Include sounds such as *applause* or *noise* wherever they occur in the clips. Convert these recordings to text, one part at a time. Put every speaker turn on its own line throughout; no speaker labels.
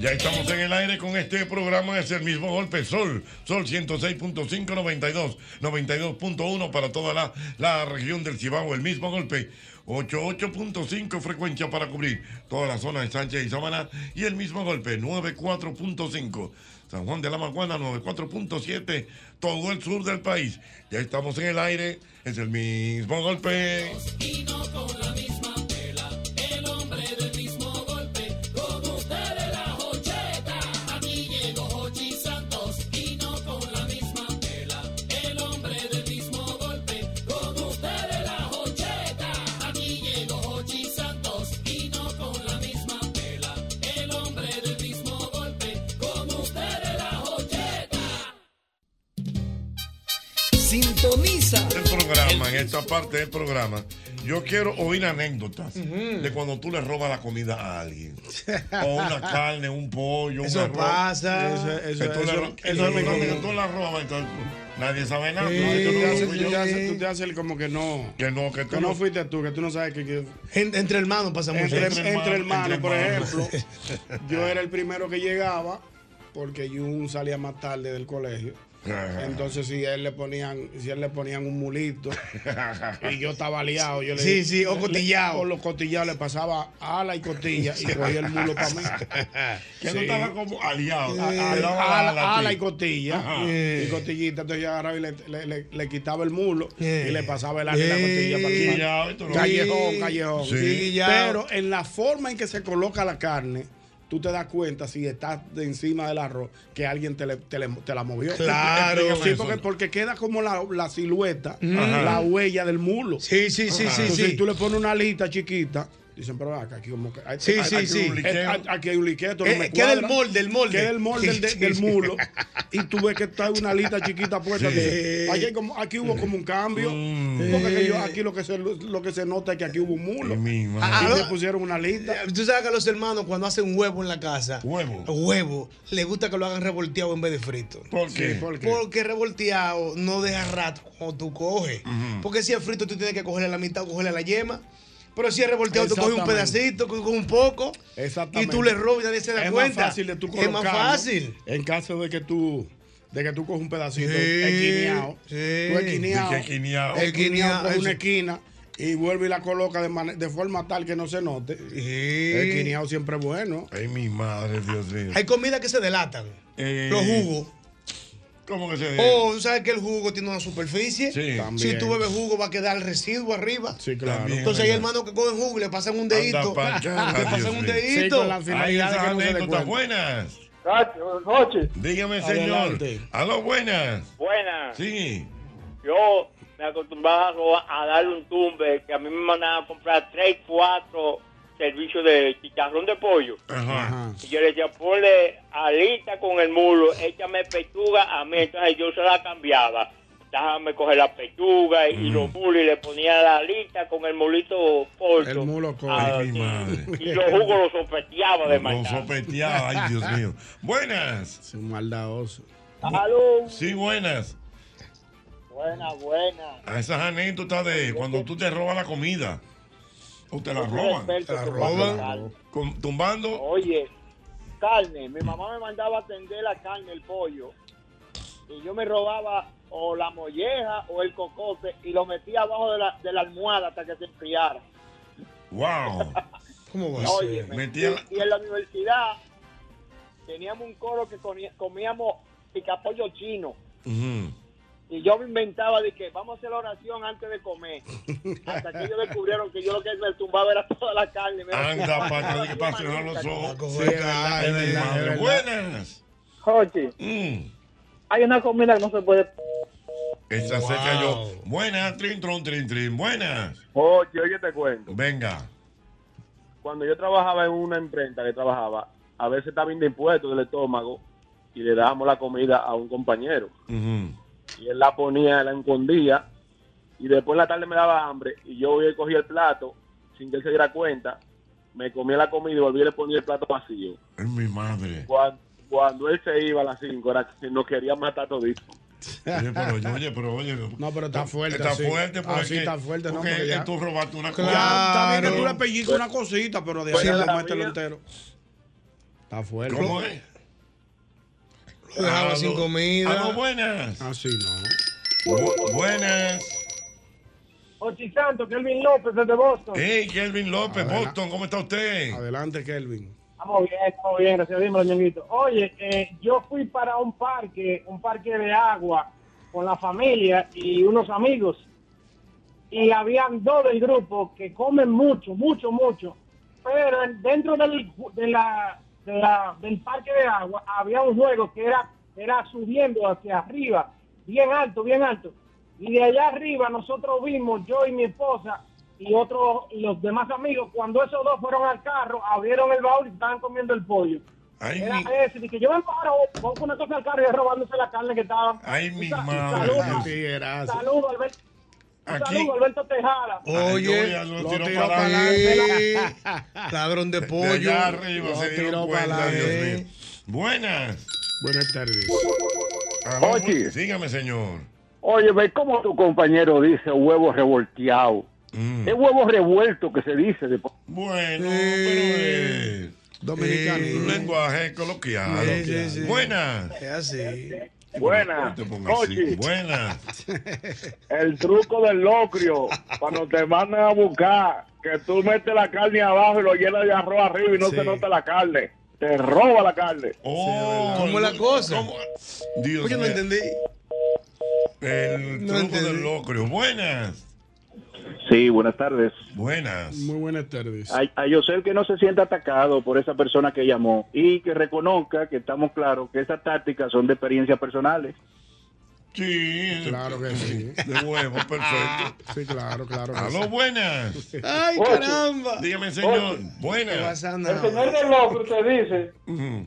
Ya estamos en el aire con este programa, es el mismo golpe Sol, Sol 106.5, 92, 92.1 para toda la, la región del Cibao, el mismo golpe. 88.5 frecuencia para cubrir toda la zona de Sánchez y Samaná y el mismo golpe 94.5. San Juan de la Maguana 94.7, todo el sur del país. Ya estamos en el aire, es el mismo golpe.
Y no con la misma tela, el hombre del mismo golpe, con ustedes la jocheta. Aquí llegó Jochi Santos, y no con la misma tela, el hombre del mismo golpe, con ustedes la jocheta. Aquí llegó Jochi Santos, y no con la misma tela, el hombre del mismo golpe, con ustedes la jocheta.
Sintoniza el programa, en esta parte del programa. Yo quiero oír anécdotas de cuando tú le robas la comida a *laughs* alguien. O una carne, un pollo,
Eso
un arroz.
pasa.
Eso,
Eso-
que tú le
eso-
ro-
eso-
entonces,
eso-
cuando tú la robas, entonces, nadie sabe nada.
Sí,
Tú dices,
tú te
no,
haces-
fui
tú
pues yo.
te haces- tú te haces como que no.
Que no, que tú
Que no
no-
fuiste tú, que tú no sabes que. que-
entre hermanos pasa mucho.
entre,
Entre
entre
hermanos,
hermanos, por
entre
ejemplo.
hermanos.
Yo era el primero que llegaba porque Jun salía más tarde del colegio.
Ajá.
Entonces si él le ponían, si él le ponían un mulito y yo estaba liado, yo le
Sí, sí, o cotillado.
le- O los cotillados le pasaba ala y cotilla y cogía el mulo para mí.
Que no
Sí.
estaba como aliado.
A- a-
aliado Eh, a
ala,
la- a la
ala y
ti.
cotilla.
Ajá.
Y cotillita, entonces yo agarraba y le, le- le- le quitaba el mulo
Yeah.
y le pasaba el ala y la
Yeah.
cotilla para aquí.
Guillao, esto no-
Callejón, callejón.
Sí.
Sí.
Guillao.
Pero en la forma en que se coloca la carne, tú te das cuenta si estás de encima del arroz que alguien te, le- te le- te la movió.
Claro.
Sí, porque, porque queda como la, la silueta,
Ajá.
la huella del mulo.
Sí, sí, sí, sí,
Entonces, si
sí.
tú le pones una lista chiquita, dicen, pero acá, aquí como que. hay-
Sí,
hay-
sí,
hay-
sí.
hay un liqueo. Eh, Aquí hay un liqueto.
Eh,
no me
queda el
cuadra.
molde, el molde.
Queda el molde del,
*laughs* Sí,
del
sí.
mulo. Y tú ves que está una lista chiquita puesta.
Sí.
dices, Aquí, hay como- aquí hubo como un cambio.
Mm.
Porque que yo- aquí lo que, se, lo que se nota es que aquí hubo un mulo.
Ay, mi madre.
Ah,
Y
ah,
te pusieron una lista.
Tú sabes que a los hermanos cuando hacen huevo en la casa,
Huevo.
huevo, les gusta que lo hagan revolteado en vez de frito.
¿Por qué?
Sí, porque-
Porque revolteado no deja rato cuando tú coges. Porque si es frito, tú tienes que cogerle la mitad o cogerle la yema. Pero si es revolteado, tú coges un
Exactamente.
pedacito, coges un poco.
Exactamente.
Y tú le robas y nadie se da
es
cuenta.
Más fácil de tú
es más
colocarlo
fácil.
En caso de que tú, de que tú cojas un pedacito
Sí,
esquineado.
sí.
Tú esquineado.
De que esquineado.
Esquineado,
coges
eso.
una esquina y vuelve y la coloca de, mane- de forma tal que no se note.
Sí.
Esquineado siempre es bueno.
*laughs* Ay, mi madre, Dios mío.
Hay comidas que se delatan.
Eh,
Los jugos.
¿Cómo que se dice?
O, ¿sabes que el jugo tiene una superficie?
Sí.
También.
Si tú bebes jugo, va a quedar residuo arriba.
Sí, claro.
También.
Entonces hay
verdad.
hermanos que cogen jugo y le pasan un
Anda
dedito.
*laughs* pa'l
*laughs*
carajo,
le pasan
Dios
un
mío.
Sí,
dedito.
con la
Hay
finalidad de
esas
que no se le
anécdotas
cuente.
buenas.
Noche,
Dígame, señor.
Adelante.
Aló, buenas.
buena.
Sí.
Yo me acostumbraba a robar- a darle un tumbe, que a mí me mandaban a comprar 3, 4 servicios de chicharrón de pollo.
Ajá.
Ajá.
Y yo le decía, ponle alita con el mulo, échame pechuga a mí. Entonces yo se la cambiaba. Déjame coger la pechuga y
Mm.
los mulos y le ponía la alita con el mulito corto.
El mulo corto.
Ah,
Ay, mi
sí.
madre.
Y los jugos los sopeteaba de
Lo
maldad.
sopeteaba, ay, Dios mío. Buenas.
Es un maldadoso.
Aló.
Sí, buenas.
*laughs* Buena, buena.
A esas anécdotas de cuando tú te robas la comida. O te la
Yo soy
roban.
experto
Te la
en
roban.
robar.
con- tumbando.
Oye, carne. Mi mamá me mandaba a tender la carne, el pollo. Y yo me robaba o la molleja o el cocote y lo metía abajo de la, de la almohada hasta que se enfriara.
Wow.
¿Cómo va a ser?
Oye,
metía la-
y en la universidad teníamos un coro que comi- comíamos picapollo chino.
Ujú.
Y yo me inventaba de que vamos a hacer la oración antes de comer. Hasta que ellos descubrieron que yo lo que me tumbaba era toda la carne. Me
Anda, para que pase
Yo
cerrar los
manito,
Va a
ojos.
coger carne,
Ay, mi
¿verdad?
madre. Buenas.
Jochi,
Mm.
hay una comida que no se puede.
Esa se
Wow.
cayó. Buenas, trin, tron, trin, trin. Buenas.
Oye, oye, te cuento.
Venga.
Cuando yo trabajaba en una imprenta que trabajaba, a veces estaba indispuesto del estómago y le dábamos la comida a un compañero.
Ujú.
Y él la ponía, la escondía y después en la tarde me daba hambre y yo voy y cogía el plato sin que él se diera cuenta, me comía la comida y volví y le ponía el plato vacío.
Ay, mi madre.
Cuando, cuando él se iba a las 5, era que nos quería matar todito.
Oye, pero oye, oye, pero oye.
No, pero está fuerte,
Está
así.
fuerte, porque.
Así está fuerte, no,
porque
porque ya-
tú robaste una
Claro.
cosa.
Ya, está bien que tú le pellizcas una cosita, pero de ahí
Bueno,
no
la
mételo
mía-
entero. Está fuerte.
¿Cómo es?
Lo dejaba
A
sin
lo-
comida.
a lo buenas.
Así no.
Bu- buenas.
Santo, Kelvin López desde Boston.
Hey, Kelvin López,
Adela-
Boston, ¿cómo está usted?
Adelante, Kelvin.
Estamos bien, estamos bien, gracias a Dios, dímelo, ñonguito. Oye, eh, yo fui para un parque, un parque de agua, con la familia y unos amigos. Y habían dos del grupo que comen mucho, mucho, mucho. Pero en- dentro del, ju- de la, de la- del parque de agua había un juego que era, era subiendo hacia arriba, bien alto, bien alto. Y de allá arriba nosotros vimos, yo y mi esposa, y otros los demás amigos, cuando esos dos fueron al carro, abrieron el baúl y estaban comiendo el pollo.
Ay,
Era
mi,
ese, de que yo me paro, voy con una cosa al carro y robándose la carne que estaba.
ay, mi
Sa-
madre.
Saludos,
Dios.
Tiguerazo.
saludos, Alberto. Un
Aquí-
saludo, Alberto Tejada.
Ay,
Oye,
no, ya lo
lo
tiró
tiró
para
para
adelante.
sí, *laughs* ladrón de
De
pollo.
allá arriba
Lo
se dieron
tiró
cuenta,
para
Dios
adelante.
mío. Buenas.
Buenas tardes.
Aló, bu-
Ochi.
Sígame, señor.
Oye, ve cómo tu compañero dice huevo revolteado.
Mm.
Es huevo revuelto que se dice. de-
Bueno,
Eh.
Dominicano.
pero es lenguaje coloquial.
Sí, sí, sí.
Buenas.
Es así.
Buenas.
No te pongas así.
Ochi,
Buenas.
*laughs* el truco del locrio. Cuando te mandan a buscar, que tú metes la carne abajo y lo llenas de arroz arriba y no
Sí.
se nota la carne. Te roba la carne.
Oh,
¿Cómo es la cosa?
¿cómo? Dios
Oye, no
mío.
entendí.
El
Eh,
No
truco
entendí.
del locrio. Buenas.
Sí, buenas tardes.
Buenas.
Muy buenas tardes.
A, a Yosel que no se sienta atacado por esa persona que llamó y que reconozca que estamos claros que esas tácticas son de experiencias personales.
Sí.
Claro que sí.
De huevo, perfecto.
Sí, claro, claro. que
Aló, buenas.
Ay, caramba.
Dígame, señor.
¿Qué
Buenas.
pasa
El
nada?
señor del locro te dice
Ujú.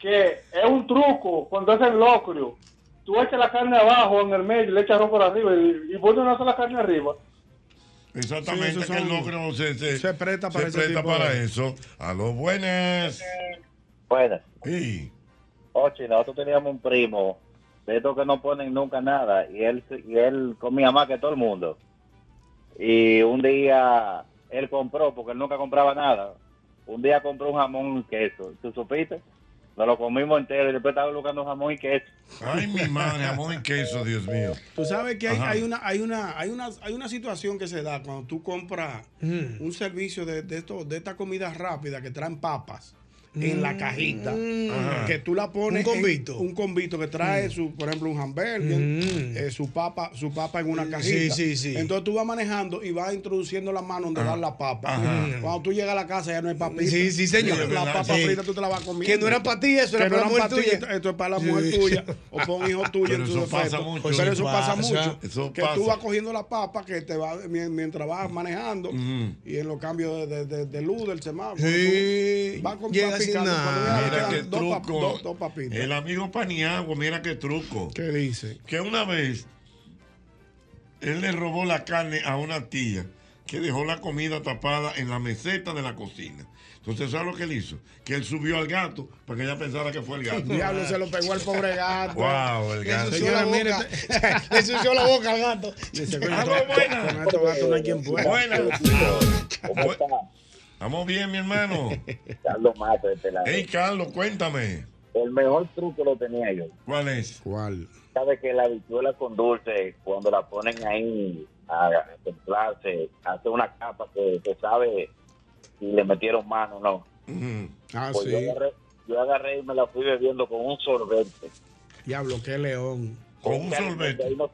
que es un truco cuando es el locrio. Tú echas la carne abajo en el medio, le echas arroz por arriba y, y pones una sola carne arriba.
Exactamente,
Sí, esos
que el
son-
locro se, se,
se presta para
se
ese
presta
tipo de-
para eso. Aló, buenas.
Bueno,
Sí.
oye, nosotros teníamos un primo, de estos que no ponen nunca nada, y él, y él comía más que todo el mundo. Y un día él compró, porque él nunca compraba nada, un día compró un jamón y un queso. ¿Tú supiste? Nos lo comimos entero y después estaba buscando jamón y queso.
Ay, mi madre, amor y queso, Dios mío.
Tú sabes que hay,
Ajá.
hay una, hay, una, hay, una, hay una situación que se da cuando tú compras
Mm.
un servicio de, de, esto, de esta comida rápida que traen papas en la cajita.
Ajá.
Que tú la pones.
Mm. Un
en-
convito.
un convito que trae, su, por ejemplo, un hamburger,
Mm.
eh, su, papa, su papa en una
Mm,
cajita.
sí, sí, sí.
Entonces tú vas manejando y vas introduciendo las manos donde van las papas.
Ajá.
Cuando tú llegas a la casa ya no hay papitas.
Sí, sí, señor.
La
Sí.
papa frita tú te la vas comiendo.
Que no era para ti, eso
Que
era
no
para la
eran
mujer
para ti,
tuya.
esto- esto es para la mujer
Sí. *laughs*
tuya o para un hijo tuyo.
Pero
en su
eso pasa
defecto.
mucho.
Pero eso pasa,
Pasa.
mucho.
Eso
que
pasa.
tú vas cogiendo la papa que te va mien- mientras vas manejando y en los cambios de, de- de- de luz del semáforo.
Sí.
tú vas con
Llega
vas
sin
picando, cuando
nada.
veas,
Mira
quedan
qué
dos pap-
truco.
dos- dos
*laughs*
papitas.
El amigo Paniagua, mira qué truco.
¿Qué dice?
Que una vez él le robó la carne a una tía que dejó la comida tapada en la meseta de la cocina. Entonces, ¿sabes lo que él hizo? Que él subió al gato para que ella pensara que fue el gato.
*laughs* Diablo, se lo pegó al pobre gato.
¡Wow! El
Le
gato.
ensució la
Señora,
boca. Le ensució la boca al gato.
Dice, coño,
Aló,
con-
buenas.
Con estos gatos no hay quien pueda. *laughs*
Buenas.
¿Cómo está?
Estamos bien, mi hermano.
Carlos Mato de este lado.
Hey, Carlos, cuéntame.
El mejor truco lo tenía yo.
¿Cuál es?
¿Cuál?
Sabe que la habichuela con dulce, cuando la ponen ahí a a templarse, hace una capa que se sabe si le metieron mano o no.
Ujú.
*laughs* Ah,
Pues yo,
sí.
agarré, yo agarré y me la fui bebiendo con un sorbete.
Diablo, qué león.
Con un
Claro, Ahí
sorbete.
no,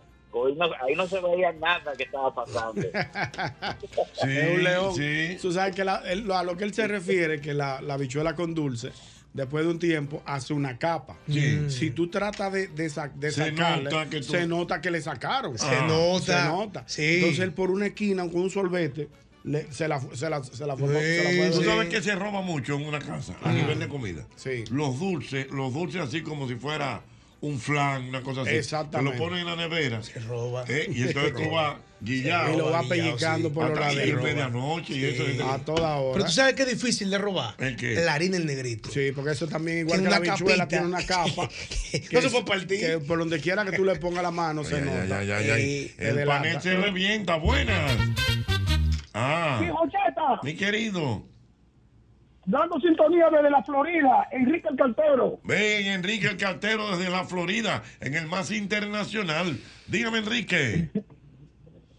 ahí no- ahí no se veía nada que estaba pasando.
Sí,
Es un león.
sí.
Tú sabes que la- el- a lo que él se refiere, que la, la bichuela con dulce, después de un tiempo, hace una capa.
Sí.
Si tú tratas de, de, sa- de
Se
sacarle,
nota que tú-
se nota que le sacaron.
Se Ah.
nota.
Se nota.
Sí.
Entonces él por una esquina con un sorbete le- se, la, fu- se, la, se la formó- se la fue-
Tú
Sí.
sabes que se roba mucho en una casa a nivel de comida.
Mm. Sí.
Los dulces, los dulces así como si fuera un flan, una cosa así.
Exactamente. Ah,
Te lo ponen en la nevera.
Se roba.
eh, y entonces tú vas guillado.
Y lo vas
Robadillao,
pellizcando
sí.
por los
hasta ir
laderos.
medianoche y eso.
A toda hora.
Pero tú sabes que es difícil de robar.
¿El qué?
La harina del negrito.
Sí, porque eso también, igual
Tiene
que la
una
bichuela,
capita.
tiene una
*laughs*
capa.
No se
es-
puede partir.
que por donde quiera que tú le pongas la mano, se
Ya, ya,
nota.
ya, ya, ya.
Eh,
El
delata.
panel se revienta. Buenas. Ah,
¡Jocheta!
mi querido.
*laughs* dando sintonía desde la Florida, Enrique el Cartero.
Ven, Enrique el Cartero desde la Florida, en el más internacional. Dígame, Enrique.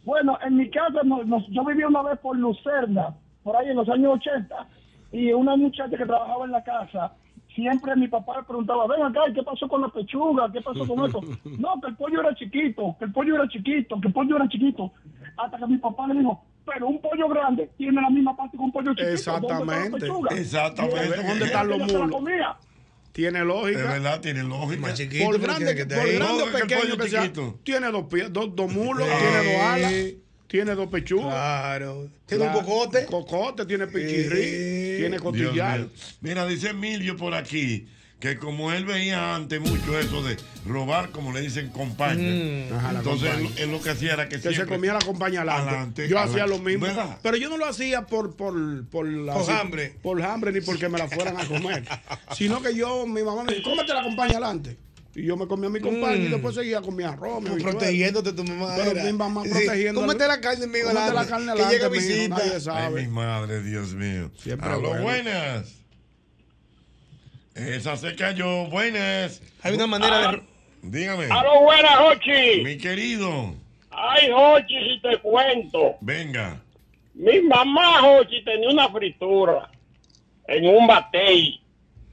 Bueno, en mi casa, no- no- yo viví una vez por Lucerna, por ahí en los años 80, y una muchacha que trabajaba en la casa, siempre mi papá le preguntaba, ven acá, ¿y ¿qué pasó con la pechuga? ¿Qué pasó con esto? No, que el pollo era chiquito, que el pollo era chiquito, que el pollo era chiquito. Hasta que mi papá le dijo, pero un pollo grande tiene la misma parte que un pollo chiquito. ¿dónde está la
Exactamente.
pechuga?"
Exactamente.
¿Dónde están los
Ella se la
mulos?
comía.
Tiene
De
lógica.
verdad, tiene lógica.
Más chiquito.
Por
pero
grande,
tiene que estar
por
ahí.
grande
No,
o
que el
pequeño
pollo
que sea,
chiquito.
tiene dos, pies, dos, dos mulos,
Sí.
tiene dos alas, tiene dos pechugas.
Claro. Tiene
Claro.
un cocote.
Cocote, tiene pichirri,
Eh.
tiene
Dios
cotillar.
mío. Mira, dice Emilio por aquí que como él veía antes mucho eso de robar, como le dicen, compañía.
Mm. Ajá, la
Entonces él,
compañía.
él lo que hacía era que,
Que se
siempre-
comía la compañía alante.
Alante,
Yo
alante.
hacía lo mismo.
¿Verdad?
Pero yo no lo hacía por, por, por, la-
Por hambre.
Por hambre ni porque me la fueran a *laughs* comer. sino que yo, mi mamá me dijo, cómete la compañía alante. Y yo me comía mi compañía y después seguía con mi arroz. mi
Como
habichuela.
protegiéndote tu mamá.
Pero
era.
mi mamá
Sí,
protegiéndole.
Cómete la carne, amigo.
Cómete la
adelante,
carne
Que llega
alante, mijo,
visita.
nadie
Ay, mi
sabe.
madre, Dios mío.
Siempre
Aló,
bueno.
buenas. Esa se cayó. Buenas. Ah,
Hay una manera de.
Dígame.
¡A lo buena, Jochi!
Mi querido.
¡Ay, Jochi, si te cuento!
Venga.
Mi mamá, Jochi, tenía una fritura en un batey.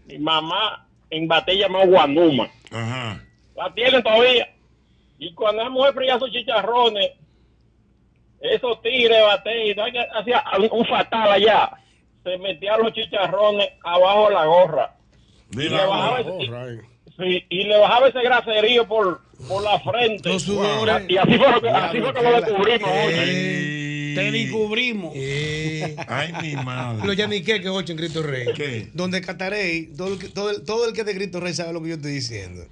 Mi mamá en batey llamado Guanduma.
Ajá.
La tienen todavía. Y cuando esa mujer fría sus chicharrones, esos tigres batey, ¿no? Que hacía un, un fatal allá. Se metían los chicharrones abajo de la gorra.
De
le bajaba
la
el-
Oh, right.
Sí, y le bajaba ese graserío por, por la frente.
Los sudores.
Y así fue, lo que- así fue como lo descubrimos, Jochi.
Ay.
Te descubrimos.
Eh,
Ay, mi madre.
Lo yaniqué que ocho en Cristo Rey.
¿Qué?
Donde Catarey, todo el, que- todo, el, todo el que es de Cristo Rey sabe lo que yo estoy diciendo.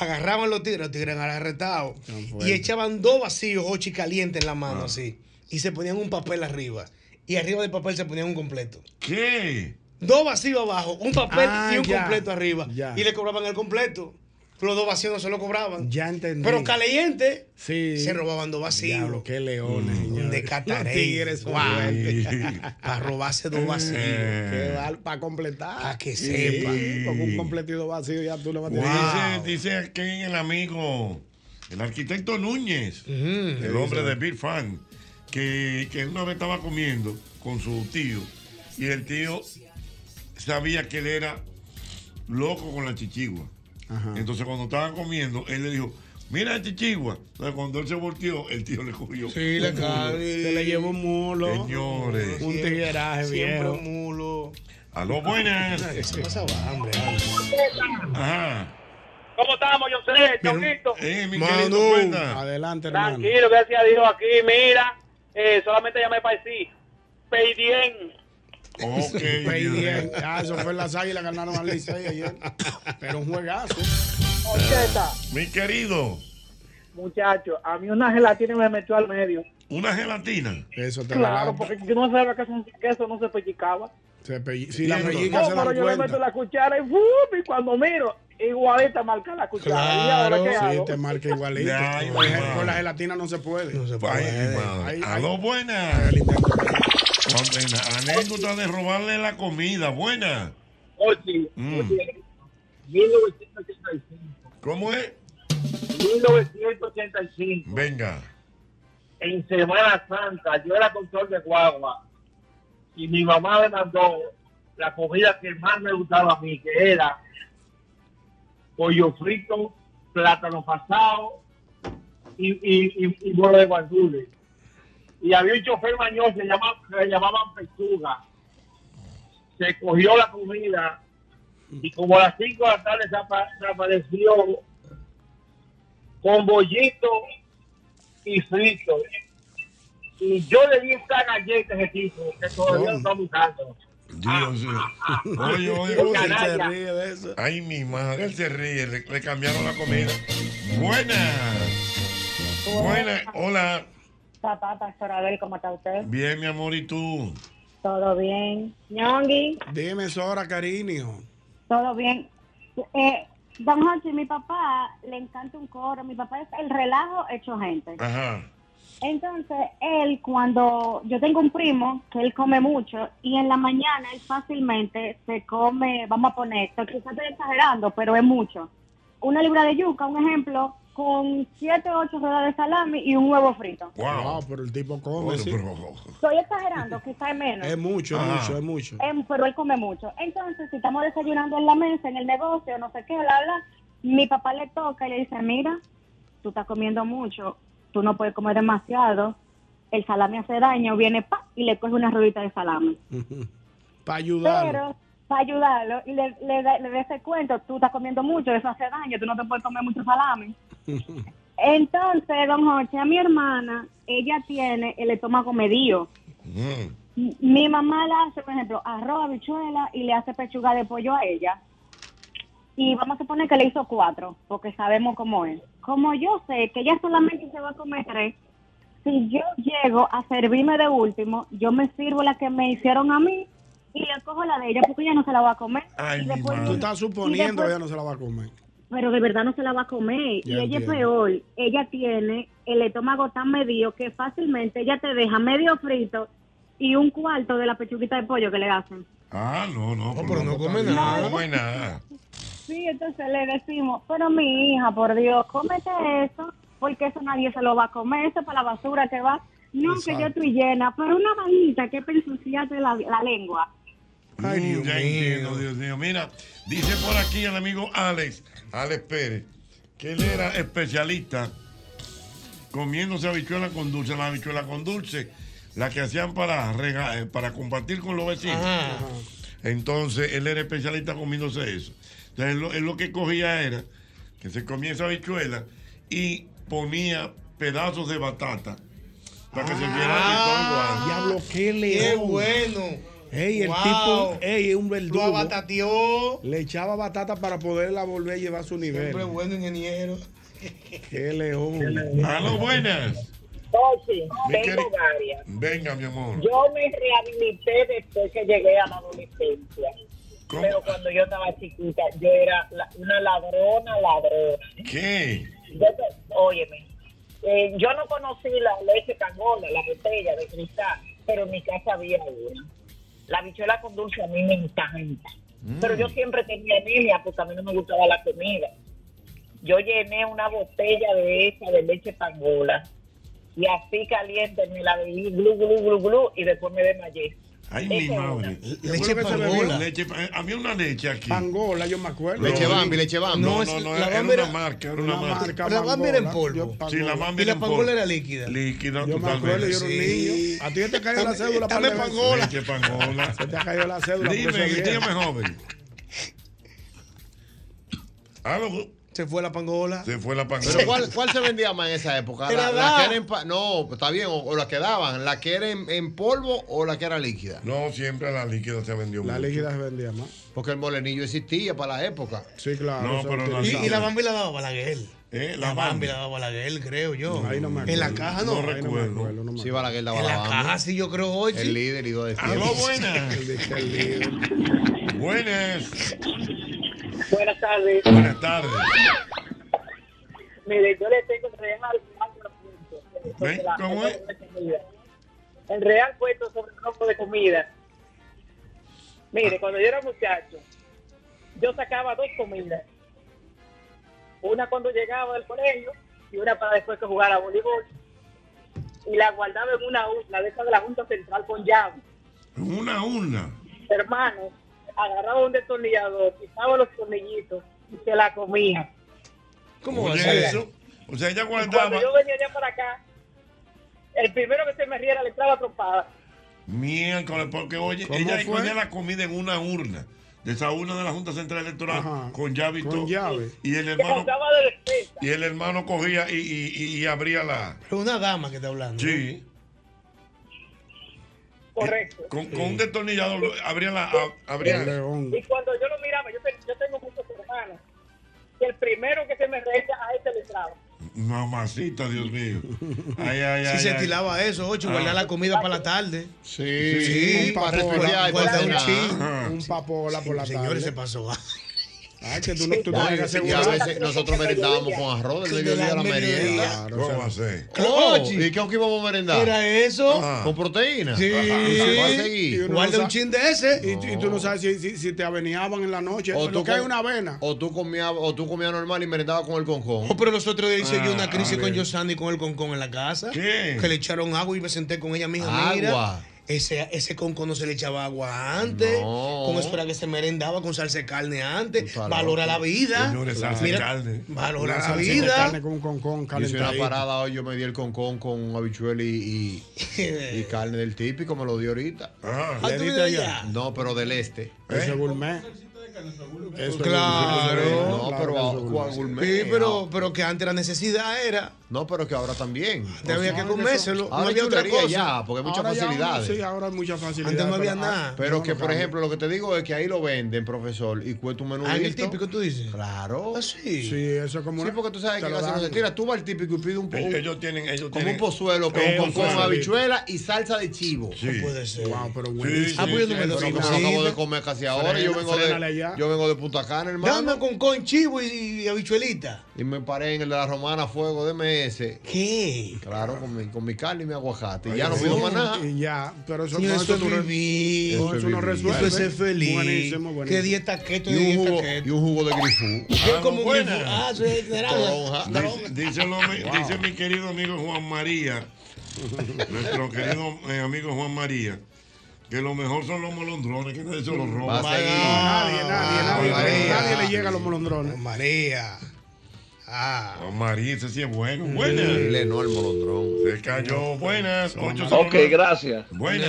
Agarraban los tigres, los tigres eran arrestados. Y echaban dos vacíos, ocho y calientes en la mano,
Ah.
así. Y se ponían un papel arriba. Y arriba del papel se ponían un completo.
¿Qué?
Dos vacíos abajo, un papel
Ah,
y un
ya,
completo arriba.
ya.
Y le cobraban el completo. Los dos vacíos no se lo cobraban.
Ya entendí.
Pero caliente
Sí.
se robaban dos vacíos. Mm.
Diablo, qué leones, señores.
de
Los
Cataré.
tigres son
Guau.
fuertes.
*laughs* Para robarse dos vacíos.
Eh.
Para completar.
Pa' que
Sí,
sepa.
Con un completido vacío ya tú le vas a tener.
Ah.
Dice, dice aquí el amigo, el arquitecto Núñez, el hombre de Big Fan, que, que una vez estaba comiendo con su tío y el tío sabía que él era loco con la chichigua. Entonces cuando estaban comiendo, él le dijo, mira la chichigua. Entonces cuando él se volteó, el tío le cogió.
Sí, la carne.
Se le llevó un mulo.
Señores,
Un tigueraje
Siempre
viejo.
un mulo.
a lo buenas.
*laughs* Eso pasa hambre.
Ajá.
¿Cómo estamos, yo sé, Chonquito?
Eh, mi
Manu,
querido, cuenta.
Adelante, hermano.
Tranquilo, gracias a Dios aquí, mira, eh, solamente llamé para decir, Peidien,
*laughs* Ok,
Pay
Dios mío.
10. Oh, Ah, eso fue las águilas ganaron al Licey ayer. Pero un juegazo.
Ocheta,
mi querido,
muchacho, a mí una gelatina me metió al medio.
una gelatina.
Eso te
Claro,
relata.
porque yo no sabía que eso, que eso no se pellizcaba.
Se pelli- Si la
Bien,
pellica
No,
se
pero
dan
yo le meto
cuenta.
la cuchara y ¡fup! Y cuando miro, igualita marca la cuchara.
Claro,
¿Y ahora qué
Sí,
hago?
te marca igualito.
Ay,
Con la-
mamá.
Con la gelatina no se puede.
No se
Ay,
puede.
mi madre.
Ay,
A
ay.
lo buena. Condena. Anécdota de robarle la comida. Buena.
Ochi,
Mm.
oye, 1985,
¿Cómo es?
1985,
Venga.
en Semana Santa, yo era control de guagua y mi mamá me mandó la comida que más me gustaba a mí, que era pollo frito, plátano pasado y, y, y, y huevo de guandules. Y había un chofer mañoso, se llamaba, se llamaban pechuga. Se cogió la comida y como a las 5 de la tarde se, apa- se apareció con bollito y frito. Y yo le di esta galleta a ese tipo, que todavía lo estamos usando.
Dios mío. Ah. Oye, oye,
Qué
oye.
canalla.
Se ríe de eso.
Ay, mi madre. Él se ríe. Le, le cambiaron la comida. Buena. Buena. Hola.
Papá, Pastor Abel, ¿cómo está usted?
Bien, mi amor. ¿Y tú?
Todo bien. Ñongui,
Dime, Sora, cariño.
todo bien. Eh, don Jorge, mi papá le encanta un coro. Mi papá es el relajo hecho gente.
Ajá.
Entonces, él cuando yo tengo un primo que él come mucho y en la mañana él fácilmente se come, vamos a poner esto, quizás estoy exagerando, pero es mucho. Una libra de yuca, un ejemplo, con 7 o 8 rodajas de salami y un huevo frito.
Wow.
pero el tipo come.
Bueno,
sí.
pero-
Estoy exagerando, quizás es menos.
Es mucho, es
Ah.
mucho, es mucho.
Em, pero él come mucho. Entonces, si estamos desayunando en la mesa, en el negocio, no sé qué, bla, bla, mi papá le toca y le dice, mira, tú estás comiendo mucho, tú no puedes comer demasiado, el salami hace daño, viene pa, y le coge una ruedita de salami.
Eh.
*laughs* Para ayudarlo.
Pero para ayudarlo, y le, le, da- le da ese cuento, tú estás comiendo mucho, eso hace daño, tú no te puedes comer mucho
*laughs*
salami. Entonces, don Jorge, a mi hermana, ella tiene el estómago medido.
Mm.
Mi mamá le hace, por ejemplo, arroz, habichuela y le hace pechuga de pollo a ella. Y vamos a suponer que le hizo cuatro, porque sabemos cómo es. Como yo sé que ella solamente se va a comer tres, si yo llego a servirme de último, yo me sirvo la que me hicieron a mí y le cojo la de ella porque ella no se la va a comer.
Ay,
Y
mi
después-
madre.
Tú estás suponiendo
y después-
ella no se la va a comer.
Pero de verdad no se la va a comer. y
Ya
ella es
entiendo.
peor. Ella tiene el estómago tan medio que fácilmente ella te deja medio frito y un cuarto de la pechuguita de pollo que le hacen.
Ah, no, no.
pero no come
está bien,
nada.
No come nada.
Sí, entonces le decimos, pero mi hija, por Dios, cómete eso, porque eso nadie se lo va a comer, eso es para la basura que va. No, que yo
Exacto.
estoy llena, pero una vainita que ensuciaste la, la lengua.
Ay,
Mm,
Dios
ya
mío.
entiendo, Dios mío. Mira, dice por aquí el amigo Alex, Alex Pérez, que él era especialista comiéndose habichuela con dulce. La habichuela con dulce, la que hacían para, rega- eh, para compartir con los vecinos.
Ajá.
Entonces, él era especialista comiéndose eso. Entonces, él lo, él lo que cogía era que se comía esa habichuela y ponía pedazos de batata para que se viera el
Ah, Diablo, qué
Qué
león.
bueno.
Ey, el
Wow.
tipo, ey, es un
Lo
verdugo.
abatateó.
Le echaba batata para poderla volver a llevar a su nivel.
Hombre bueno, ingeniero.
Qué león.
igual. Aló, buenas.
Oye,
Mi
tengo
queri-
varias.
Venga, mi amor.
Yo me rehabilité después que llegué a la adolescencia.
¿Cómo?
Pero cuando yo estaba chiquita, yo era la- una ladrona, ladrona.
¿Qué?
Yo te- óyeme, eh, yo no conocí la leche cangola, la botella de cristal, pero en mi casa había una. La bichuela con dulce a mí me encanta. Pero
Mm.
yo siempre tenía anemia porque a mí no me gustaba la comida. Yo llené una botella de esa de leche pangola y así caliente me la bebí, glu, glu, glu, glu, y después me desmayé.
Ay, mi
Esa es una.
madre.
Yo
Leche
creo que se bebió
pangola.
Leche pa- eh, Había una leche aquí.
Pangola, yo me acuerdo.
Leche
Leche
No,
Bambi, leche Bambi.
No,
No,
no,
es-
no,
la
era,
Bamba
una
era-
marca, era
Una
una marca.
marca
La Bambi era en
Mangola.
polvo.
Yo-
Sí, la Bamba
Y la
era en
pangola
polvo.
era líquida.
Líquida,
Yo me acuerdo, yo
totalmente.
era un
Sí.
niño. A ti te cayó la cédula.
Dame
par de veces.
pangola.
Leche pangola.
Se te cayó la cédula. por eso
Dime,
es viejo.
dígame, joven. Aló,
Se fue la pangola.
se fue la pangola.
Pero ¿cuál, cuál se vendía más en esa época?
Era
La, la
da.
que era en pa- no, está bien, o, o la que daban, la que era en, en polvo o la que era líquida.
No, siempre la líquida se vendió
La
mucho.
líquida se vendía más.
Porque el molenillo existía para la época.
Sí, claro.
No,
eso
pero
lo
Y,
la-
utilizaba.
y la Bambi la daba Balaguer.
Eh,
La
la
Bambi
Bambi.
la daba Balaguer, creo yo.
Ahí no me
en la
acuerdo.
caja no.
No
Ahí no me
recuerdo.
acuerdo, no me
Sí, para la
en la caja sí, yo creo, hoy.
El líder y dos de
Aló,
siete.
buenas.
acuerdo. Dice el líder.
*laughs* buenas.
Buenas tardes.
Buenas tardes.
Mire, yo le tengo el real puesto sobre
¿Ven?
la-
¿Cómo es?
sobre la comida. El real puesto sobre el rompo de comida. Mire, cuando yo era muchacho, yo sacaba dos comidas. Una cuando llegaba del colegio y una para después que jugara voleibol. Y la guardaba en una urna de esa de la Junta Central con llave.
Una a una.
Hermano, agarraba un destornillador, quitaba los tornillitos y se la comía.
¿Cómo va a
Oye,
ser eso?
eso. O sea, ella
Cuando
guardaba.
yo venía allá para acá, el primero que se me riera le entraba trompada.
Miércoles, porque oye,
¿Cómo
ella
fue?
escondía la comida en una urna, de esa urna de la Junta Central Electoral,
Ajá,
con llave y
con
todo.
llave.
Y el
Que
hermano,
contaba de despensa.
y el hermano cogía y, y- y- y abría la.
Pero una dama que está hablando.
Sí.
Correcto.
Con, con un destornillador lo- abría la. a-
El
Abría.
león.
Y cuando yo lo miraba, yo, te- yo tengo muchos hermanos, que el primero que se me reía a ese le entraba.
Mamacita,
*laughs*
Dios mío. Ay, ay,
Si
ay. Ah.
se
ay.
estilaba eso,
Ah.
ocho, guardar la comida para la tarde.
Sí,
Sí,
para
papola,
pues,
respirar y para
guardar un
cenar.
chin.
Ajá.
Un papola por la
Ah,
Señores, se
tarde.
pasó.
Ay, que tú no- tú no
No, y-
eres
y a
asegurado.
veces nosotros merendábamos con arroz del mediodía a la merienda.
¿Cómo va a ser?
Claro, ¿Y qué es que íbamos a merendar?
Era eso.
¿Con proteína?
Sí.
¿Va a
Y
seguir?
uno no sabe- Y, tú- y tú no sabes si, si, si te aveniaban en la noche.
O
lo
tú
que hay
com-
una avena.
O tú comías o tú comías normal y merendabas con el concón.
Oh, pero los otros días hice yo
Ah,
una crisis
a
con
ver.
Yosani con el concón en la casa.
¿Qué?
Que le echaron agua y me senté con ella, mija,
Agua.
mira. Ese, ese concón no se le echaba agua antes.
No.
Como espera que se merendaba con salsa de carne antes.
estás
Valora
loco.
la vida.
Señores, salsa de carne.
Valora
Una
la
salsa de
vida.
carne
con concón
Yo hice una parada hoy, yo me di el concón con un habichuelo y,
*laughs*
y, y carne del típico, me lo dio ahorita.
Ah,
¿Le ¿tú diste vives allá? allá?
No, pero del este.
Ese gourmet. Eso es
Claro.
No,
Claro,
pero
eso
a-
es
cua- gourmet.
Sí, pero, pero que antes la necesidad era.
No, pero que ahora también.
Te había que comérselo.
Ahora
no
hay
había otra
chulería
cosa.
ya, porque hay muchas
Ahora ya uno-
facilidades.
sí, ahora hay muchas facilidades.
Antes no había
pero-
nada.
Pero
no,
que,
no
por
cambia.
ejemplo, lo que te digo es que ahí lo venden, profesor, y cuesta un menú
Ah, en el
listo.
típico, tú dices? Ah,
Claro.
sí.
Sí, eso es como
Sí,
una-
porque tú sabes
te
que
lo
casi no
dan.
se tira. Tú vas al típico y pides un
Ellos,
un-
ellos tienen, ellos
Como
tienen-
un pozuelo con,
Eh,
con, con
pozuelo.
habichuela y salsa de chivo.
Sí.
Puede ser. Ah,
Wow, pero
Sí,
buenísimo.
pues
sí, sí, pero como lo acabo de comer casi ahora. yo,
Frena-
vengo
frénale
de,
ya.
yo vengo de Punta Cana,
Dame
hermano.
con con chivo y, y habichuelita.
Y me paré en el de la romana fuego de MS.
¿Qué?
Claro, con mi, con mi carne y mi aguacate. Y ya
Ay,
no
sí.
pido más nada.
Y ya, pero eso,
Señor,
con
eso
eso, tú
es
re-
vivir.
con eso
Eso
uno
es
resuelve.
Eso es ser feliz.
Buenísimo, buenísimo.
¿Qué dieta keto y
Y un,
dieta
jugo,
keto?
y un jugo de grifú.
Yo como un
Ah, buena.
grifo. Ah, eso es naranja.
Toronja.
Dice, dice lo mi- dice mi querido amigo Juan María, nuestro querido eh, amigo Juan María, que lo mejor son los molondrones, que nadie se los Ah,
Va
roba.
a seguir.
Nadie, nadie, nadie,
Ah,
nadie,
María.
nadie le llega a los molondrones.
María. Ah.
Juan María, ese sí es bueno. Buenas.
Dile no al molondrón.
Se cayó. Buenas.
Ok,
809.
gracias.
Buenas.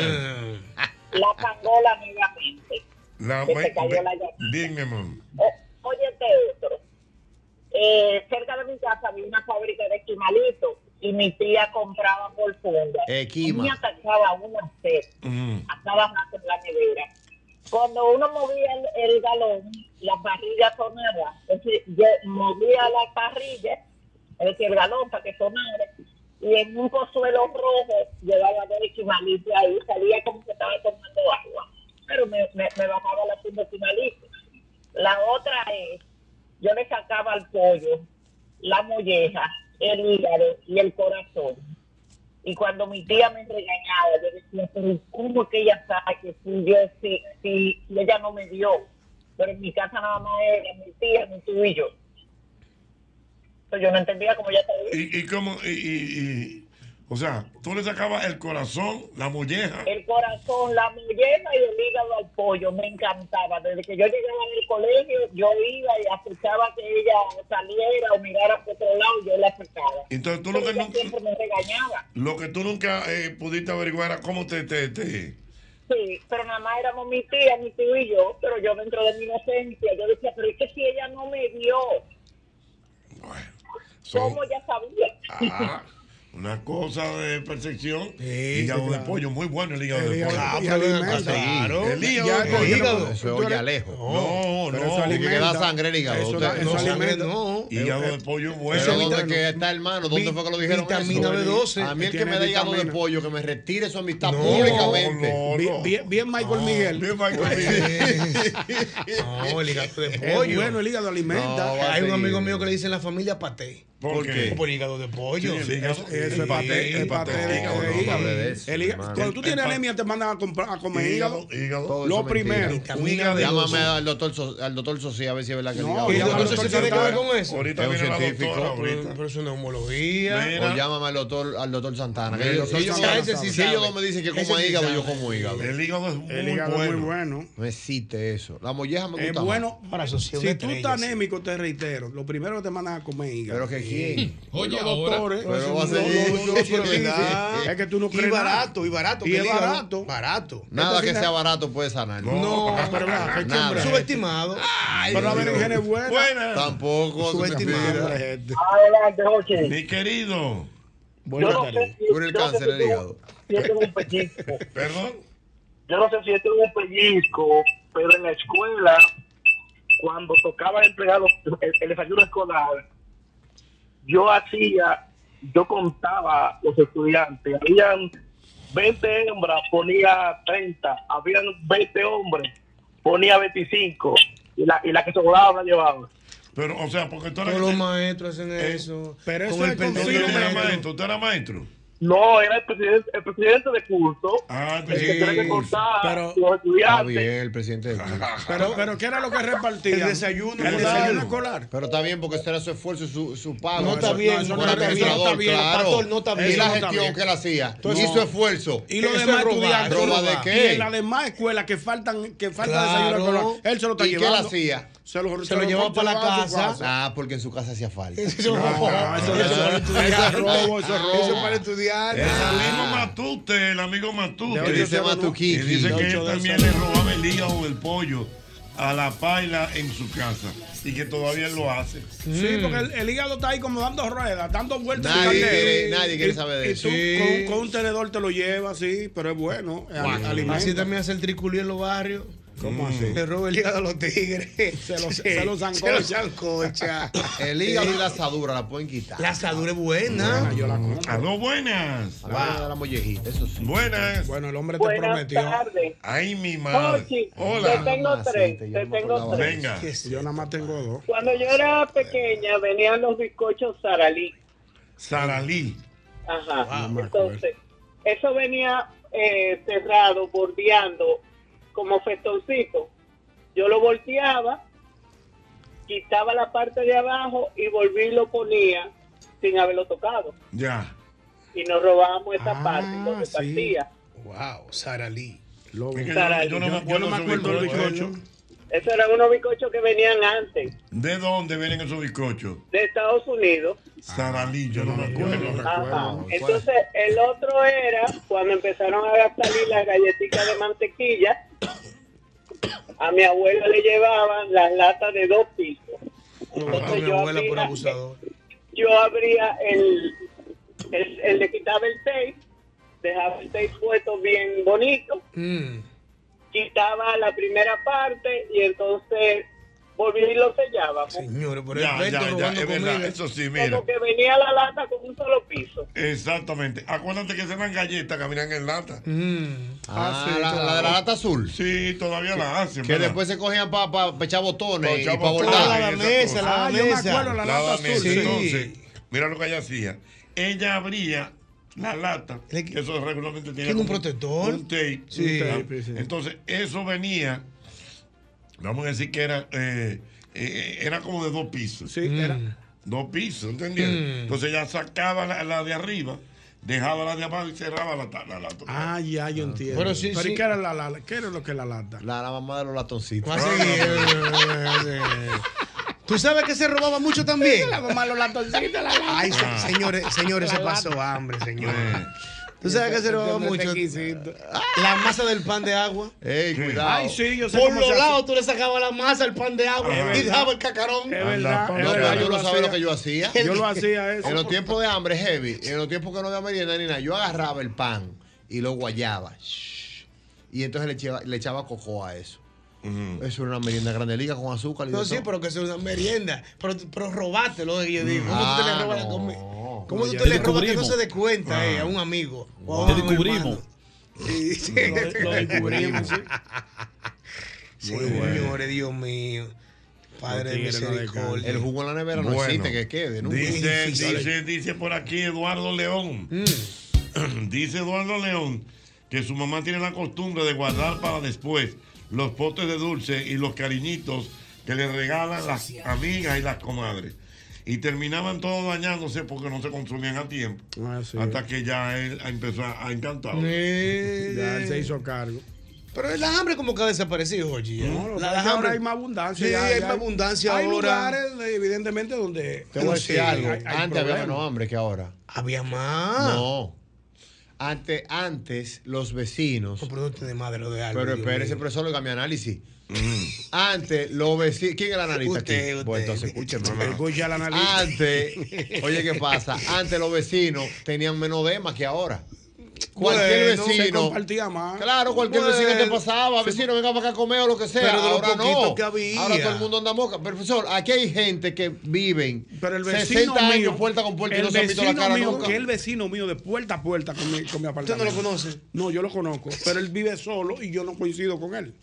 La pangola nuevamente.
La,
Que se cayó la llave.
Dime, mam.
Oye, otro. Eh, cerca de mi casa había una fábrica de quimalitos y mi tía compraba por funda.
Eh, quima.
Tenía tachada una sed
Mm.
a cada rato en la nevera. Cuando uno movía el, el galón, la parrilla sonaba. Entonces yo movía la parrilla, es decir, el galón para que sonara. Y en un pozuelo rojo llevaba dos quimalitos ahí, salía como que estaba tomando agua. Pero me, me, me bajaba la funda de quimalitos. La otra es, yo le sacaba al pollo, la molleja, el hígado y el corazón. Y cuando mi tía me regañaba, yo decía, pero ¿cómo es que ella sabe que si yo, si, si, si ella no me dio? Pero en mi casa nada más era mi tía, mi tío y yo. Entonces yo no entendía cómo ella sabía.
Y, y cómo, y, y- y- o sea, tú le sacabas el corazón, la molleja.
El corazón, la molleja y el hígado al pollo, me encantaba. Desde que yo llegaba del colegio, yo iba y escuchaba que ella saliera o mirara por otro lado y yo la sacaba.
Entonces tú lo
Pero
que,
ella
nu-
siempre me regañaba.
lo que tú nunca eh, pudiste averiguar era cómo te, te, te-
Sí, pero nada más éramos mi tía, mi tío y yo, pero yo dentro de mi inocencia, yo decía, pero es que si ella no me dio,
Bueno, son-
¿cómo ya sabía?
Ah,
*laughs*
una cosa de percepción.
Sí,
hígado
sí,
de
claro.
pollo, muy bueno el hígado
El
de
hígado
pollo.
de
Ah,
Y
pero
alimenta.
claro.
El hígado,
Ya,
el
con
hígado.
hígado.
Eso
Tú
es olla
eres-
lejos.
No,
Pero
no.
eso
Tiene que
alimenta.
dar sangre el hígado.
Eso
usted.
da- eso
No,
No,
alimenta.
sangre no.
Hígado de pollo es bueno.
Eso
Pero ¿dónde
entra,
que
¿no?
está, hermano? ¿Dónde
Vi-
fue que lo dijeron
vitamina
eso?
B12.
A mí el que
Tiene
me da hígado de
vitamina.
pollo, que me retire su amistad
No,
públicamente.
No,
Bien,
no.
bien- bien Michael Miguel.
Bien, Michael Miguel.
*laughs* No, el hígado de
Es
pollo.
bueno, el hígado alimenta.
No, va a
Hay un
seguir.
amigo mío que le dice en la familia paté.
¿Por qué?
Por hígado de pollo.
Sí, el hígado-
Eso es
paté,
paté,
el
es paté
paté
de
hígado,
de
no,
hígado.
hombre, de eso,
El hígado-
hermano.
Cuando tú
El-
tienes
el pa-
anemia te mandan a, comprar, a comer hígado.
Hígado, hígado.
Todo eso
Lo
es
primero.
mentira.
Un hígado.
Llámame al doctor, So- al doctor Sosía a ver si es verdad que el
No,
hígado
y
de
¿Y
pollo-
llámalo al
entonces
doctor
tiene que ver
Santana.
con eso?
Ahorita
Es un
viene la
científico.
doctora.
Pero,
Ahorita.
pero es una homología. Pues
Mira.
O llámame al doctor, al doctor Santana. que
El
ellos-
doctor
ellos-
Santana
si
sabe.
ellos dos me dicen que
Ese
coma
sí
hígado,
sabe.
yo como hígado.
El hígado es muy
El hígado es muy
bueno.
bueno.
Pues
No existe eso. La molleja me
Es
gusta
bueno.
Para
Si
social
tú
estrellas.
estás anémico, te reitero, lo primero que te mandan a comer es
más.
hígado.
Pero que quién.
Oye,
Los
ahora.
doctores.
Pero va a
los-
seguir.
los- los-
*laughs* Sí, pero verdad.
Es que tú no
Y
crees nada.
barato, y barato.
Y
que
es
el hígado-
barato.
Barato.
Nada que
Entonces,
sea barato puede sanar.
No, pero verdad, hay que
Nada.
hombre-
Subestimado.
Pero la berenjena es buena.
Buenas.
Tampoco.
Subestimado.
mira,
Hombre, gente.
Adelante, Jochi.
Mi querido.
Yo
Buenas
no sé
tardes.
si-
Cura el
yo no sé
cáncer
si
del
tú-
hígado.
si esto es un pellizco.
*laughs*
Perdón.
Yo no sé si esto es un pellizco, pero en la escuela, cuando tocaba entregar los- el, el desayuno escolar, yo hacía, yo contaba los estudiantes. Habían 20 hembras, ponía 30. Habían 20 hombres, ponía 25.
Y la, y la que sobraba la llevaba.
Pero, o sea, eh, porque tú
Todos los maestros hacen eso.
pero
Con
eso
el
es
perdón
con-
del
tú eres
maestro.
maestro, usted era maestro.
No, era el presidente, el presidente de curso.
Ah,
el que tiene que cortar
Pero-
los
Está
estudiantes.
bien, el
*laughs*
presidente. del club.
Pero, pero ¿qué era lo que repartían?
El desayuno
El
escolar.
desayuno escolar.
Pero está bien porque ese era su esfuerzo y su, su pago.
No está
Eso-
bien,
eso
no
era
está bien,
administrador,
no está bien,
claro.
pastor, no está bien,
Y la
no está
gestión
bien.
que él hacía.
Entonces,
y su
no.
esfuerzo.
Y los
Eso es
demás
robar.
estudiantes.
¿Roba
lo
de
da. Y en
qué?
las demás escuelas que faltan, que faltan
Claro.
desayuno escolar, él se lo está
¿Y qué
llevando.
él hacía?
Se lo,
Se lo llevaba para la
llevaba a su
casa. Ah, porque en su casa hacía falta.
Ah, eso- eso- eso es robo, eso es robo. Eso es para
estudiar.
El mismo Matute, el amigo Matute.
De ocho Dice cero, ¿no? Matuquiqui.
Y dice
De
que
ocho
él
de
también
cero.
le robaba el hígado del pollo a la paila en su casa. Y que todavía él lo hace.
Mm.
Sí, porque el, el hígado está ahí como dando ruedas, dando vueltas. en
Nadie
el caldero.
quiere- nadie quiere
Y-
saber de
y
eso.
tú
Sí.
con, con un tenedor te lo llevas, sí, pero es bueno. es al- alimento.
Así también hace el triculí en los barrios.
¿Cómo así?
Le roba el hígado a los *laughs* tigres.
Se lo-
Sí,
se lo zancocha.
Se lo *laughs* zancocha.
El hígado y la asadura la pueden quitar. Ah,
La asadura es buena.
yo la compro.
A dos Mm, buenas.
A la hora de la mollejita, eso sí.
Buenas.
Bueno, el hombre
Buenas
te prometió.
tardes.
Ay, mi madre.
Ochi,
Hola.
Te tengo tres. Te tengo tres.
Venga.
Yo nada más tengo dos.
Cuando yo era pequeña venían los bizcochos Saralí.
Saralí.
Ajá.
No me acuerdo.
Entonces, eso venía eh, cerrado, bordeando, como festoncito. Yo lo volteaba, quitaba la parte de abajo y volví y lo ponía sin haberlo tocado.
Ya.
Y nos robábamos
Ah,
esa parte donde partía.
Wow, Sara Lee.
Es que yo-
Saralí.
yo no me acuerdo de esos bizcochos.
Eso eran unos bizcochos que venían antes,
¿De dónde vienen esos bizcochos?
de Estados Unidos.
Saralí, yo no me acuerdo.
Ajá. Entonces, el otro era cuando empezaron a salir las galletitas de mantequilla. A mi abuela le llevaban las latas de dos pisos.
Mató a mi abuela por abusador.
Yo abría el, el, el- le quitaba el tape, dejaba el tape puesto bien bonito,
Mm.
quitaba la primera parte y entonces volví y lo sellábamos.
Señores, por
Ya,
el
ya,
resto
ya,
robando
es
comida.
verdad. Eso sí, mira.
Como que venía la lata con un solo piso.
Exactamente. Acuérdate que se dan galletas que venían en lata.
Ah, la, la de la lata azul.
Sí, todavía la hacen.
Que
¿verdad?
después se cogían para echar botones
Para
y
echar
para
botones.
bordar.
Ah, la mesa, la
Ah,
mesa.
la
La
lata
danesa.
azul.
Entonces, mira lo que ella hacía. Ella abría la lata. que eso regularmente tiene
Tiene un protector.
Un tape.
Sí.
un tape.
Tape,
Ah,
sí.
Entonces, eso venía, vamos a decir que era, eh, eh, era como de dos pisos. Mm.
Sí, era.
Dos pisos, ¿entendieron?
Mm.
Entonces ella sacaba la, la de arriba, dejaba la de abajo y cerraba la, ta- la lata.
Ah, ya, yo entiendo.
Pero sí, sí.
¿y ¿qué era, la, la- qué era lo que la lata?
La, la mamá de los latoncitos.
Va a seguir.
*laughs*
¿Tú sabes que se robaba mucho también?
La mamá de los latoncitos, la lata.
Ay, se-
Ah.
señores, señores, se pasó hambre, señores. ¿Tú sabes que se robaba mucho? Ah, La masa del pan de agua.
Ey, cuidado.
Ay, sí, yo sé
Por
cómo
los
se hace.
lados tú le sacabas la masa, el pan de agua
Ajá.
y dejaba el cacarón.
Es
Anda,
verdad,
pa-
es
No, pero
verdad.
yo no sabía
hacía.
lo que yo hacía.
Yo lo hacía eso.
En los tiempos de hambre heavy, en los tiempos que no había merienda ni nada, yo agarraba el pan y lo guayaba. Shhh. Y entonces le echaba, le echaba cocoa a eso. Eso era una merienda grande liga con azúcar y
No,
de
sí,
todo.
pero que se usa merienda. Pero, pero robátelo, eh, yo digo. ¿Cómo tú te le
Ah,
robas la
no.
comida? ¿Cómo
No,
tú
ya Ah.
te le robas que no
descubrimos.
se dé cuenta eh, a un amigo? o a
Te
un
descubrimos.
hermano? *laughs* Sí, sí.
Lo descubrimos.
Señores, Dios mío. Padre de
Los tigres no
misericordia.
El jugo en la nevera no
Bueno.
existe que quede, nunca.
Dice, dice, dice por aquí Eduardo León. *clears throat*
Mm.
dice Eduardo León que su mamá tiene la costumbre de guardar para después los potes de dulce y los cariñitos que le regalan las amigas y las comadres. Y terminaban todos dañándose porque no se consumían a tiempo.
Ah, sí.
Hasta que ya él empezó a a *laughs* encantar.
Ya él se
Eh,
hizo cargo.
Pero el hambre como que ha desaparecido, oye. ya.
No, lo que pasa
La
es que
hambre-
ahora hay más abundancia.
Sí,
ya,
hay
ya
más abundancia
hay
ahora.
lugares, evidentemente, donde.
Te voy a
Sí,
decir algo.
hay- hay
Antes había
problemas.
menos hambre que ahora.
Había más.
No. Antes, antes los vecinos.
No, pero no tiene madre lo de algo.
Pero
Dios
espérese,
mío.
profesor, oiga mi análisis. Antes, los vecinos. ¿Quién era el analista
Mm. Usted,
aquí?
usted.
Bueno, entonces escúcheme.
Escucha la nariz.
*laughs*
Antes, oye, ¿qué pasa? Antes los vecinos tenían menos demas que ahora. Cualquier
Bueno, se
Se
vecino.
compartía más.
Claro, cualquier
Bueno.
vecino que te pasaba, vecino, venga para acá a comer o lo que sea.
Pero de lo
ahora
poquito
no.
que había.
Ahora todo el mundo anda moca. Profesor, aquí hay gente que viven
Pero el vecino
60 años
mío,
puerta con puerta y
el
no se han visto la
vecino
cara
mío,
nunca.
que el vecino mío de puerta a puerta con mi, con mi
¿Usted
apartamento.
no lo conoce?
No, yo lo conozco, pero él vive solo y yo no coincido con él.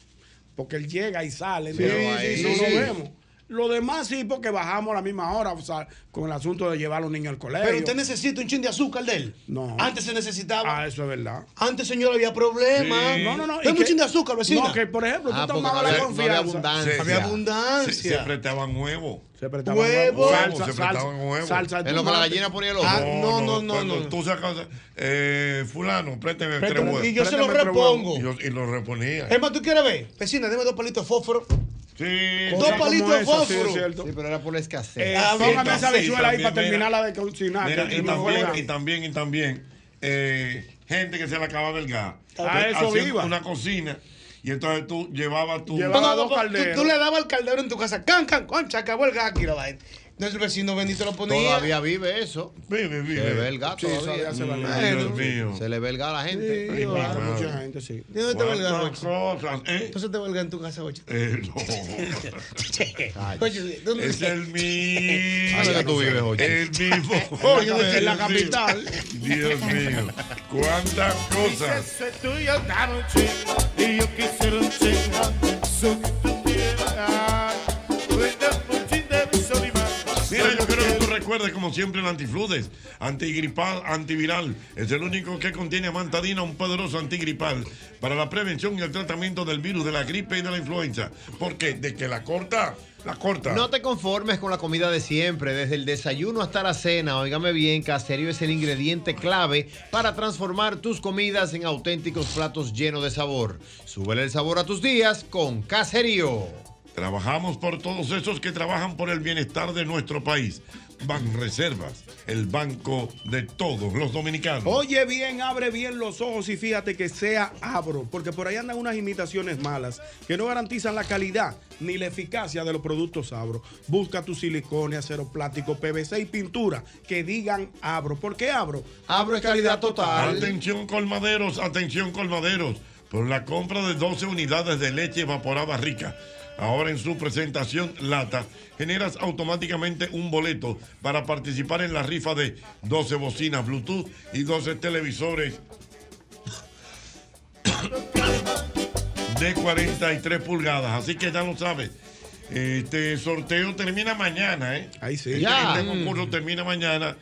Porque él llega y sale.
Sí,
entonces,
sí,
no
sí,
lo
sí.
vemos. Lo demás sí, porque bajamos a la misma hora, o sea, con el asunto de llevar a los niños al colegio.
Pero usted necesita un chin de azúcar de él.
No.
Antes se necesitaba.
Ah, eso es verdad.
Antes, señor, había problemas.
Sí. No, no, no, y
Dame
que-
un chin de azúcar, vecina.
No, que, por ejemplo, tú Ah, porque tomabas no la había- no había confianza. abundancia.
Había abundancia.
Se, se prestaban huevos.
Se
prestaban
Huevos. huevos.
Salsa,
Salsa,
se prestaban
salsa,
huevos.
salsa de En lo que la tomate. gallina ponía el ojo. Ah, no, no, no,
cuando
no.
Tú sacas, eh, fulano, présteme tres
Préstame,
huevos.
y yo se los
Préstame tres huevos.
repongo.
Y, yo- y los reponía.
Eh,
Es más, ¿tú quieres ver? Vecina, deme dos palitos de fósforo.
Sí.
Dos palitos de fósforo.
Sí, pero era por la escasez.
Eh,
Ah,
póngame
entonces,
esa bichuela ahí
también,
para
mira.
terminarla de cocinar.
Mira,
que
y,
no
también,
juega.
y también, y también, eh, gente que se le acababa el gas.
Ah,
Eh,
eso
hacían
viva.
Una cocina. Y entonces tú llevabas tu.
No, no, no, tú, tú le dabas al caldero en tu casa. Can, can, concha, acabó el gas aquí la vaina. Entonces el vecino bendito lo ponía.
Todavía vive eso.
Vive, vive.
Se le ve el gato.
Sí, todavía Mm. se va el gato.
Dios mío.
Se le ve el gato a la gente.
Sí, va, mucha
gente, sí.
¿Y dónde te va el gas,
¿Cuántas cosas, eh?
Entonces te va el gas en tu casa, ocho.
Eh,
*laughs*
no.
Oye, ¿dónde
es el mismo.
Ahí que tú vives, Jorge.
El
*laughs*
mismo.
Oye,
Jorge,
en la
sí.
capital.
Dios mío. Cuántas cosas.
Quise tuyo esta noche y yo quisiera un chin eso que tú quieras. Cuenta un chin de beso mi mano.
Mira, yo quiero que tú recuerdes, como siempre, el antifludes, antigripal, antiviral. Es el único que contiene amantadina, un poderoso antigripal, para la prevención y el tratamiento del virus, de la gripe y de la influenza. Porque de que la corta, la corta.
No te conformes con la comida de siempre, desde el desayuno hasta la cena. Óigame bien, Caserío es el ingrediente clave para transformar tus comidas en auténticos platos llenos de sabor. Súbele el sabor a tus días con Caserío.
Trabajamos por todos esos que trabajan por el bienestar de nuestro país. Ban Reservas, el banco de todos los dominicanos.
Oye bien, abre bien los ojos y fíjate que sea abro, porque por ahí andan unas imitaciones malas que no garantizan la calidad ni la eficacia de los productos abro. Busca tu silicone, acero plástico, PVC y pintura que digan abro. ¿Por qué abro?
Abro es calidad total.
Atención colmaderos, atención colmaderos, por la compra de 12 unidades de leche evaporada rica. Ahora en su presentación lata, generas automáticamente un boleto para participar en la rifa de 12 bocinas Bluetooth y 12 televisores de 43 pulgadas. Así que ya lo sabes. Este sorteo termina mañana, ¿eh?
Ahí sí.
Ya.
Ya.
Este concurso termina mañana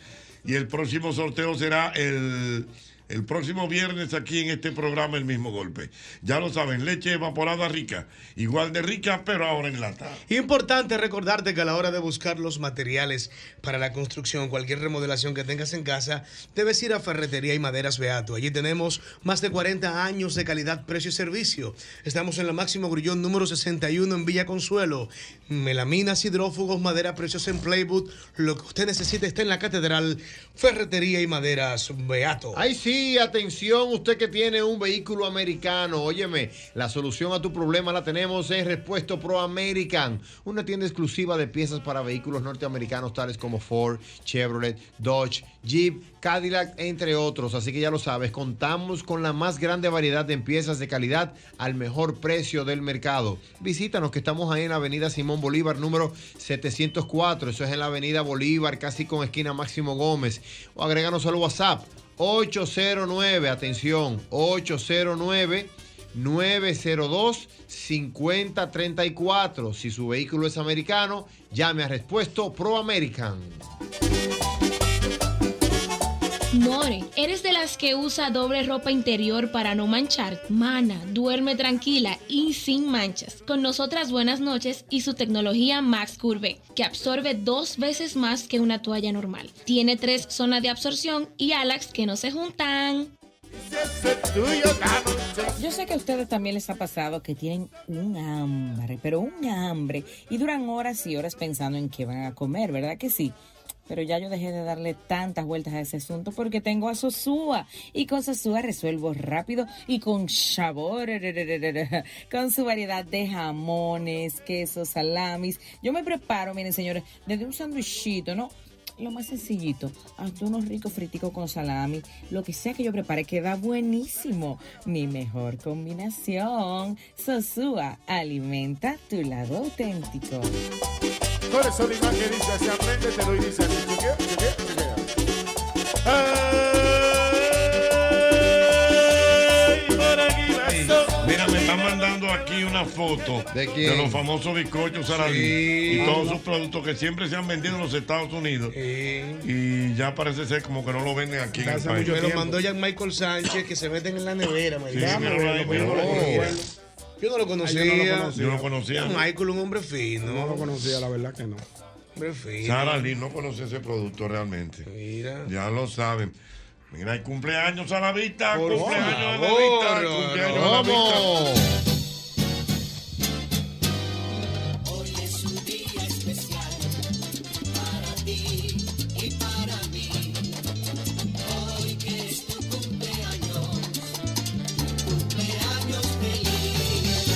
y el próximo sorteo será el, el próximo viernes aquí en este programa, el mismo golpe. Ya lo saben, leche evaporada rica. Igual de rica, pero ahora en lata.
Importante recordarte que a la hora de buscar los materiales para la construcción, cualquier remodelación que tengas en casa, debes ir a Ferretería y Maderas Beato. Allí tenemos más de 40 años de calidad, precio y servicio. Estamos en la Máximo Grullón número 61 en Villa Consuelo. Melaminas, hidrófugos, madera, precios en Playboot. Lo que usted necesite está en la Catedral Ferretería y Maderas Beato.
Ay, sí, atención, usted que tiene un vehículo americano, óyeme, la solución a tu problema la tenemos en Repuesto Pro American, una tienda exclusiva de piezas para vehículos norteamericanos tales como Ford, Chevrolet, Dodge, Jeep, Cadillac, entre otros. Así que ya lo sabes, contamos con la más grande variedad de piezas de calidad al mejor precio del mercado. Visítanos que estamos ahí en la avenida Simón Bolívar número 704, eso es en la avenida Bolívar, casi con esquina Máximo Gómez, o agréganos al WhatsApp. 809, atención, 809 902 5034. Si su vehículo es americano, llame a Respuesto Pro American.
More, ¿eres de las que usa doble ropa interior para no manchar? Mana, duerme tranquila y sin manchas. Con nosotras buenas noches y su tecnología Max Curve, que absorbe dos veces más que una toalla normal. Tiene tres zonas de absorción y alax que no se juntan.
Yo sé que a ustedes también les ha pasado que tienen un hambre, pero un hambre, y duran horas y horas pensando en qué van a comer, ¿verdad que sí? Pero ya yo dejé de darle tantas vueltas a ese asunto porque tengo a Sosúa. Y con Sosúa resuelvo rápido y con sabor. *laughs* Con su variedad de jamones, quesos, salamis. Yo me preparo, miren señores, desde un sanduichito, ¿no? Lo más sencillito, hasta unos ricos friticos con salami, lo que sea que yo prepare queda buenísimo. Mi mejor combinación. Sosúa, alimenta tu lado auténtico.
Por eso mi imagen dice así, apréndetelo y dice así, chequea, chequea, chequea. Ay, por aquí pasó.
Mira, me están mandando aquí una foto
¿De quién?
de los famosos bizcochos Saralí
Sí.
y todos sus productos que siempre se han vendido en los Estados Unidos. Y ya parece ser como que no lo venden aquí en el
Hace
país.
mucho Me lo mandó ya Michael Sánchez que se meten en la nevera, me
Sí,
dice.
míralo ahí,
Yo no
míralo
lo
ahí.
conocía. Yo no lo conocía.
Ay, yo no lo conocía. Yo no lo conocía.
Michael, un hombre fino.
No lo conocía, la
verdad que no.
Hombre fino.
Sara Lee no conoce ese producto realmente. Ya lo saben. Mira, hay cumpleaños a la vista, cumpleaños a la vista, cumpleaños a la vista.
Hoy es un día especial para ti y para mí. Hoy que es tu cumpleaños, cumpleaños feliz.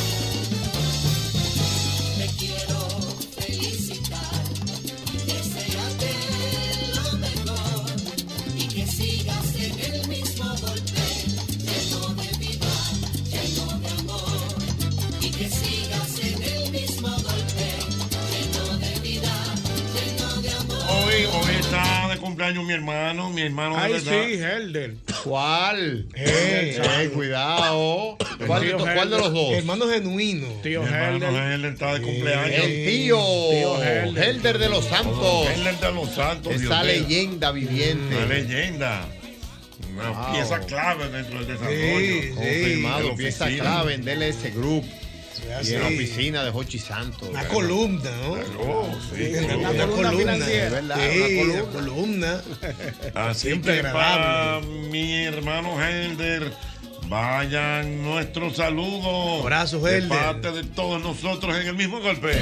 Te quiero felicitar, desearte lo mejor y que sigas en el mismo golpe, lleno de vida, lleno de amor y que sigas en el mismo golpe, lleno de vida, lleno de amor.
Hoy, hoy está de cumpleaños mi hermano, mi hermano de
Ay, sí,
verdad.
Helder.
¿Cuál?
Eh,
Eh, cuidado. ¿Cuál de, cuál de los dos?
Hermano genuino.
Tío Mi hermano Helder. está de cumpleaños.
El tío.
Tío
Helder.
Helder.
de los Santos.
Helder de los Santos.
Esa
Oh, Dios mío.
leyenda viviente.
Una leyenda. Una
Wow.
pieza clave dentro del desarrollo.
Sí,
De
confirmado.
la
Pieza
oficina.
clave en DLS Group. Y en la
así.
oficina de Hochi Santos.
Una
¿verdad?
columna, ¿no?
Una
Una
columna
columna.
financiera.
¿verdad?
Sí,
Una
la
columna.
Así
Siempre
que para mi hermano Helder, vayan nuestros saludos.
Abrazos,
De
Helder.
parte de todos nosotros en el mismo golpe.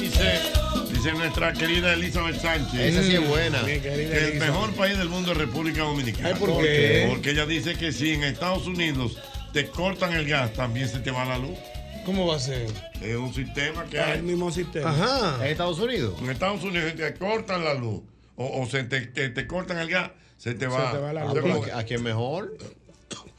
Dice, dice nuestra querida Elizabeth Sánchez.
Esa sí es buena. Mi
Que
querida
el
Elizabeth.
mejor país del mundo es República Dominicana.
Ay, ¿por qué?
Porque ella dice que si en Estados Unidos te cortan el gas, también se te va la luz.
¿Cómo va a ser?
Es un sistema que
Es
hay.
el mismo sistema.
Ajá.
¿En Estados Unidos?
En Estados Unidos se te cortan la luz. O, o se te, te- te cortan el gas, se te va,
Ah,
se
pero
va-
aquí- Aquí es mejor.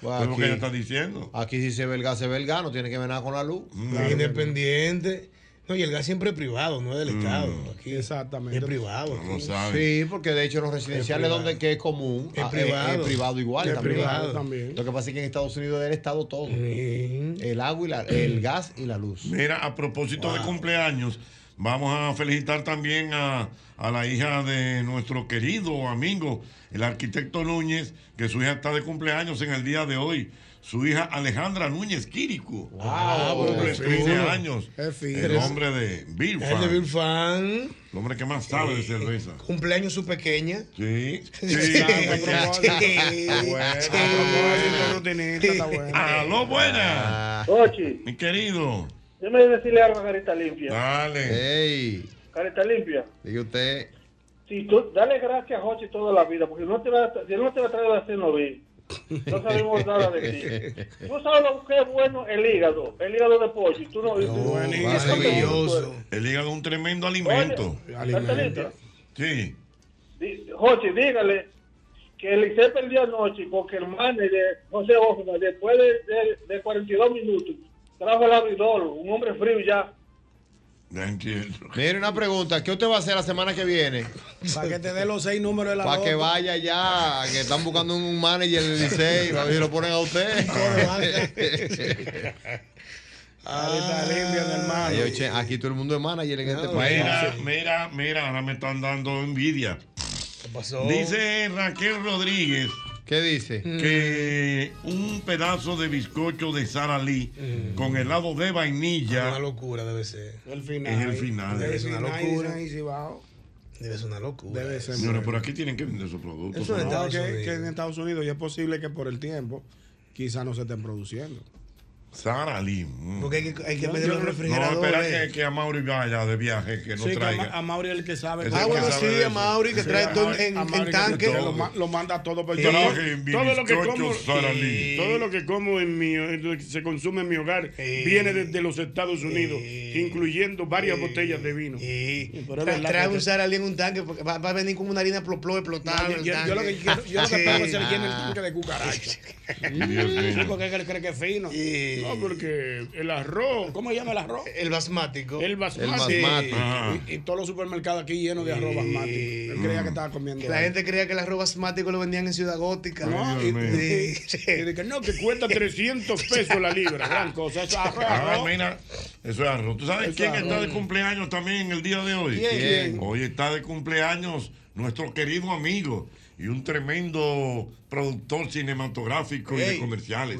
Pues
Es lo que ella está diciendo. Mm.
Aquí si se ve el gas, se ve el gas, no tiene que ver nada con la luz.
Es Independiente. No, y el gas siempre es privado, no es del Estado. Aquí Exactamente. Es privado. aquí.
Sí, porque de hecho los residenciales
privado.
donde que es común
Es
ah,
privado.
privado igual
Es
también.
privado
Lo que pasa es que en Estados Unidos es el Estado todo. El agua y la- el gas y la luz.
Mira, a propósito de cumpleaños, vamos a felicitar también a, a la hija de nuestro querido amigo, el arquitecto Núñez, que su hija está de cumpleaños en el día de hoy. Su hija Alejandra Núñez Quirico.
Ah, bueno,
Cumple
qué
13
fino.
años.
Qué fino.
El hombre de Bill
El de
Fan,
Bill Fan.
El hombre que más sabe de cerveza.
Cumpleaños su pequeña.
Sí. Sí.
Sí.
Aló, buenas.
Ochi,
Mi querido.
déjame decirle algo a Carita Limpia.
Ah.
Dale.
Ey,
Carita Limpia.
diga usted.
Si tú, dale gracias a Jochi toda la vida, porque no te va, a- si él no te va a traer la cenovil. No sabemos nada de
*laughs*
ti. Tú sabes lo que es bueno el hígado, el hígado de pollo. y Tú no, tú-
Oh, Maravilloso. El hígado es un tremendo alimento.
Carita Limpia.
Sí.
Di- Jochi, dígale que el ICE perdió anoche porque el manager de José Osma, después de, de- de 42 minutos, trajo el abridor, un hombre frío ya.
Mire, una pregunta. ¿Qué usted va a hacer la semana que viene?
Para que te dé los seis números de la
Para que
loto.
vaya ya, que están buscando un manager en el Licey, para ver si lo ponen a
*laughs* Ah,
*laughs* usted.
Ah.
Ay, oye, aquí todo el mundo es manager en
Ah,
este país.
Mira, mira, mira, ahora me están dando envidia.
¿Qué pasó?
Dice Raquel Rodríguez.
¿Qué dice?
Que un pedazo de bizcocho de Sara Lee con helado de vainilla
Mm. Una locura debe ser.
El
es el final.
Debe ser una locura.
Debe
Debe ser una locura.
Debe ser.
Señores, pero aquí tienen que vender sus productos.
Eso es
¿no?
que, que en Estados Unidos y es posible que por el tiempo quizás no se estén produciendo.
Sara Lee. mm.
Porque hay que, hay que
Yo-
pedir
yo no-
los
No,
refrigeradores.
espera que, que a Mauri vaya de viaje, que no
Sí, que a,
traiga.
Ma- a Mauri es el que sabe.
Es
Ah,
el
bueno,
que sabe de
sí, a
eso.
Mauri, que
Sí,
trae
a
todo
Mauri-
en,
a
en
Mauri que
tanque.
todo.
Lo, ma- lo manda todo por
Yo traje mi
todo lo que
bizcocho
como
Sara Lee.
todo lo que como en mi eh, se consume en mi hogar viene desde los Estados Unidos, incluyendo varias botellas de vino. Pero es
Tra-
verdad
trae
que-
un Saralí en un tanque porque va, va a venir con una harina ploplo explotada.
yo, yo lo
*laughs*
que quiero, yo lo que pongo es el lleno el tanque de cucaracha.
*laughs* Dios mío.
porque él cree que es fino.
Sí.
No, porque el arroz, ¿cómo se llama el arroz?
El basmático.
El basmati.
El basmati.
Ah.
Ajá.
Y, y todos los supermercados aquí llenos de arroz basmati. Él creía que estaba comiendo.
La gente creía que el arroz basmático lo vendían en Ciudad Gótica.
No,
Y-
y, y-
*laughs* Sí.
y de que no, que
*laughs*
cuesta 300 pesos la libra. Gran cosa. Eso es arroz.
Ah,
arroz.
mira, eso es arroz. ¿Tú sabes
Eso
quién
es
está
arroz.
de cumpleaños también el día de hoy?
¿Quién? ¿Quién?
Hoy está de cumpleaños nuestro querido amigo y un tremendo productor cinematográfico y de comerciales,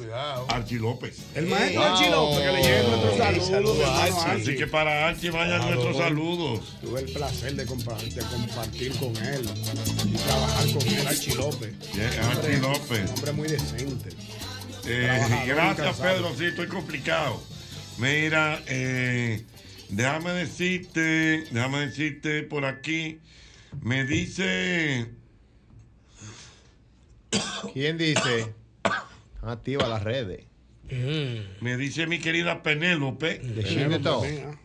Archie López.
El maestro Archie López, que le lleguen nuestros saludos, mi hermano Archie.
Así que para Archie vayan
Claro.
nuestros saludos.
Tuve el placer de, compa- de compartir con él y trabajar con él, Archie López.
Bien, Archie
Hombre-
López.
Hombre muy decente.
Eh,
Trabajador
gracias,
incansable.
Pedro. Sí, estoy complicado. Mira, eh, déjame decirte, déjame decirte por aquí. Me dice.
¿Quién dice? Activa las redes.
Me dice mi querida Penélope. De
Chin de Tó.
ah,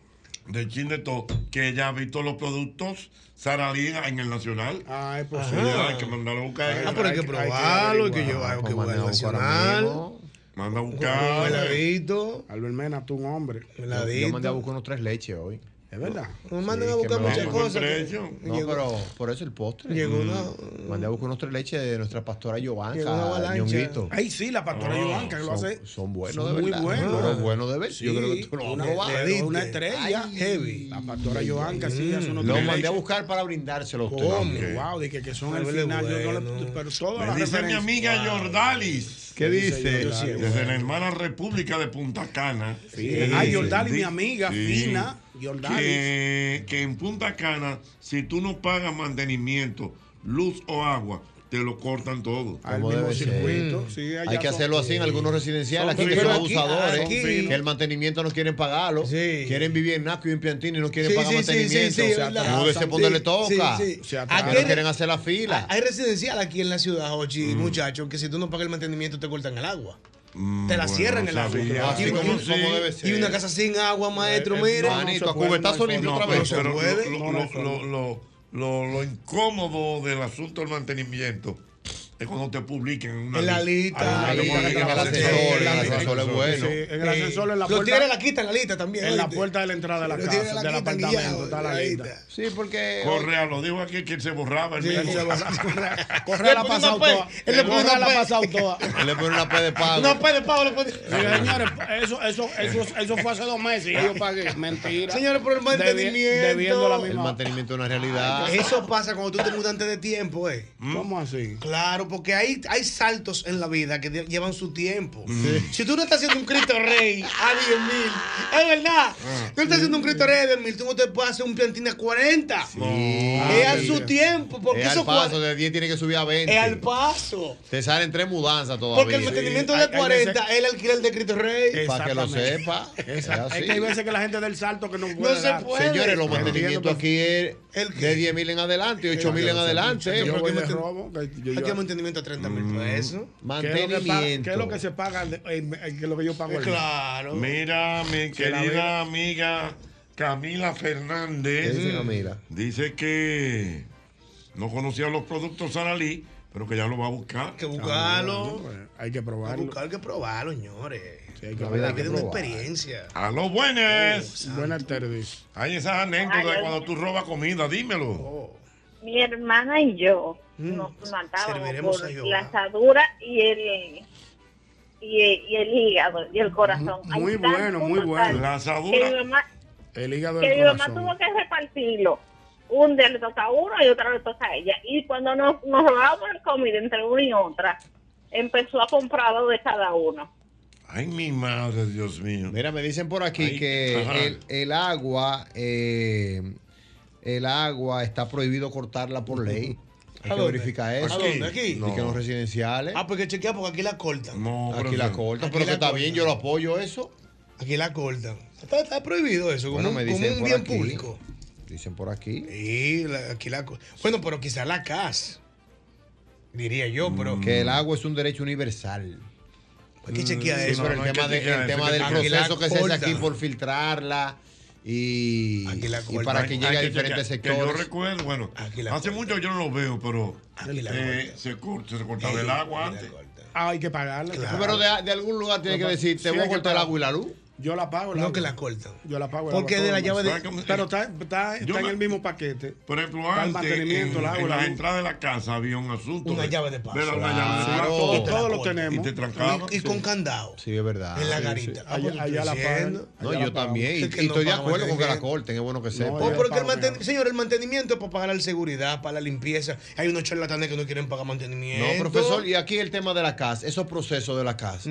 De Chin de Tó, que ella ha visto los productos Sara Lina en el Nacional.
Ay,
pues
sí.
hay que mandarlo a buscar.
Ah, pero hay que probarlo, hay que llevar, hay que
Vamos a
llevar al
buscar ahora
nacional.
mismo. Manda a
Un
buscar.
heladito.
Albert Mena, tú un hombre.
Yo, yo mandé a buscar unos tres leches hoy.
Es verdad.
Nos mandan a buscar muchas cosas. que-
No,
Llegó-
pero por eso el postre.
Llegó
Mm.
una-
Mandé a buscar unos tres leches de nuestra pastora
Llegó una
Giovanna,
avalancha.
Ah, Ñonguito.
Ay, sí, la pastora
Ah,
Ivanka que lo
son-
hace.
Son buenos
Son
de
muy
verdad.
buenos.
Pero buenos de ver. Yo creo que tú lo vas a
una,
probar.
pero una estrella heavy. La pastora Joanca, sí, hace unos
Mm. Lo
tres
mandé a
leches.
buscar para brindárselo a usted.
Come, wow, de que, que son el
Huele
final. Yo no le-
bueno.
pero todas
Me
las
dice mi
referencias.
amiga Jordalis.
¿Qué
Me
dice?
Jordalis?
Sí, Ah,
Desde la hermana República de Punta Cana.
Sí. Ay, Jordalis, mi amiga
Sí.
fina. Jordalis.
Que, que en Punta Cana, si tú no pagas mantenimiento, luz o agua, te lo cortan todo.
Al Como mismo debe ser.
Mm.
circuito,
Mm.
sí, allá Hay que son- hacerlo así en algunos residenciales, aquí que son abusadores, que el mantenimiento no quieren pagarlo, quieren vivir en Naco y en Piantini y no quieren
Sí,
pagar
sí, sí,
mantenimiento.
sí, sí, es verdad.
Múdese
Sí,
ponerle toca,
sí, sí. Se atrasan.
que no quieren hacer la fila.
Hay residencial aquí en la ciudad,
Mm.
Ochi, muchachos, que si tú no pagas el mantenimiento te cortan el agua. Te la
Mm, bueno,
cierran el agua.
sabía. Así
Y, una-
como
y-
sí.
y una casa sin agua, maestro,
Eh, eh,
mire.
manito, a cubetazo limpio
No,
otra
pero-
vez.
pero lo-
No se puede.
lo-
No, no
lo-
se
lo- lo- lo- lo incómodo del asunto del mantenimiento es cuando te publiquen en una
En la lista.
Ahí,
En la
ahí,
lista,
ahí,
en el
ahí,
ascensor,
ahí,
en el
ahí,
ascensor
ahí,
es bueno.
sí.
En el ascensor, en la
Los
puerta-
tigres la quitan la lista también.
En la
¿oíste?
puerta de la entrada de la
Los tigres
casa,
la
del
quitan
apartamento,
guiado,
está la
ahí
lista.
Sí, porque.
Correa lo dijo aquí que se borraba el
Sí,
mismo.
se borraba,
Le
Correa la ha
pone una
pasado
P,
toda.
él le pone
Correa
una
la ha
P.
pasado
*laughs*
toda.
*laughs* Le ponen una P de pago.
No, pues de Pablo. pues-
Sí, señores, eso, eso, eso, eso fue hace dos meses y yo
*laughs*
pagué. Mentira.
Señores, por el
Debi-
mantenimiento.
Debiendo la
El
misma.
mantenimiento es una realidad.
Eso pasa cuando tú te mudas antes de tiempo, eh.
Mm.
¿Cómo así?
Claro, porque hay, hay saltos en la vida que de- llevan su
Mm.
tiempo. Si tú no estás haciendo un Cristo Rey a 10 mil, es
Ah.
verdad. Tú estás haciendo un Cristo Rey a 10 mil, tú no te puedes hacer un plantín a 40. Es a su tiempo, porque
Ah, es
eso
al
cua-
paso, de 10 tiene que subir a
es al
20.
paso.
Te salen tres mudanzas todavía.
Porque el mantenimiento
Sí,
de
hay- hay
40
veces-
es el alquiler de Cristo Rey.
Para que lo
Exactamente.
sepa. Es
Exacto.
así.
Es que hay veces que la gente del salto que no puede.
No se
dar.
puede.
Señores, los
Pero
mantenimientos aquí es de 10 mil en adelante, 8 mil en adelante.
Yo
pero
voy
que
de
manten-
robo. que yo-
Hay que
yo-
mantenimiento a 30
Mm.
mil pesos.
¿Qué es lo que paga- ¿Qué es lo que
Mantenimiento.
se paga? de- eh, eh, ¿Qué es lo que yo pago? al mes?
Claro.
Mira, mi
Se la
querida amiga Camila
¿Qué
Fernández.
dice Camila?
Dice que no conocía los productos Saralí, pero que ya lo va a buscar.
Hay que
Ah,
buscarlo.
Bueno, Hay que
Hay que
probarlo.
buscar, hay que probarlo, señores.
Sí, hay que
La
probarlo.
verdad
Hay que dar una
probar.
experiencia.
A los
Oh,
buenos.
Buenas tardes.
Hay esas anécdotas de cuando tú robas comida, dímelo.
Oh.
Mi hermana y yo nos
Mm, serviremos
matábamos
a
por
Jehová.
la asadura y el, y, el- y el hígado y el corazón.
Muy
Hay
bueno, muy
tanto
bueno.
tal
La
Que mi
asadura.
mamá,
El hígado
que
del
mi mamá
corazón.
tuvo que repartirlo. Un día le toca a uno y otra le toca a ella. Y cuando nos, nos robábamos la comida entre una y otra, empezó a comprarlo de cada uno.
Ay, mi madre, Dios mío.
Mira, me dicen por aquí
Ahí, ajá.
que el, el agua, eh, el agua está prohibido cortarla por ley. Hay
¿A
que
dónde?
verificar
¿A
eso.
dónde? ¿Aquí?
Y que en los residenciales.
Ah, porque chequea, porque aquí la cortan.
No, pero
Aquí la cortan,
Aquí
pero
la
que está
cortan.
bien, yo lo apoyo eso.
Aquí la cortan. Está, está prohibido eso, como,
Bueno,
un-
me
como
dicen
un
por
bien
aquí.
público.
Dicen por aquí.
Sí, la- aquí la co- Bueno, pero quizás la CAS. Diría yo, pero.
Que el agua es un derecho universal.
Hay que chequear
Sí,
eso.
pero
no,
el
hay
tema,
que
de-
chequear
el
eso,
tema
que
del
aquí la
proceso que se hace
cortan.
aquí por filtrarla y,
Aquí la
y
cortan.
para
Hay-
que
hay
llegue a
que
diferentes
chequear, que
sectores.
yo recuerdo, bueno,
Aquí la
hace
cortan.
mucho yo no lo veo, pero
Aquí la
eh,
cortan.
se, cor- se cortaba el agua
Aquí la
antes.
cortan.
Ah, hay que pagarla.
Pero de, de algún lugar tiene que
Papá,
decir, te
sí,
voy
hay
a
que
cortar el
pagar.
agua y la luz.
Yo la pago.
No, que
la
cortan.
Yo la pago. el
Porque
agua,
de la
todo el
llave
mundo.
de-
Pero está, está,
Yo
está en
me-
el mismo paquete.
Por ejemplo,
Para el
antes,
mantenimiento,
en,
el agua,
en
la
las
luz.
entradas de la casa había un asunto.
Una llave de paso.
Era una llave de
Claro.
paso.
Todos- todos lo
Y
tenemos.
te trancaban.
Y- y con candado.
Sí, es verdad.
En la garita. Ah, pues, estoy diciendo.
No, yo también. Y,
Es que
y
no
estoy de
pago
acuerdo con que la
mantenimiento.
corten, es bueno que sepa.
Oh, porque el manten- Señor, el mantenimiento es para pagar la seguridad, para la limpieza. Hay unos charlatanes que no quieren pagar mantenimiento.
No, profesor, y aquí el tema de la casa, esos procesos de la casa.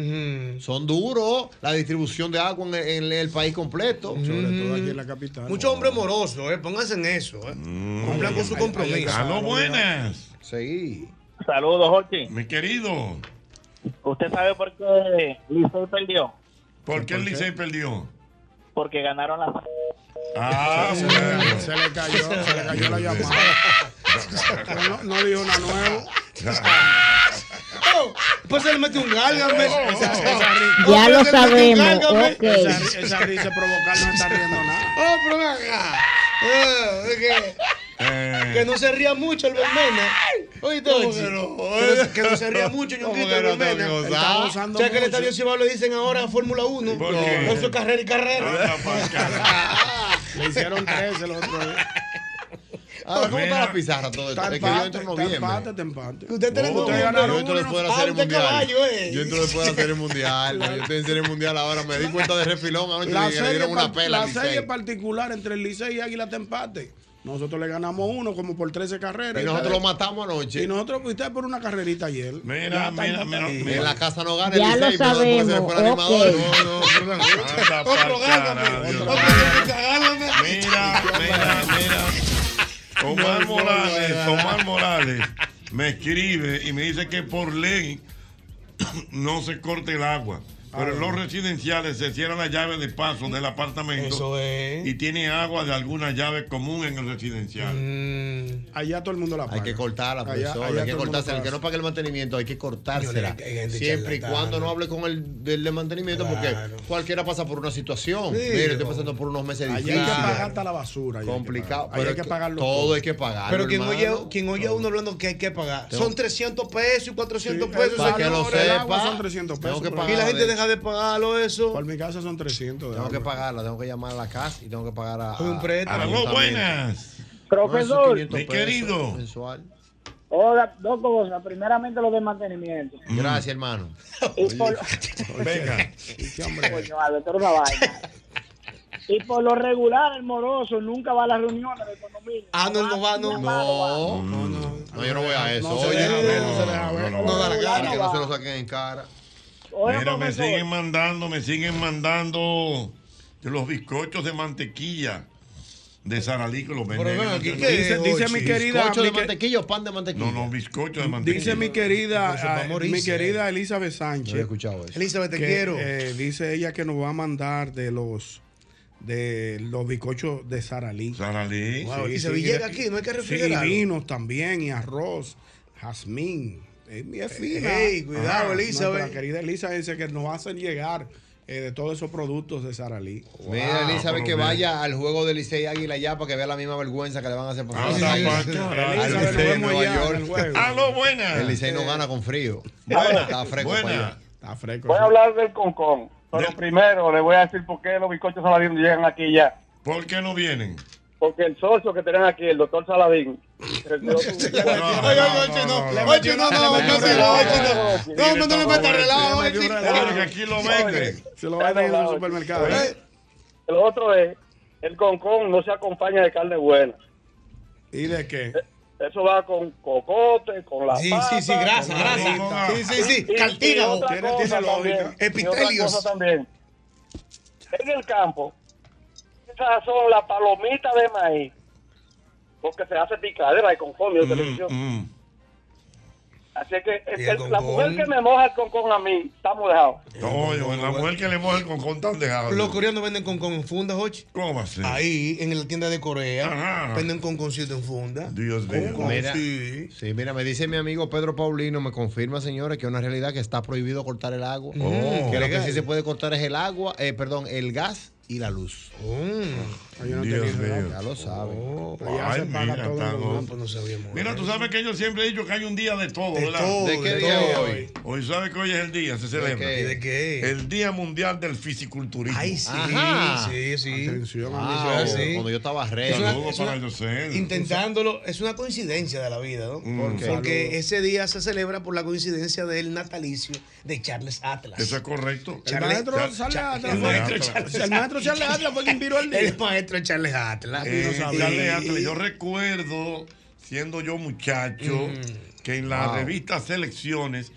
Son duros, la distribución de agua en el, en el país completo.
Sobre todo aquí en la capital.
Muchos hombres
morosos, eh, pónganse en eso. Eh.
Cumplan
con su compromiso.
Aló, Ah, buenas.
Sí.
Saludos, Jorge.
Mi querido.
¿Usted sabe por qué Licey perdió?
¿Por qué el Licey perdió?
Porque ganaron la...
Ah,
se,
bueno.
le, se le cayó, se le cayó la
*laughs*
llamada. Pero no, no dijo nada nuevo.
Oh, pues él mete un gálgame.
Esa- esa
Oh,
risa-
pero
Oh,
él mete un gálgame.
Esa, ri- esa risa provocar no está riendo nada.
Oh, pero ven acá. Ah, que, Eh. que no se ría mucho el Bermena. Oíste,
¿Cómo
Ochi?
que
que,
no?
no, se- que no se ría mucho,
¿Cómo
ñonquito,
que
el
no está
Bermena.
gozando?
Está gozando O sea, que el
mucho.
Estadio Cibao le dicen ahora Fórmula 1.
¿Por qué?
Eso es carrera y carrera. *laughs*
Le hicieron tres el otro día.
Ah,
Ahora, ¿cómo está la pizarra todo esto?
Está
Es que yo entro
empate,
en
está
noviembre.
empate, está empate.
Ustedes tienen
Oh,
que
yo
ganar
entro después de la
Ah,
serie
usted
mundial.
caballo, eh.
Yo entro después de la serie
*laughs*
mundial. Yo estoy en serie mundial ahora. Me di cuenta de refilón. Anoche
La
que le
serie,
dieron una
par-
pela.
la
al Licey.
serie particular entre el Licey y Águila te empate. Nosotros le ganamos uno como por 13 carreras.
Y nosotros lo
ustedes-
matamos anoche.
Y nosotros fuiste por una carrerita ayer.
Mira, mira, mira,
Y
mira.
En la casa no gana
Ya
el
lo
Licey. perdón, porque se le fue el
sabemos,
animador.
ok.
No, no, perdón.
Anda pa'l carajo, Dios Mira, mira, mira. Omar Morales, Omar Morales me escribe y me dice que por ley *clears throat* no se corte el agua. Pero en los residenciales se cierra la llave de paso del apartamento y tiene agua de alguna llave común en el residencial.
Allá todo el mundo la paga.
Mm. Hay que
Allá-
cortarla, profesor.
allá
hay
todo
que
el mundo
cortársela. El que
pasa.
no pague el mantenimiento, hay que cortársela.
Señores, hay gente
Siempre y
charlatana.
cuando no hable con el del de mantenimiento,
Claro.
porque cualquiera pasa por una situación.
Sí,
Mire, estoy
no.
pasando por unos meses
Allá hay que
difíciles.
pagar hasta la basura. allá hay que
Complicado.
pagar. Allá hay que pagarlo
todo, hay que pagar.
Pero quien oye, quien oye a uno hablando que hay que pagar.
Tengo-
Son 300 pesos y 400
Sí,
pesos.
para que lo
señores.
sepa.
El agua son 300
Tengo
pesos.
que
por
pagar
ahí.
Y la gente deja de pagarlo eso.
Por mi casa son 300. de
Tengo que
agua.
pagarla, tengo que llamar a la casa y tengo que pagar a.
Un préstamo.
a- a-
Aló,
también.
buenas.
No,
Profesor,
esos 500
Mi
pesos
querido.
mensual.
hola, dos cosas. Primeramente, lo de mantenimiento.
Gracias, hermano.
Y por,
Venga.
Coño, Alberto, una vaina. Y por lo regular, el moroso nunca va a las reuniones de condominio.
Ah, no, no va, no. No,
no, yo no voy a eso.
No se
Oye,
deja ver, no se
no,
deja ver.
no, no,
No da la
no,
cara.
que no se lo saquen en cara.
Oiga,
Mira, me
profesor.
siguen mandando, me siguen mandando de los bizcochos de mantequilla de Saralí que los venden.
ven aquí,
en-
¿qué
Dice,
es,
dice
Ochi?
mi querida.
Bizcocho de
mi que-
mantequilla o pan de
No,
mantequilla.
no, bizcochos de mantequilla.
Dice mi querida,
Eso va a
eh,
morirse.
mi querida Elizabeth
Yo he
Sánchez.
escuchado eso.
Elizabeth, te
que,
quiero.
eh, dice ella que nos va a mandar de los de los bizcochos de Saralí.
Saralí.
Wow,
sí,
y se
sí, mira.
llega aquí, no hay que
Sí,
refrigerar.
vinos también y arroz, jazmín. Es, es fina. Ah,
ey, cuidado, Elizabeth.
Nuestra querida Elizabeth dice que nos hacen llegar eh, de todos esos productos de Saralí.
Mira,
Wow, pero
Elizabeth, que
mira.
vaya al juego de Licey Águila ya para que vea la misma vergüenza que le van a hacer pasar.
Ah,
a
está
Águila.
pa' carajo.
Al
Elizabeth, nos
Licey de
vemos
Nueva
allá en el
York.
juego.
Aló,
El
buenas.
Licey no gana con frío.
Buena,
Está fresco
buena.
para allá.
Está fresco.
Voy a
sí.
hablar del concón. Pero
Del-
primero le voy a decir por qué los bizcochos Saladín llegan aquí ya.
¿Por qué no vienen?
Porque el socio que tenían aquí, el doctor Saladín.
*laughs*
Oye, oye, oye, no. Oye, no, no, no, se la oye, no. No, hombre, no me meta relajo,
Le metió un
oye.
relajo.
Porque aquí lo venden.
Se lo van a ir en el supermercado.
Eh,
El otro es, el concón no se acompaña de carne buena.
¿Y de qué?
Eso va con cocote, con la
Sí,
pata,
sí, sí, grasa,
con
grasa. Sí, sí, sí,
Y- y
cartílago.
otra
Tiene-
cosa
tiene lógica.
también, y
Epitelios.
otra cosa también. En el campo, esas son las palomitas de maíz. Porque se hace picadera y conforme de televisión.
Mm, mm.
Así que es
Y el
que la
concón.
mujer que me moja el concón a mí, estamos dejados.
Oye, la mujer que le moja el concón tan dejado.
Los coreanos venden con con en funda, oye.
¿Cómo va a ser?
Ahí, en la tienda de Corea,
Ajá.
venden con concierto en funda.
Dios mío.
Con-
Mira.
sí.
Sí, mira, me dice mi amigo Pedro Paulino, me confirma, señores, que es una realidad que está prohibido cortar el agua.
Oh.
que lo que
legal.
sí se puede cortar es el agua, eh, perdón, el gas y la luz.
Mm.
yo no Oh. Dios tenía mío. reloj.
Ya lo saben.
Ay, mira, tan
Ah,
ojo.
pues ¿eh?
Mira, tú sabes que yo siempre he dicho que hay un día de todo, ¿verdad?
todo, ¿De qué de día todo. hoy?
Hoy sabes que hoy es el día, se celebra.
qué? ¿De qué?
El Día Mundial del Fisiculturismo.
Ay, sí, sí, sí.
Atención,
Ah,
amigo.
sí. cuando yo estaba re-
Es una-
Saludos
es
para
una-
Yosel.
Intentándolo, es una coincidencia de la vida, ¿no?
Mm. ¿Por qué?
Porque ese día se celebra por la coincidencia del natalicio de Charles Atlas.
Eso es correcto.
El maestro Charles Atlas.
El maestro Charles
El maestro Charles Atlas fue quien viró el día.
El maestro Charles Atlas. Tú
Eh,
no sabes.
Charles Atlas, yo recuerdo, siendo yo muchacho,
Mm.
que en la
Wow.
revista Selecciones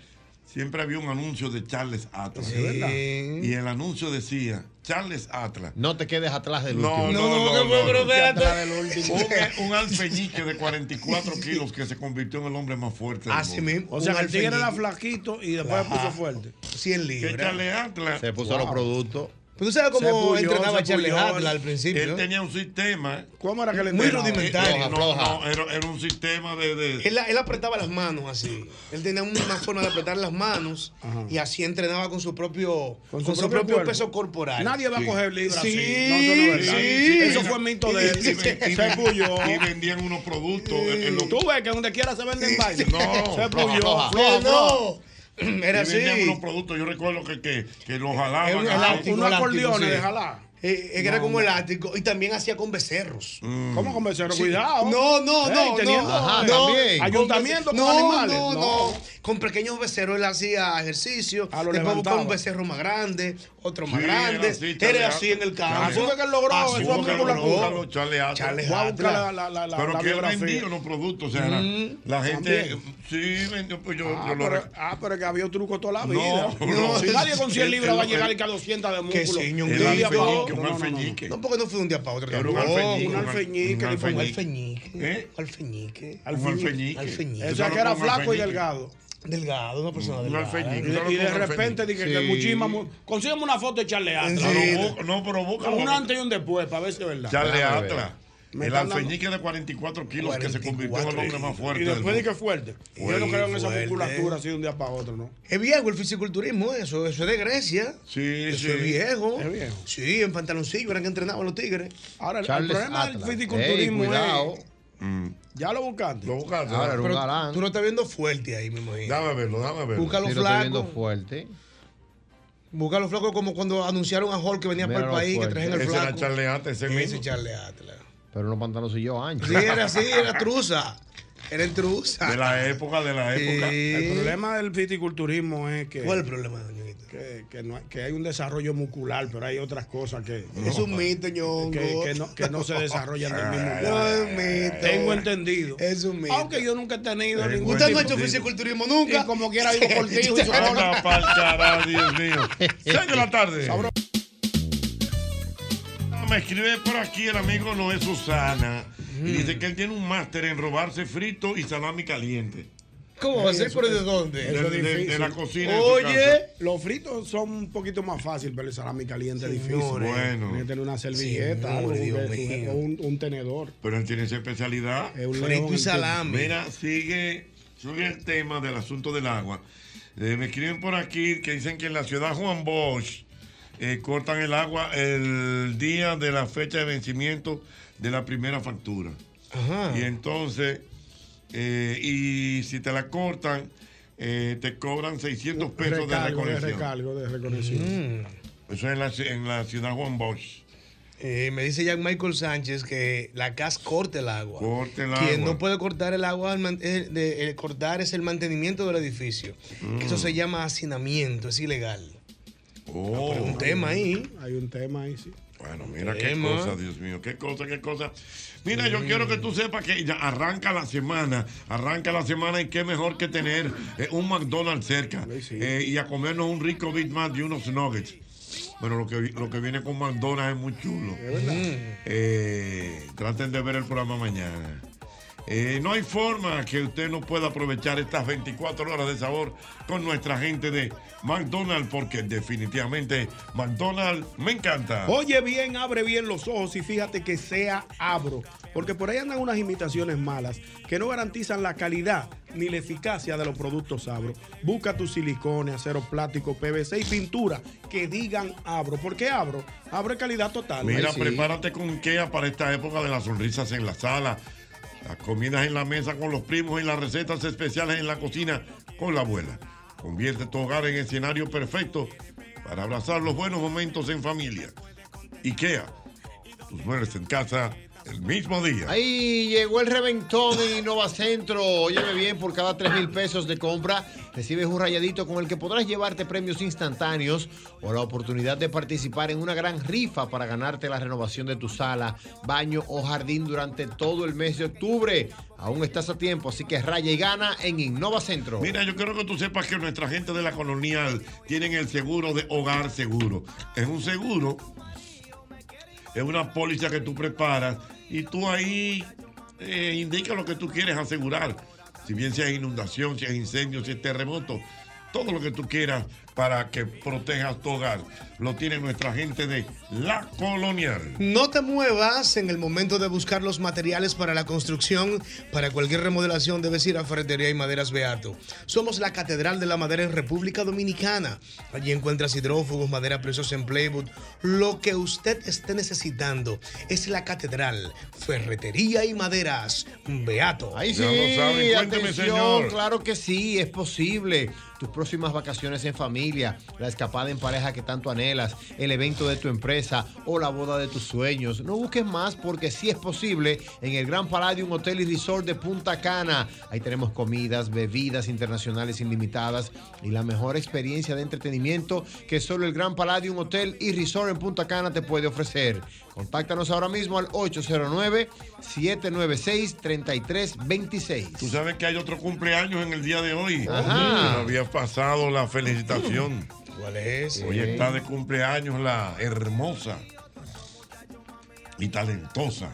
siempre había un anuncio de Charles Atlas.
Sí. ¿Verdad?
Y el anuncio decía, Charles Atlas.
No te quedes atrás del
No,
último.
no, no, no, no.
Atrás del último.
Un, un alfeñique de 44 kilos que se convirtió en el hombre más fuerte. del mundo.
O sea, que el tigre era flaquito y después se puso fuerte.
100
Que Charles Atlas.
Se puso los productos.
Pero tú sabes cómo
Se puyó,
entrenaba
se
Charles
puyó.
Atlas al principio.
Él tenía un sistema.
¿Cómo era que le
Muy rudimentario.
Eh, No, no, era, era un sistema de. de-
Él, él apretaba las manos así. Él tenía una forma de apretar las manos y así entrenaba con su propio, con su propio,
cuerpo.
peso corporal.
Nadie va a coger libras
Sí,
así. No, eso no es verdad.
sí.
Eso fue mito de él.
Y, y- y-
Se puyó.
y vendían unos productos. en- en los-
Tú ves que donde quiera se venden vainas.
No,
*laughs* Se
floja, floja,
puyó.
floja,
*clears throat* No.
y vendían unos productos. Yo recuerdo que, que, que los
Era
jalaban.
un
así.
elástico,
Unos
elástico,
acordeones
sí.
de jalar.
Eh, eh, que era
No,
como
no.
elástico. Y también hacía con becerros.
¿Cómo con becerro?
Sí.
Cuidado.
No, no,
Ey,
no.
teniendo-
no,
Ajá,
no.
también.
Ayuntamiento con
no,
animales.
No,
No.
no, Con pequeños becerros él hacía ejercicio.
Ah, lo
después buscaba
levantaba.
un becerro más grande, otro más
Sí, era
grande.
así,
Era
Charles
así en el campo.
Atlas.
Así fue que él logró,
Así
eso
fue
amigo
que
lo
él logró.
Búscalo, Charles Atlas.
Charles
Voy a buscar
Atlas.
la, la, la, la,
pero
la
que él
biografía. Mm-hmm.
vendía unos productos. O sea, era- la gente. Sí, vendió. Pues yo,
Mm. Ah
yo lo.
pero, ah, pero que había truco toda la
No,
vida.
no.
Si nadie con 100
El-
libras va a
el-
llegar
el-
y que a 200 de músculo.
Que sí, un
El
día
pa'
alfeñique,
otro.
un
No, no, no, no.
alfeñique.
No, porque no fue de un día para otro.
Era un
tampoco.
alfeñique.
un alfeñique,
Un
le fue
Un
alfeñique.
alfeñique.
¿Eh?
Un alfeñique.
Un alfeñique.
Alfeñique.
O
Eso
sea,
era
que era
como
flaco y
alfeñique.
delgado.
Delgado, una persona
Un
delgada.
alfeñique.
Y,
Claro,
y de
como un
repente dije que
Sí.
muchísima. mu- Consígueme una foto de Charles Atlas.
Claro,
Sí.
bú- no, pero búscalo.
Un antes y un después, para ver si es verdad.
Charles
Déjame ver.
Atlas.
Me
El
están dando-
alfeñique de 44 kilos que se convirtió en el hombre más fuerte.
Y
del
después dije
mundo.
fuerte. Yo
Fuerte,
no creo en esa
fuerte.
musculatura así de un día para otro, ¿no?
Es viejo el fisiculturismo, eso. Eso es de Grecia.
Sí,
Eso
sí.
es viejo.
Es viejo.
Sí, en pantaloncillo eran que entrenaban los tigres.
Ahora, el- el
Charles
problema
Atlas.
del
Ey,
fisiculturismo
eh.
cuidado.
es. Ya lo buscaste.
Lo buscaste.
Ahora, era un
Pero
galán.
tú lo estás viendo fuerte ahí, me imagino.
Dame a verlo, dame a verlo.
Búscalo
Sí, lo estoy viendo
flaco.
fuerte.
Búscalo flaco como cuando anunciaron a Hulk que venía para el
Míralo
país, que
fuerte.
trajeron el
Ese era
flaco.
Charles Atlas, ese
Ese
mismo.
Charles Atlas.
Pero unos pantaloncillos anchos.
Sí, era así, era truza. Era en truza.
De la época, de la época.
El
Sí.
problema del fisiculturismo es que.
¿Cuál es el problema, doñito?
que, que no hay, que hay un desarrollo muscular, pero hay otras cosas que,
Es un mito, ñongo.
que, que no, que no se desarrollan del mismo
No,
modo.
es un mito.
Tengo entendido.
Es un mito.
Aunque yo nunca he tenido
Tengo
ningún
Usted no ha
tipo-
hecho fisiculturismo nunca.
Y como quiera vivo
*laughs*
cortijo y su cola.
Anda pa'l carajo, Dios mío. Seis de la tarde. Me escribe por aquí el amigo Noé Susana.
Mm.
Y dice que él tiene un máster en robarse frito y salami caliente.
¿Cómo va a ser? ¿Pero de dónde?
De,
Eso es
de- de
difícil.
la cocina. de su casa.
Oye,
Los fritos son un poquito más fácil, pero el salami caliente es difícil.
Señores.
Bueno.
Tiene que tener una servilleta,
Señores,
algo, un-
Dios mío.
o un, un tenedor.
Pero él tiene esa especialidad.
Es un león,
frito y
¿entiendes?
salami.
Mira, sigue, sigue el tema del asunto del agua. Eh, me escriben por aquí que dicen que en la ciudad Juan Bosch eh, cortan el agua el día de la fecha de vencimiento de la primera factura.
Ajá.
Y entonces, eh, y si te la cortan, eh, te cobran 600 pesos de
Recargo, de
recolección.
recargo, de reconexión.
Mm.
Eso es en la, ci- en la ciudad Juan Bosch.
Eh, me dice Jack Michael Sánchez que la CAS corta el agua.
Corta el
Quien
agua.
no puede cortar el agua, el man- eh, de- el cortar es el mantenimiento del edificio.
Mm.
Eso se llama hacinamiento, es ilegal.
Oh.
Ah, Pero un tema ahí.
Hay un tema ahí, sí.
Bueno, mira qué
Tema.
cosa, Dios mío, qué cosa, qué cosa. Mira, yo quiero que tú sepas que ya arranca la semana, arranca la semana y qué mejor que tener eh, un McDonald's cerca eh, y a comernos un rico Big Mac y unos nuggets. Bueno, lo que, vi- lo que viene con McDonald's es muy chulo. Mm. Eh, traten de ver el programa mañana. Eh, no hay forma que usted no pueda aprovechar estas 24 horas de sabor con nuestra gente de McDonald's, porque definitivamente McDonald's me encanta.
Oye bien, abre bien los ojos y fíjate que sea abro, porque por ahí andan unas imitaciones malas que no garantizan la calidad ni la eficacia de los productos Abro. Busca tus silicones, acero plástico, PVC y pintura que digan Abro. ¿Por qué Abro? Abro es calidad total.
Mira,
Ay, sí.
prepárate con IKEA para esta época de las sonrisas en la sala, las comidas en la mesa con los primos y las recetas especiales en la cocina con la abuela. Convierte tu hogar en escenario perfecto para abrazar los buenos momentos en familia. IKEA, tus muebles en casa el mismo día.
Ahí llegó el reventón en Innovacentro. Óyeme bien, por cada 3 mil pesos de compra recibes un rayadito con el que podrás llevarte premios instantáneos o la oportunidad de participar en una gran rifa para ganarte la renovación de tu sala, baño o jardín durante todo el mes de octubre. Aún estás a tiempo, así que raya y gana en Innovacentro.
Mira, yo quiero que tú sepas que nuestra gente de la colonial tienen el seguro de hogar seguro. Es un seguro, es una póliza que tú preparas y tú ahí eh, indica lo que tú quieres asegurar. Si bien sea inundación, si es incendio, si es terremoto, todo lo que tú quieras para que protejas tu hogar. Lo tiene nuestra gente de la colonial.
No te muevas en el momento de buscar los materiales para la construcción. Para cualquier remodelación debes ir a Ferretería y Maderas Beato. Somos la Catedral de la Madera en República Dominicana. Allí encuentras hidrófugos, madera preciosa en Playwood. Lo que usted esté necesitando es la Catedral, Ferretería y Maderas Beato.
Ahí sí, atención, claro que sí, es posible. Tus próximas vacaciones en familia, la escapada en pareja que tanto anhelas, el evento de tu empresa o la boda de tus sueños. No busques más porque sí es posible en el Gran Palladium Hotel y Resort de Punta Cana. Ahí tenemos comidas, bebidas internacionales ilimitadas y la mejor experiencia de entretenimiento que solo el Gran Palladium Hotel y Resort en Punta Cana te puede ofrecer. Contáctanos ahora mismo al 809-796-3326.
Tú sabes que hay otro cumpleaños en el día de hoy.
Ajá.
No había pasado la felicitación.
¿Cuál es?
Hoy está de cumpleaños la hermosa y talentosa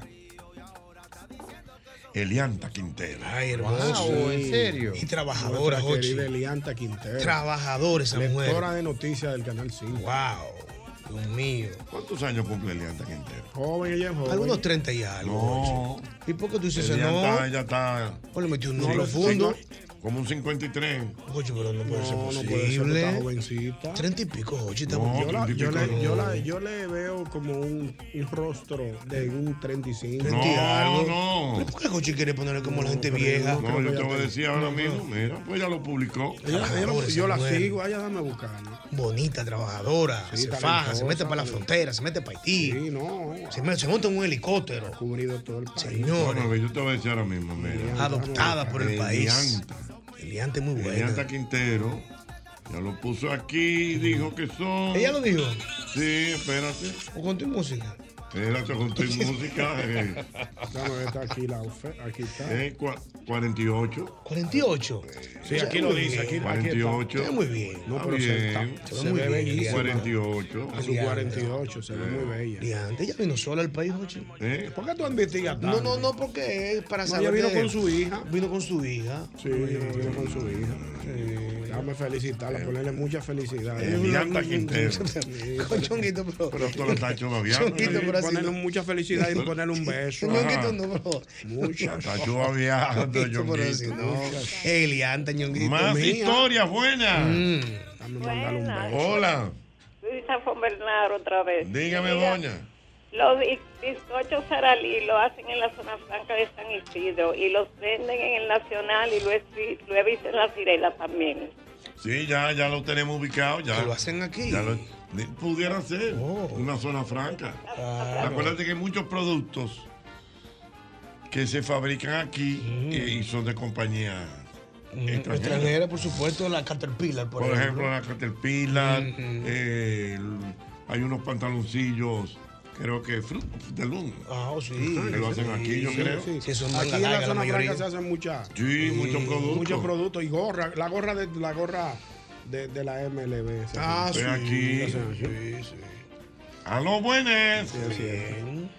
Elianta Quintero.
Ay, hermoso. Wow, ¿en serio? Y trabajadora,
Nuestra
Jochi.
querida Elianta Quintero.
Trabajadora esa mujer.
Lectora de noticias del Canal 5.
Wow. Dios mío.
¿Cuántos años cumple Elianta Quintero?
Joven, ella es joven.
Algunos 30 y algo. Jochi. ¿Y por qué tú dices eso?
Ella
No.
está- ella está.
Pues le metió un
Sí,
profundo.
sí, Como un 53.
Oye, pero no
puede ser
No puede ser,
Posible.
está jovencita.
30 y pico, Jochi. está
No,
muy-
Yo, la-
30 y
yo
pico
le,
no.
yo la- yo le veo como un, un rostro de un 35.
No,
algo.
no.
¿Por qué Jochi quiere ponerle como la gente vieja?
No, yo te voy a decir ahora mismo. Mira, pues ya lo publicó.
Ella- ella-
Trabajadora esa
yo la
mujer.
sigo, allá dame a buscar. ¿no?
Ah, Bonita, trabajadora.
Sí,
se faja,
talentosa,
se mete para la
talentosa.
frontera, se mete para Haití.
Sí, no, eh,
Se, me- se monta en un helicóptero.
ha cubrido todo el país.
Señores,
Bueno, yo te voy a decir ahora mismo. Mira.
adoptada por el país.
Elianta.
Eliante muy buena.
Elianta Quintero. Ya lo puso aquí, dijo que son.
Ella lo dijo.
Sí, espérate.
O con tu música. *laughs*
Espérate, con tu música. eh,
Dame ver, está aquí la oferta. Aquí está.
eh, cua- 48.
48.
Sí, aquí lo dice, aquí, aquí está.
48.
Se ve muy bien.
No,
Está
pero se,
bien.
está-
Se
se,
ve muy
ve
bien,
bellísima.
48.
A su 48, se ve muy bella.
Eliante, ella vino sola al país, Jochi.
¿Eh?
¿Por qué tú investigas
No,
tanto?
no, no, porque es para
No,
saber.
ella vino
de-
con su hija.
Vino con su hija.
Sí, vino con su hija. Sí, Déjame felicitarla, ponerle mucha felicidad.
Elianta Quintero.
Con Chonguito, pero.
Pero esto lo está ¿eh? hecho babiando.
Chonguito, pero así.
Ponerle
no.
mucha felicidad y ponerle un beso.
Chonguito, no, pero. *laughs*
Mucha.
Está hecho babiando,
Chonguito, pero así,
Yonguito.
no. Eliante, Ñonguito.
Más
mira.
historias buenas.
Mm.
Dame mandarle un beso.
Hola,
San Bernardo otra vez.
dígame,
Mira,
doña.
Los bi- bizcochos Saralí lo hacen en la zona franca de San Isidro y los venden en el Nacional y lo he, vi- lo he visto en la Cirela también.
Sí, ya, ya lo tenemos ubicado. Ya,
Que lo hacen aquí.
ya lo- ni- pudiera ser
Oh.
una zona franca.
Claro.
Acuérdate que hay muchos productos que se fabrican aquí eh, y son de compañía
Mm,
extranjera.
Extranjera, por supuesto, la Caterpillar, por, Mm,
Por, ejemplo, la Caterpillar,
Ujú.
eh, el- hay unos pantaloncillos, creo que fru- de luna.
Ah, oh, sí.
Que lo hacen aquí, yo creo.
Que son
Aquí
manga
en
larga
la
la
zona
mayoría.
franca se hacen muchas.
Sí, muchos productos.
Muchos productos y gorra, la gorra de la gorra de, de la MLB. se
Ah,
Ve
sí.
aquí.
Sí, sí.
A los buenos.
hace, sí, es.
Bien.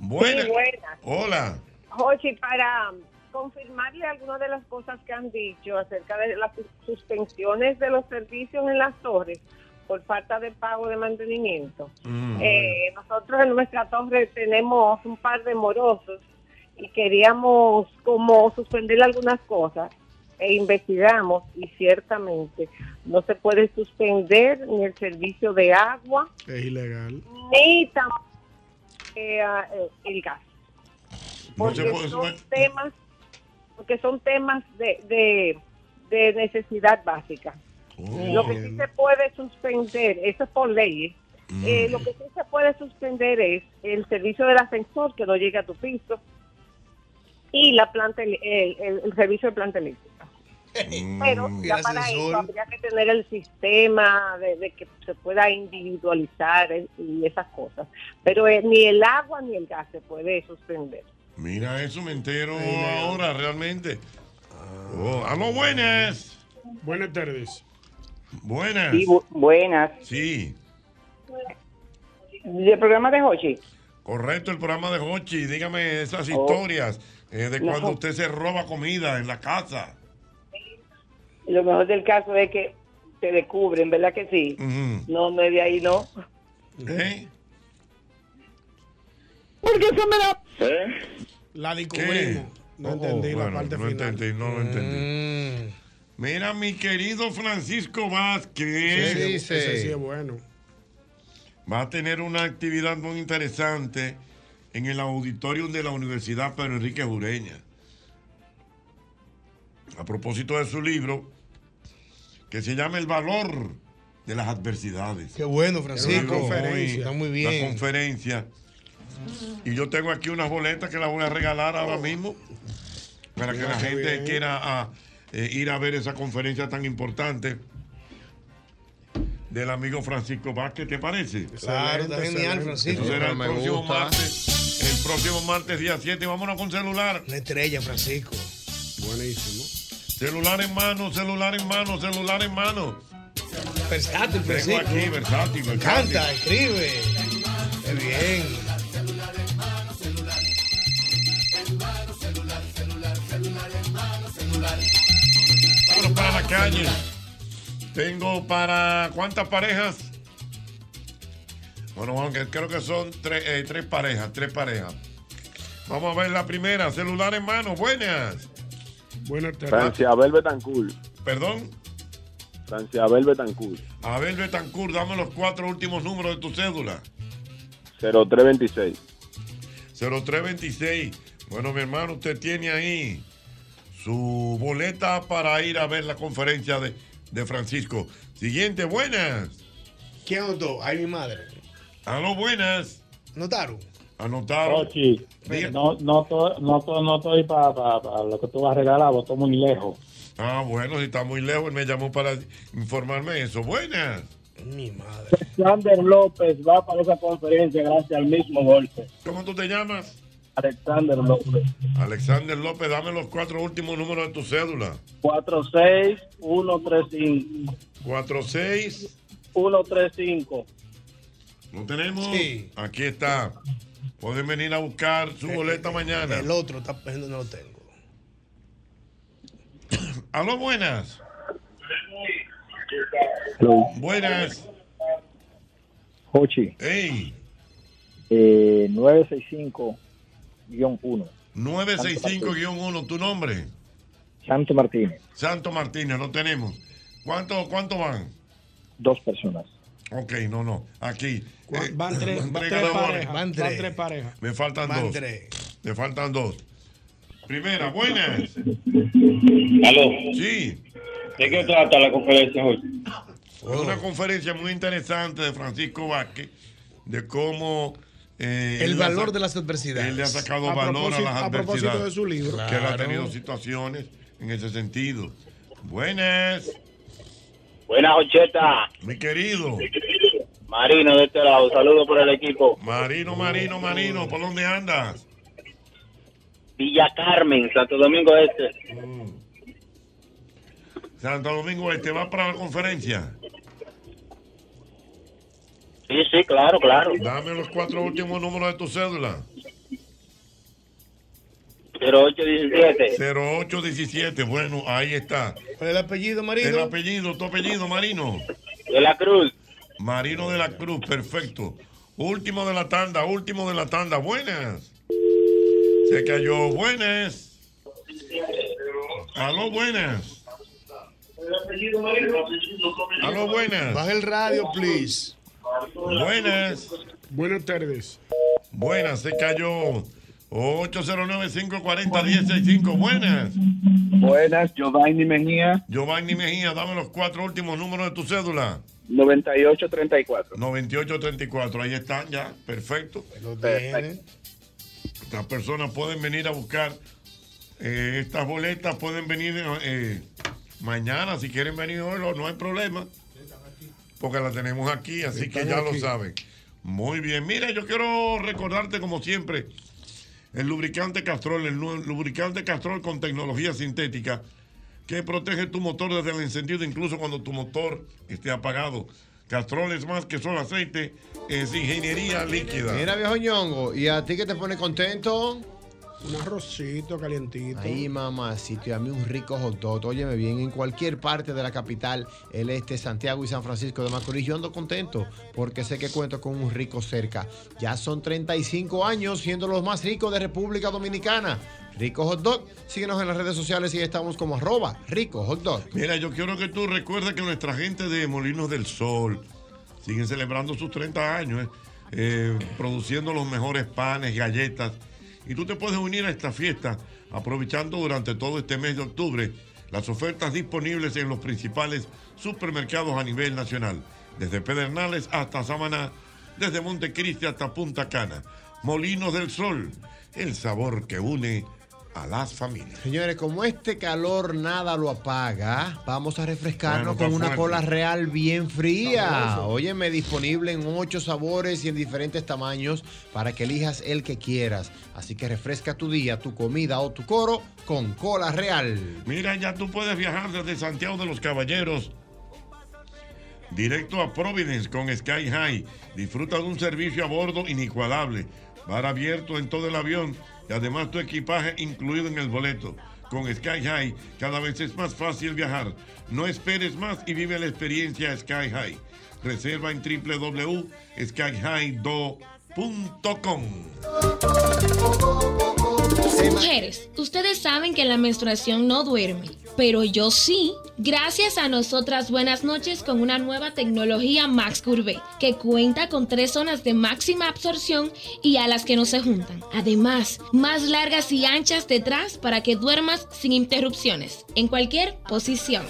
Buenas.
Sí, buenas.
Hola.
Jochi, para confirmarle algunas de las cosas que han dicho acerca de las sus- suspensiones de los servicios en las torres por falta de pago de mantenimiento. Eh, nosotros en nuestra torre tenemos un par de morosos y queríamos como suspender algunas cosas. e investigamos y ciertamente no se puede suspender ni el servicio de agua
Es ilegal.
ni tampoco eh, ah, eh, el gas.
No se
Porque
puede
son
suspender.
temas, porque son temas de, de, de necesidad básica. Lo que sí se puede suspender, eso es por ley, eh, lo que sí se puede suspender es el servicio del ascensor que no llega a tu piso y la planta, el, el- el servicio de planta eléctrica. Pero ya
el
para
ascensor.
eso habría que tener el sistema de, de que se pueda individualizar eh, y esas cosas. Pero eh, ni el agua ni el gas se puede suspender.
Mira, eso me entero ahora realmente. Oh, aló, buenas.
Ah. Buenas tardes.
Buenas.
Sí, bu- buenas.
Sí.
¿Del programa de Hochi?
Correcto, el programa de Hochi. Dígame esas historias eh, de
Oh. No.
cuando usted se roba comida en la casa.
Lo mejor del caso es que te descubren, ¿verdad que sí? No, no es de ahí, no.
Porque se me da.
¿Eh? La descubrimos. No entendí la parte Oh, Mm. no Entendí, no lo entendí. Mira, mi querido Francisco Vázquez.
Ese- ese sí es bueno.
va a tener una actividad muy interesante en el auditorium de la Universidad Pedro Enrique Jureña. A propósito de su libro, que se llama El valor de las adversidades.
Qué bueno,
Una
Francisco. Está muy
Una
bien.
conferencia. Y yo tengo aquí unas boletas que las voy a regalar ahora mismo para que
Mira,
la
qué
gente
bien.
quiera ah, eh, ir a ver esa conferencia tan importante del amigo Francisco Vázquez, ¿te parece?
Claro, está genial, excelente. Francisco.
Eso será el
Me
próximo
gusta.
martes, el próximo martes día 7. Vámonos con celular.
Una estrella, Francisco.
Buenísimo. Celular en mano, celular en mano, celular en mano.
Versátil,
Tengo
Francisco.
aquí, versátil, versátil.
Canta, escribe. Qué bien.
Vámonos para la calle. Tengo para cuántas parejas. Bueno, aunque creo que son tres, eh, tres parejas, tres parejas. Vamos a ver la primera, celular en mano, buenas.
Buenas
Franciabel Betancourt.
Perdón.
Franciabel Betancourt.
Abel Betancourt, dame los cuatro últimos números de tu cédula.
0326.
0326. Bueno, mi hermano, usted tiene ahí su boleta para ir a ver la conferencia de, de Francisco. Siguiente, buenas.
¿Quién anotó? Ay, mi madre.
Aló, buenas.
¿Notaron?
Anotaron.
Ochi, Oh, no, no, to- no, to- no estoy para lo que tú vas a regalar, vos estoy muy lejos.
Ah, bueno, si está muy lejos, él me llamó para informarme eso. Buenas.
Alexander López va para esa conferencia gracias al mismo golpe.
¿Cómo tú te llamas?
Alexander López.
Alexander López, dame los cuatro últimos números de tu cédula.
46135.
46.
135.
¿Lo tenemos? Aquí está. Pueden venir a buscar su boleta mañana.
Eh, El otro está no lo tengo.
*clears throat* Aló, buenas. Buenas.
Ochi,
Ey,
eh, 965-1.
965-1, tu nombre.
Santo Martínez,
Santo Martínez, lo tenemos. ¿Cuánto, cuánto van?
dos personas.
Ok, no, no. Aquí. Eh,
Van tres, van tres
ganadores.
parejas. Van tres parejas.
Me faltan
Van
dos. Me faltan dos. Primera, buenas.
Aló.
Sí.
¿De qué trata la conferencia hoy?
Una conferencia muy interesante de Francisco Vázquez de cómo. eh,
El
él le ha
valor
sac-
de las adversidades.
Él le ha sacado
A
valor a
propósito-
las
a propósito
adversidades.
de su libro.
Que él ha
Claro.
tenido situaciones en ese sentido. Buenas.
Buenas, Ocheta.
Mi querido.
Marino de este lado, saludos por el equipo.
Marino, Marino, Marino, ¿por dónde andas?
Villa Carmen, Santo Domingo Este.
Mm. Santo Domingo Este, ¿va para la conferencia?
Sí, sí, claro, claro.
Dame los cuatro últimos números de tu cédula.
0817.
0817, bueno, ahí está.
¿Cuál es el apellido, Marino?
El apellido, tu apellido, Marino.
De la Cruz.
Marino de la Cruz, perfecto. Último de la tanda, último de la tanda. Buenas. Se cayó, buenas. Aló, buenas. Aló, buenas.
Baja el radio, please.
Buenas. Buenas tardes. Buenas, se cayó. 809-540-1065. Buenas.
Buenas, Giovanni Mejía,
Giovanni Mejía, dame los cuatro últimos números de tu cédula.
9834.
9834. Ahí están ya. Perfecto.
Perfecto.
Las personas pueden venir a buscar eh, estas boletas. Pueden venir eh, mañana. Si quieren venir hoy, lo- no hay problema. Porque la tenemos aquí. Así que
Están
ya lo
aquí.
saben. Muy bien. Mira, yo quiero recordarte, como siempre, el lubricante Castrol. El nu- lubricante Castrol con tecnología sintética que protege tu motor desde el encendido, incluso cuando tu motor esté apagado. Castrol es más que solo aceite, es ingeniería líquida.
Mira, viejo ñongo, ¿y a ti qué te pone contento?
Un arrocito calientito.
Ahí, mamacito, y a mí un rico hot dog. Óyeme bien, en cualquier parte de la capital, el este, Santiago y San Francisco de Macorís, yo ando contento porque sé que cuento con un rico cerca. Ya son 35 años siendo los más ricos de República Dominicana. Rico hot dog, síguenos en las redes sociales y estamos como arroba rico hot dog.
Mira, yo quiero que tú recuerdes que nuestra gente de Molinos del Sol siguen celebrando sus 30 años, eh, eh, produciendo los mejores panes, galletas. Y tú te puedes unir a esta fiesta aprovechando durante todo este mes de octubre las ofertas disponibles en los principales supermercados a nivel nacional, desde Pedernales hasta Samaná, desde Montecristi hasta Punta Cana. Molinos del Sol, el sabor que une a las familias.
Señores, como este calor nada lo apaga, vamos a refrescarnos
Bueno, está
con una
fuerte.
cola real bien fría.
Sabroso.
Óyeme, disponible en ocho sabores y en diferentes tamaños para que elijas el que quieras. Así que refresca tu día, tu comida o tu coro con cola real.
Mira, ya tú puedes viajar desde Santiago de los Caballeros directo a Providence con Sky High. Disfruta de un servicio a bordo inigualable, bar abierto en todo el avión y además tu equipaje incluido en el boleto. Con Sky High cada vez es más fácil viajar. No esperes más y vive la experiencia Sky High. Reserva en www.skyhighdo.com.
Mujeres, ustedes saben que la menstruación no duerme, pero yo sí, gracias a nosotras buenas noches con una nueva tecnología Max Curve, que cuenta con tres zonas de máxima absorción y a las que no se juntan. Además, más largas y anchas detrás para que duermas sin interrupciones, en cualquier posición.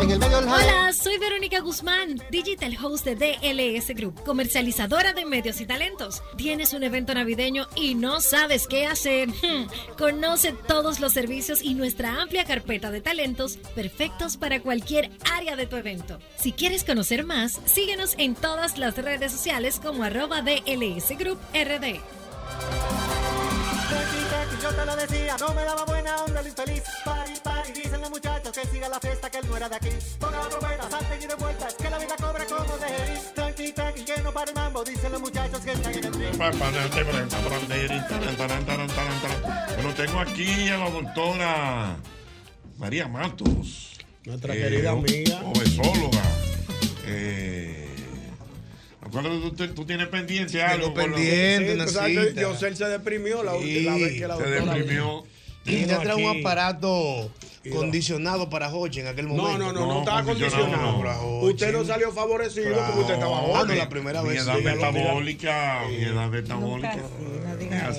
Hola, soy Verónica Guzmán, digital host de DLS Group, comercializadora de medios y talentos. Tienes un evento navideño y no sabes qué hacer. Hmm. Conoce todos los servicios y nuestra amplia carpeta de talentos perfectos para cualquier área de tu evento. Si quieres conocer más, síguenos en todas las redes sociales como arroba DLS Group RD.
Yo te lo decía, no me daba buena onda el infeliz. Pari, pari, dicen los muchachos que siga la fiesta, que él no era de aquí. Ponga romeras, salte y de vueltas, que la vida cobra como de Jerez. Tranqui, tranqui, que no para el mambo, dicen los muchachos que están en el ring.
Bueno, tengo aquí a la doctora María Matos. Eh,
Nuestra querida amiga.
Obesóloga. Eh, acuérdate, tú, te- tú tienes pendiente algo. con la-
Sí, tú sabes que Yosel se deprimió la última vez que la
Se
doctora
deprimió.
Y ya trae un
Aquí.
aparato condicionado para Hoche en aquel momento.
No, no, no, no, estaba condicionado. Usted no salió favorecido porque usted estaba
Ah, no,
joven.
la primera
Mi
vez.
edad
sí, ya lo-
metabólica. Mi edad metabólica.
Sí,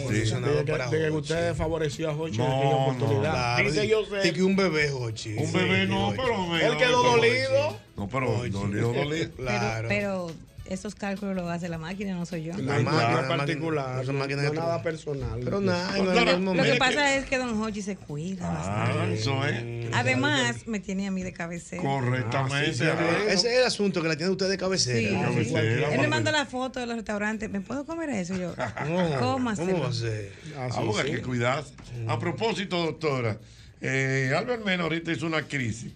de que, de que usted favoreció a Hochi en aquella
No, no.
oportunidad.
Claro,
Dice
di-
Yosel.
di que
un bebé, Hochi.
Un bebé no, pero me-
Él quedó
pero-
dolido.
No, pero
*laughs*
dolido, dolido.
Pero esos cálculos los hace la máquina, no soy yo.
No hay nada particular, no, no nada personal.
Pero nada,
Lo que pasa es que Don Hochi se cuida
Ah, eso es.
bastante. Además, me tiene a mí de cabecera.
Correctamente.
Ah, Ese es el asunto que la tiene usted de
Sí.
cabecera.
Él me manda la foto de los restaurantes. ¿Me puedo comer eso yo? *laughs* Cómaselo.
ser?
Ah, porque hay que cuidarse. A propósito, doctora, eh, Albert Mena ahorita hizo una crisis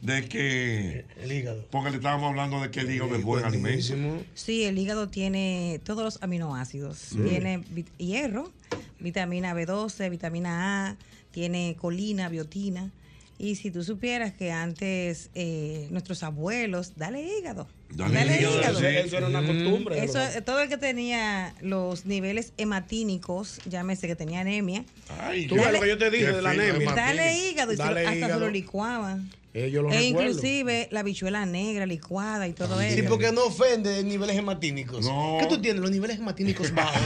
de que.
El hígado.
Porque le estábamos hablando de que el hígado es buen alimento.
Sí, el hígado tiene todos los aminoácidos.
Mm.
Tiene vit- hierro, vitamina B12, vitamina A, tiene colina, biotina. Y si tú supieras que antes eh, nuestros abuelos, dale hígado.
Dale hígado, sí, eso era una Mm. costumbre de
Eso,
los-
todo el que tenía los niveles hematínicos, llámese que tenía anemia.
Ay, Tú ves lo que yo te dije de la anemia.
Dale hígado y se lo-
Dale
hasta se
hígado.
lo licuaban.
Eh, yo lo
e
recuerdo.
inclusive la bichuela negra licuada y todo eso.
Sí, porque no ofende de niveles hematínicos. ¿Qué tú tienes? Los niveles hematínicos bajos.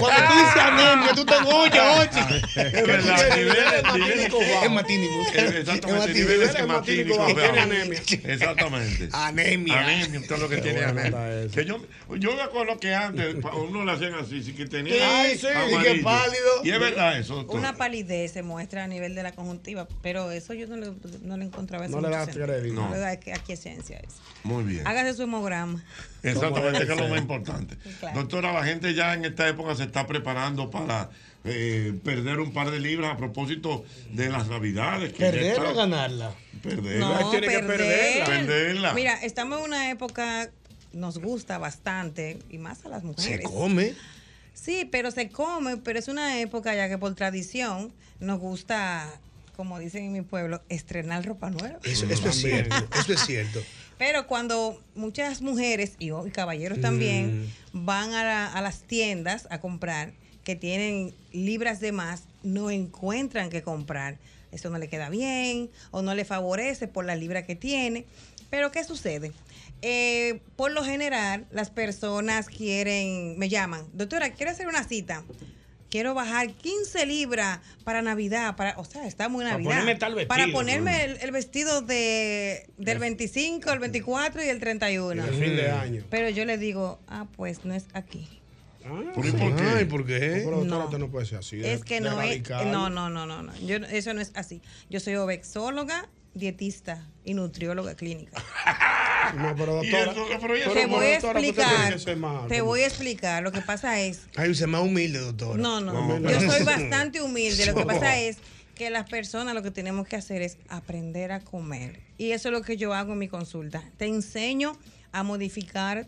Cuando tú dices anemia, tú te engoñas, oye.
Es verdad, niveles-
hematínicos
niveles-
bajos. Hematínicos.
Eh, Exactamente,
Hematínicos.
niveles
Hematínicos
hematínicos.
bajos.
bajos. Exactamente.
Anemia.
Anemia, usted lo que
Qué
tiene
bueno
anemia. Que yo, yo me acuerdo que antes pa- uno le hacían así, sí que tenía.
Sí, sí, y que
amarillo.
pálido.
Y es verdad eso. doctor.
Una palidez se muestra a nivel de la conjuntiva, pero eso yo no le, no le encontraba
No
ese
le da
mucho sentido.
crédito.
No.
No.
le da aquí- aquiescencia a eso.
Muy bien.
Hágase su hemograma.
Exactamente, que es lo más importante.
Claro.
Doctora, la gente ya en esta época se está preparando para eh, perder un par de libras a propósito de las navidades. que ya
¿Perder
está-
o ganarla?
Perderla.
No, perder.
Perderla.
Mira, estamos en una época, nos gusta bastante, y más a las mujeres.
Se come.
Sí, pero se come, pero es una época ya que por tradición nos gusta, como dicen en mi pueblo, estrenar ropa nueva.
Eso, eso es
También.
cierto. Eso es cierto.
Pero cuando muchas mujeres y, y caballeros
Mm.
también van a, la- a las tiendas a comprar que tienen libras de más, no encuentran que comprar. Eso no le queda bien o no le favorece por la libra que tiene. Pero ¿qué sucede? Eh, por lo general, las personas quieren, me llaman, doctora, quiero hacer una cita. Quiero bajar 15 libras para Navidad, para, o sea, está muy
Para
Navidad.
ponerme tal vestido.
Para ponerme el, el vestido de, del 25, el 24 y el 31.
Y de fin de año.
Pero yo le digo, ah, pues no es aquí.
¿Por qué? Ay, ¿por qué?
Pero doctora,
No.
usted no puede ser así. de-
es que
de
no es.
radical.
No, no, no, no. no. Yo, no- eso no es así. Yo soy obexóloga, dietista y nutrióloga clínica.
No, pero
Y
doctora.
eso-
pero ya-
te
pero,
voy a
doctora, pues, usted tiene
explicar.
que ser más,
Te
como-
voy a explicar. Lo que pasa es
Ay, usted es más humilde, doctora.
No, no. Yo
*laughs*
soy
*laughs*
bastante humilde. Lo que pasa es que las personas lo que tenemos que hacer es aprender a comer. Y eso es lo que yo hago en mi consulta. Te enseño a modificar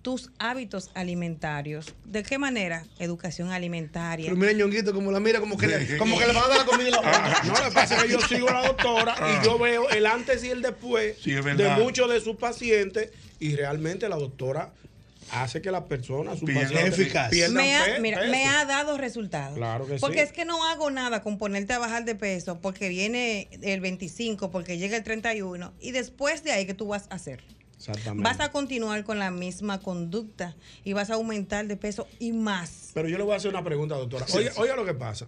tus hábitos alimentarios. ¿De qué manera? Educación alimentaria.
Pero mira, ñonguito, como la mira, como que le, como que le van a dar la comida en la boca.
*laughs* No, lo que pasa es que yo sigo a la doctora
Ah.
y yo veo el antes y el después
Sí, es
de
verdad.
muchos de sus pacientes y realmente la doctora hace que las personas, sus
Pierdan-
pacientes,
Es eficaz.
pierdan
me ha,
pe-
mira,
peso.
me ha dado resultados.
Claro que
porque
sí.
es que no hago nada con ponerte a bajar de peso porque viene el 25, porque llega el 31 y después de ahí que tú vas a hacer.
Exactamente.
Vas a continuar con la misma conducta y vas a aumentar de peso y más.
Pero yo le voy a hacer una pregunta, doctora.
Sí,
Oiga,
sí.
oiga lo que
*laughs*
pasa.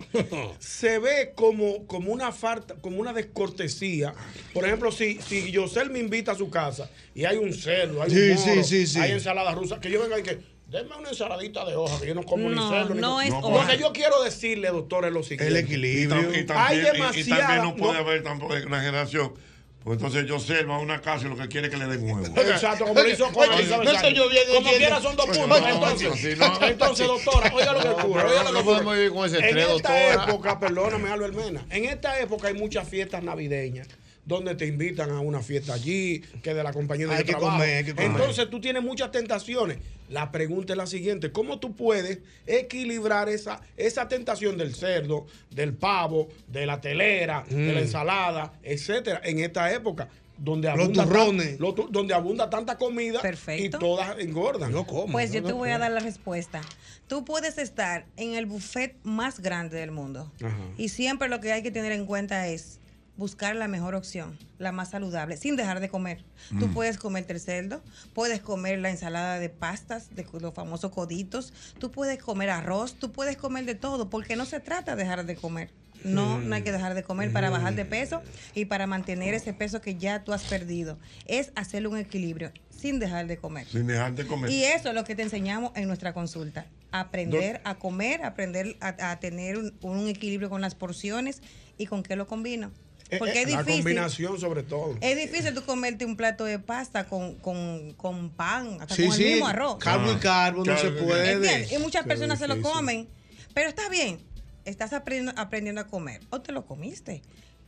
Se ve como, como una falta, como una descortesía. Por ejemplo, si, si Yosel me invita a su casa y hay un cerdo, hay
Sí,
un moro,
sí, sí, sí.
hay ensalada rusa, que yo venga y que denme una ensaladita de hoja, que yo no como ni
No,
cerdo. ni
no
co-".
es
Lo
hoja.
que yo quiero decirle, doctor, es lo siguiente.
El equilibrio. Y, tam- y
hay
también, y- y
demasiada...
también no puede
no-
haber tampoco una generación. Pues entonces yo sé, va a una casa y lo que quiere es que le den huevo.
Exacto, como lo hizo con
Oye,
Elizabeth
no
Sánchez.
estoy yo bien
Como
diciendo.
quiera son dos
Oye,
puntos.
no,
entonces,
no, no.
entonces, doctora, oiga lo que ocurre.
pero
oiga
no
lo que
podemos
ocurre.
vivir con ese
en
estrés,
esta
doctora.
época, perdóname, Alba Hermena, en esta época hay muchas fiestas navideñas donde te invitan a una fiesta allí, que de la compañía de
Hay que
trabajo.
comer, hay que comer.
Entonces tú tienes muchas tentaciones. La pregunta es la siguiente, ¿cómo tú puedes equilibrar esa, esa tentación del cerdo, del pavo, de la telera, de la
Mm.
ensalada, etcétera, en esta época? Donde
Los
abunda tan-
turrones.
lo tu- donde abunda tanta comida
Perfecto.
y todas engordan. No como.
Pues yo te voy a dar la respuesta. Tú puedes estar en el buffet más grande del mundo. Y siempre lo que hay que tener en cuenta es buscar la mejor opción, la más saludable, sin dejar de comer. Tú
Mm.
puedes comer el cerdo, puedes comer la ensalada de pastas, de los famosos coditos, tú puedes comer arroz, tú puedes comer de todo, porque no se trata de dejar de comer. No, no hay que dejar de comer para bajar de peso y para mantener ese peso que ya tú has perdido. Es hacer un equilibrio sin dejar de comer.
Sin dejar de comer.
Y eso es lo que te enseñamos en nuestra consulta. Aprender a comer, aprender a, a tener un, un equilibrio con las porciones y con qué lo combino. Porque es
Eh, la
difícil. Eh,
combinación sobre todo.
Es difícil tú comerte un plato de pasta con, con, con pan, hasta
Sí,
con el
sí.
mismo arroz.
Carbo y
Ah,
carbo, no
Claro
se
que
puede.
¿Entiendes? Y muchas
Qué
personas se lo
difícil.
comen. Pero está bien, estás aprendiendo, aprendiendo a comer. O te lo comiste.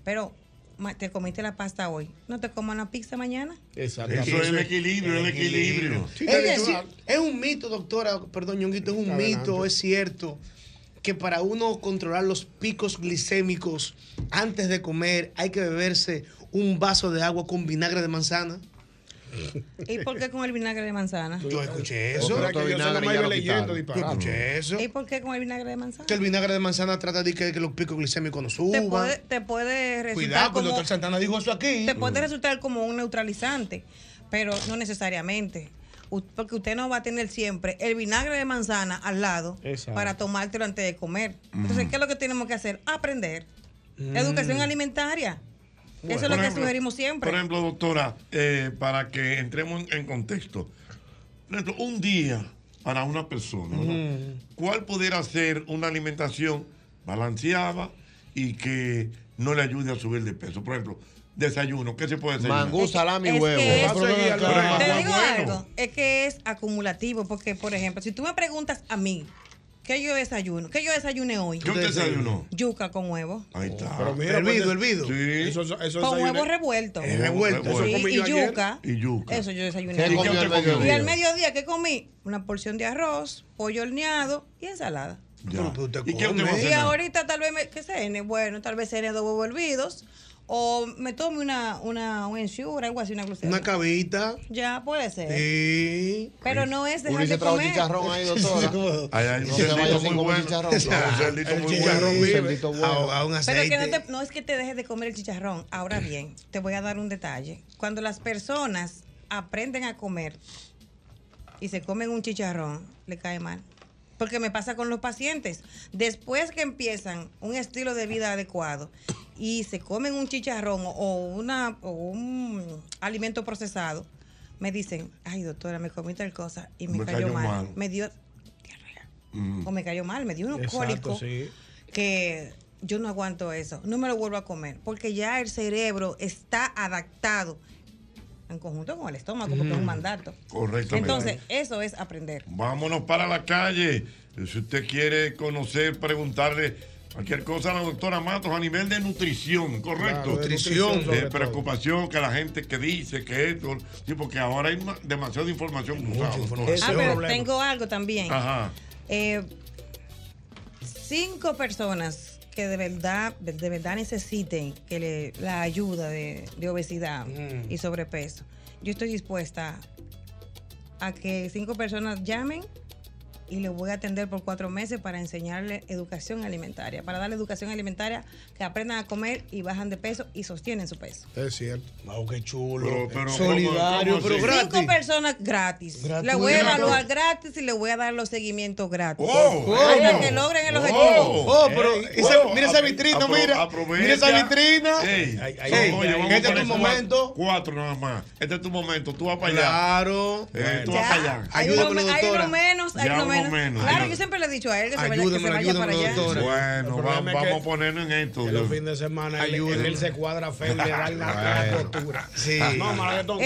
Pero ma- te comiste la pasta hoy. ¿No te comas una pizza mañana?
Exactamente.
Eso es el equilibrio, el equilibrio.
Es decir, es un mito, doctora, perdón, ñonguito, es un mito, es cierto que para uno controlar los picos glicémicos antes de comer hay que beberse un vaso de agua con vinagre de manzana?
¿Y por qué con el vinagre de manzana?
Yo escuché eso. Yo escuché eso.
¿Y por qué con el vinagre de manzana?
Que el vinagre de manzana trata de que, que los picos glicémicos no
Te
suban.
puede, te puede resultar
Cuidado, que el
como-
doctor Santana dijo eso aquí.
te puede resultar como un neutralizante, pero no necesariamente. U- Porque usted no va a tener siempre el vinagre de manzana al lado
Exacto.
para tomártelo antes de comer. Entonces, ¿qué es lo que tenemos que hacer? Aprender. Educación
Mm.
alimentaria.
Bueno,
Eso es
por
lo que
ejemplo,
sugerimos siempre.
Por ejemplo, doctora, eh, para que entremos en, en contexto. Por ejemplo, Un día para una persona, ¿verdad? ¿cuál pudiera ser una alimentación balanceada y que no le ayude a subir de peso? Por ejemplo, desayuno, ¿qué se puede desayunar?
Mangú, salami,
Es
huevo.
que es-
Pero ven acá.
Pero el mangú
te
es
digo
bueno.
algo, es que es acumulativo, porque por ejemplo, si tú me preguntas a mí, ¿qué yo desayuno? ¿Qué yo desayuné hoy?
¿Qué usted desayunó?
Yuca con huevo.
Ahí está.
Pero mira,
Hervido,
pues,
hervido.
Sí.
Eso, eso
Con
desayuné.
huevo revuelto.
Es revuelto, eso
Sí,
comí
y
yo ayer.
yuca.
Y yuca.
Eso yo desayuné.
¿Qué
ayer.
comió al mediodía?
Y al mediodía, ¿qué comí? Una porción de arroz, pollo horneado y ensalada.
¿Y qué usted va a
Y
cenar?
ahorita tal vez, me, ¿qué cene? Bueno, tal vez cene dos huevos hervidos o me tome una, una, un ensure, algo así, una glucemia.
Una cabita.
Ya puede ser.
Sí.
Pero no Eh. es dejar
Ulises
de
trajo
comer.
*laughs*
chicharrón
*laughs*
ahí, doctora.
Ay, ay,
No se
un
vaya
cerdito
sin
muy
comer
bueno. *laughs*
chicharrón.
Un cerdito muy bueno.
Un cerdito bueno.
Pero que no, te- no es que te dejes de comer el chicharrón. Ahora bien, te voy a dar un detalle. Cuando las personas aprenden a comer y se comen un chicharrón, le cae mal. Porque me pasa con los pacientes. Después que empiezan un estilo de vida adecuado y se comen un chicharrón o, una, o un alimento procesado, me dicen, ay doctora, me comí tal cosa y me,
Me
cayó,
cayó
mal.
mal.
Me dio o me cayó mal, me dio un cólico que yo no aguanto eso, no me lo vuelvo a comer, porque ya el cerebro está adaptado en conjunto con el estómago, porque es un
Mm.
mandato.
Correctamente.
Entonces, eso es aprender.
Vámonos para la calle. Si usted quiere conocer, preguntarle cualquier cosa a la doctora Matos a nivel de nutrición, correcto.
Claro, de nutrición,
Eh,
sobre todo.
preocupación que la gente que dice que esto, sí, porque ahora hay ma- demasiada información. cruzada, doctora.
Ah, pero tengo algo también.
Ajá.
Eh, cinco personas que de verdad, de, de verdad necesiten que le- la ayuda de, de obesidad y sobrepeso. Yo estoy dispuesta a que cinco personas llamen y les voy a atender por cuatro meses para enseñarles educación alimentaria, para darle educación alimentaria que aprendan a comer y bajan de peso y sostienen su peso.
Es cierto.
Wow, qué chulo.
Pero- pero, ¿cómo-
Solidario,
cómo
pero
así?
gratis.
Cinco personas gratis.
Gratuito.
Le voy a evaluar gratis y le voy a dar los seguimientos gratis.
Oh,
Hasta
¿cómo?
que logren el
Oh,
objetivo.
oh, pero esa- mira esa vitrina,
eh, Apro-
mira.
aprovecha.
Mira esa vitrina.
Ey,
Ay, ay, ay,
no, oye,
ay,
vamos
este es
para
tu
eso,
momento.
Cuatro nada más. Este es tu momento. Tú vas para allá.
Claro.
Eh, tú
Ya,
vas para allá.
Hay uno, me- hay uno menos, hay
Ya
uno
uno
menos.
menos,
Claro,
ya.
yo siempre le he dicho a él que se vaya, que se
Ayúdame,
vaya para allá.
ayúdame,
El
Bueno, va-
problema es
vamos
que-
a ponernos en esto.
que los fines de semana él, él, él se cuadra
*laughs*
feo y le dan la- la
Bueno.
tortura.
Sí.
No, Maratón,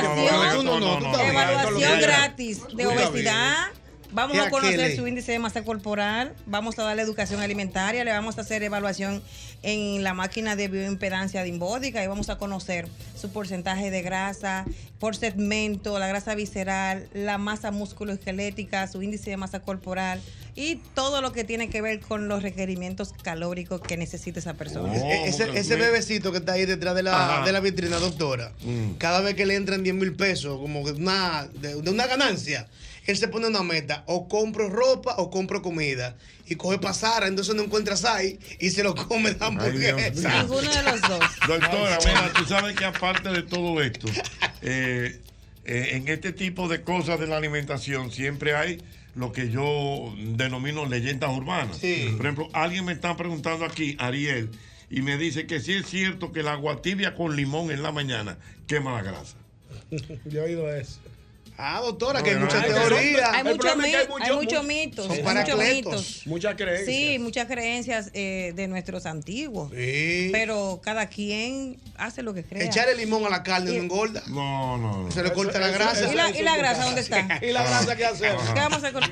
Evaluación,
No, no, no, tú estás bien.
evaluación gratis de
Tú estás
obesidad. Vamos
¿Y
a
a qué
conocer
le-
su índice de masa corporal, vamos a darle educación alimentaria, le vamos a hacer evaluación en la máquina de bioimpedancia dimbódica y vamos a conocer su porcentaje de grasa por segmento, la grasa visceral, la masa musculoesquelética, su índice de masa corporal y todo lo que tiene que ver con los requerimientos calóricos que necesita esa persona.
E- Ese, ese bebecito que está ahí detrás de la,
Ajá.
de la vitrina, doctora, cada vez que le entran 10 mil pesos, como que una, de, de una ganancia, él se pone una meta: o compro ropa o compro comida. Y coge pasara, entonces no encuentra sai y se lo come de hamburguesa.
Ninguno de los dos.
Doctora, mira, tú sabes que aparte de todo
*laughs*
esto, eh, eh, en este tipo de cosas de la alimentación siempre hay lo que yo denomino leyendas urbanas. Por ejemplo, alguien me está preguntando aquí, Ariel, y me dice que sí es cierto que la agua tibia con limón en la mañana quema la grasa.
Yo he oído eso.
Ah, doctora,
que hay muchas
teorías. Hay mucho
hay
mi- hay mucho mitos,
Son
hay
paracletos.
muchos mitos.
Muchas creencias.
Sí, muchas creencias eh, de nuestros antiguos.
Sí.
Pero cada quien hace lo que cree.
Echarle limón a la carne no engorda.
No, no,
Se le
Eso-
corta la
eso-
grasa.
eso- ¿Y la- eso y la es grasa dónde está?
*laughs*
*laughs*
¿Y la grasa qué hacemos?
¿Qué vamos a hacer con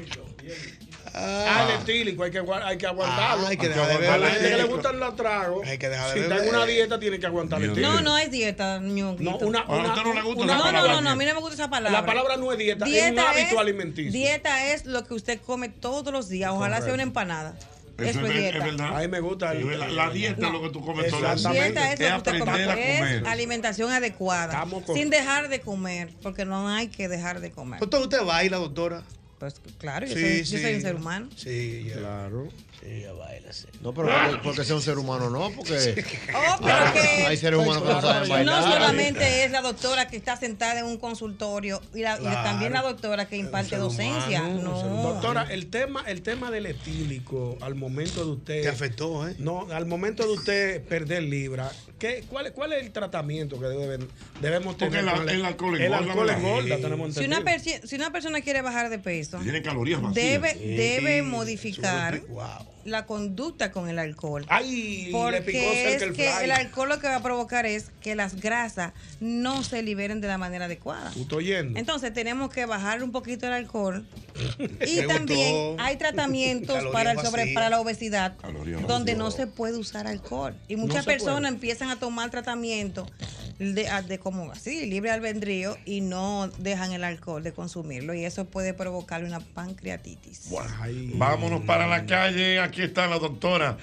Ah, el etílico, hay que, aguar- hay que aguantarlo.
hay que
Hay que
dejar de
aguantarlo. A la gente que
beber.
le gustan los tragos, hay que
dejar de
si está en
beber.
una dieta, tiene que aguantar el
No,
etílico.
no es dieta, ñonguito.
No, una-
no,
Ahora, Ah, ¿a usted no le gusta
no,
esa
no,
palabra
no, no, a mí
dieta?
no me gusta esa palabra.
La palabra no es dieta, es un hábito alimenticio.
Dieta es lo que usted come todos los días. Ojalá sea
Correcto.
una empanada.
Eso es ver- es
dieta.
verdad.
Ahí me gusta.
Es verdad. La dieta es lo que tú comes todos los días.
Dieta es
Es
lo que usted come,
aprender a
es
comer.
alimentación adecuada.
Estamos con-
Sin dejar de comer, porque no hay que dejar de comer.
Doctor, usted baila, doctora.
Pues claro, yo,
Sí,
soy, yo
sí.
soy un ser
*laughs*
humano.
Sí, ya.
Claro.
Sí, ya baila, sí.
No, pero porque, porque sea un ser humano, no, porque. Ah,
Oh, pero que-
Hay seres humanos que no saben bailar.
No solamente es la doctora que está sentada en un consultorio y, la- y
Claro.
también la doctora que imparte docencia. no.
Doctora, el tema, el tema del etílico al momento de usted. Te
afectó, ¿eh?
No, al momento de usted perder libra, ¿qué, cuál, es- ¿cuál es el tratamiento que deben, debemos
Porque
tener?
el-
con
el alcohol
El
engorda,
alcohol
¿verdad?
engorda,
Sí.
tenemos
Si una,
entendido.
persi- si una persona quiere bajar de peso,
Tienen calorías vacías.
debe,
Sí.
debe modificar
Wow.
la conducta con el alcohol.
Ay, le picó
porque es
cerca el
que
fly.
el alcohol lo que va a provocar es que las grasas no se liberen de la manera adecuada.
¿Tú estás oyendo?
Entonces tenemos que bajar un poquito el
*laughs*
alcohol
Me
y
gustó.
también hay tratamientos
Calorías
para el sobre
vacías.
para la obesidad
Calorías
donde
vacías.
no se puede usar alcohol y
No
muchas
se
personas
puede.
empiezan a tomar tratamiento de, a- de como así libre albedrío y no dejan el alcohol de consumirlo y eso puede provocar una pancreatitis.
Vámonos para la calle. Aquí está la doctora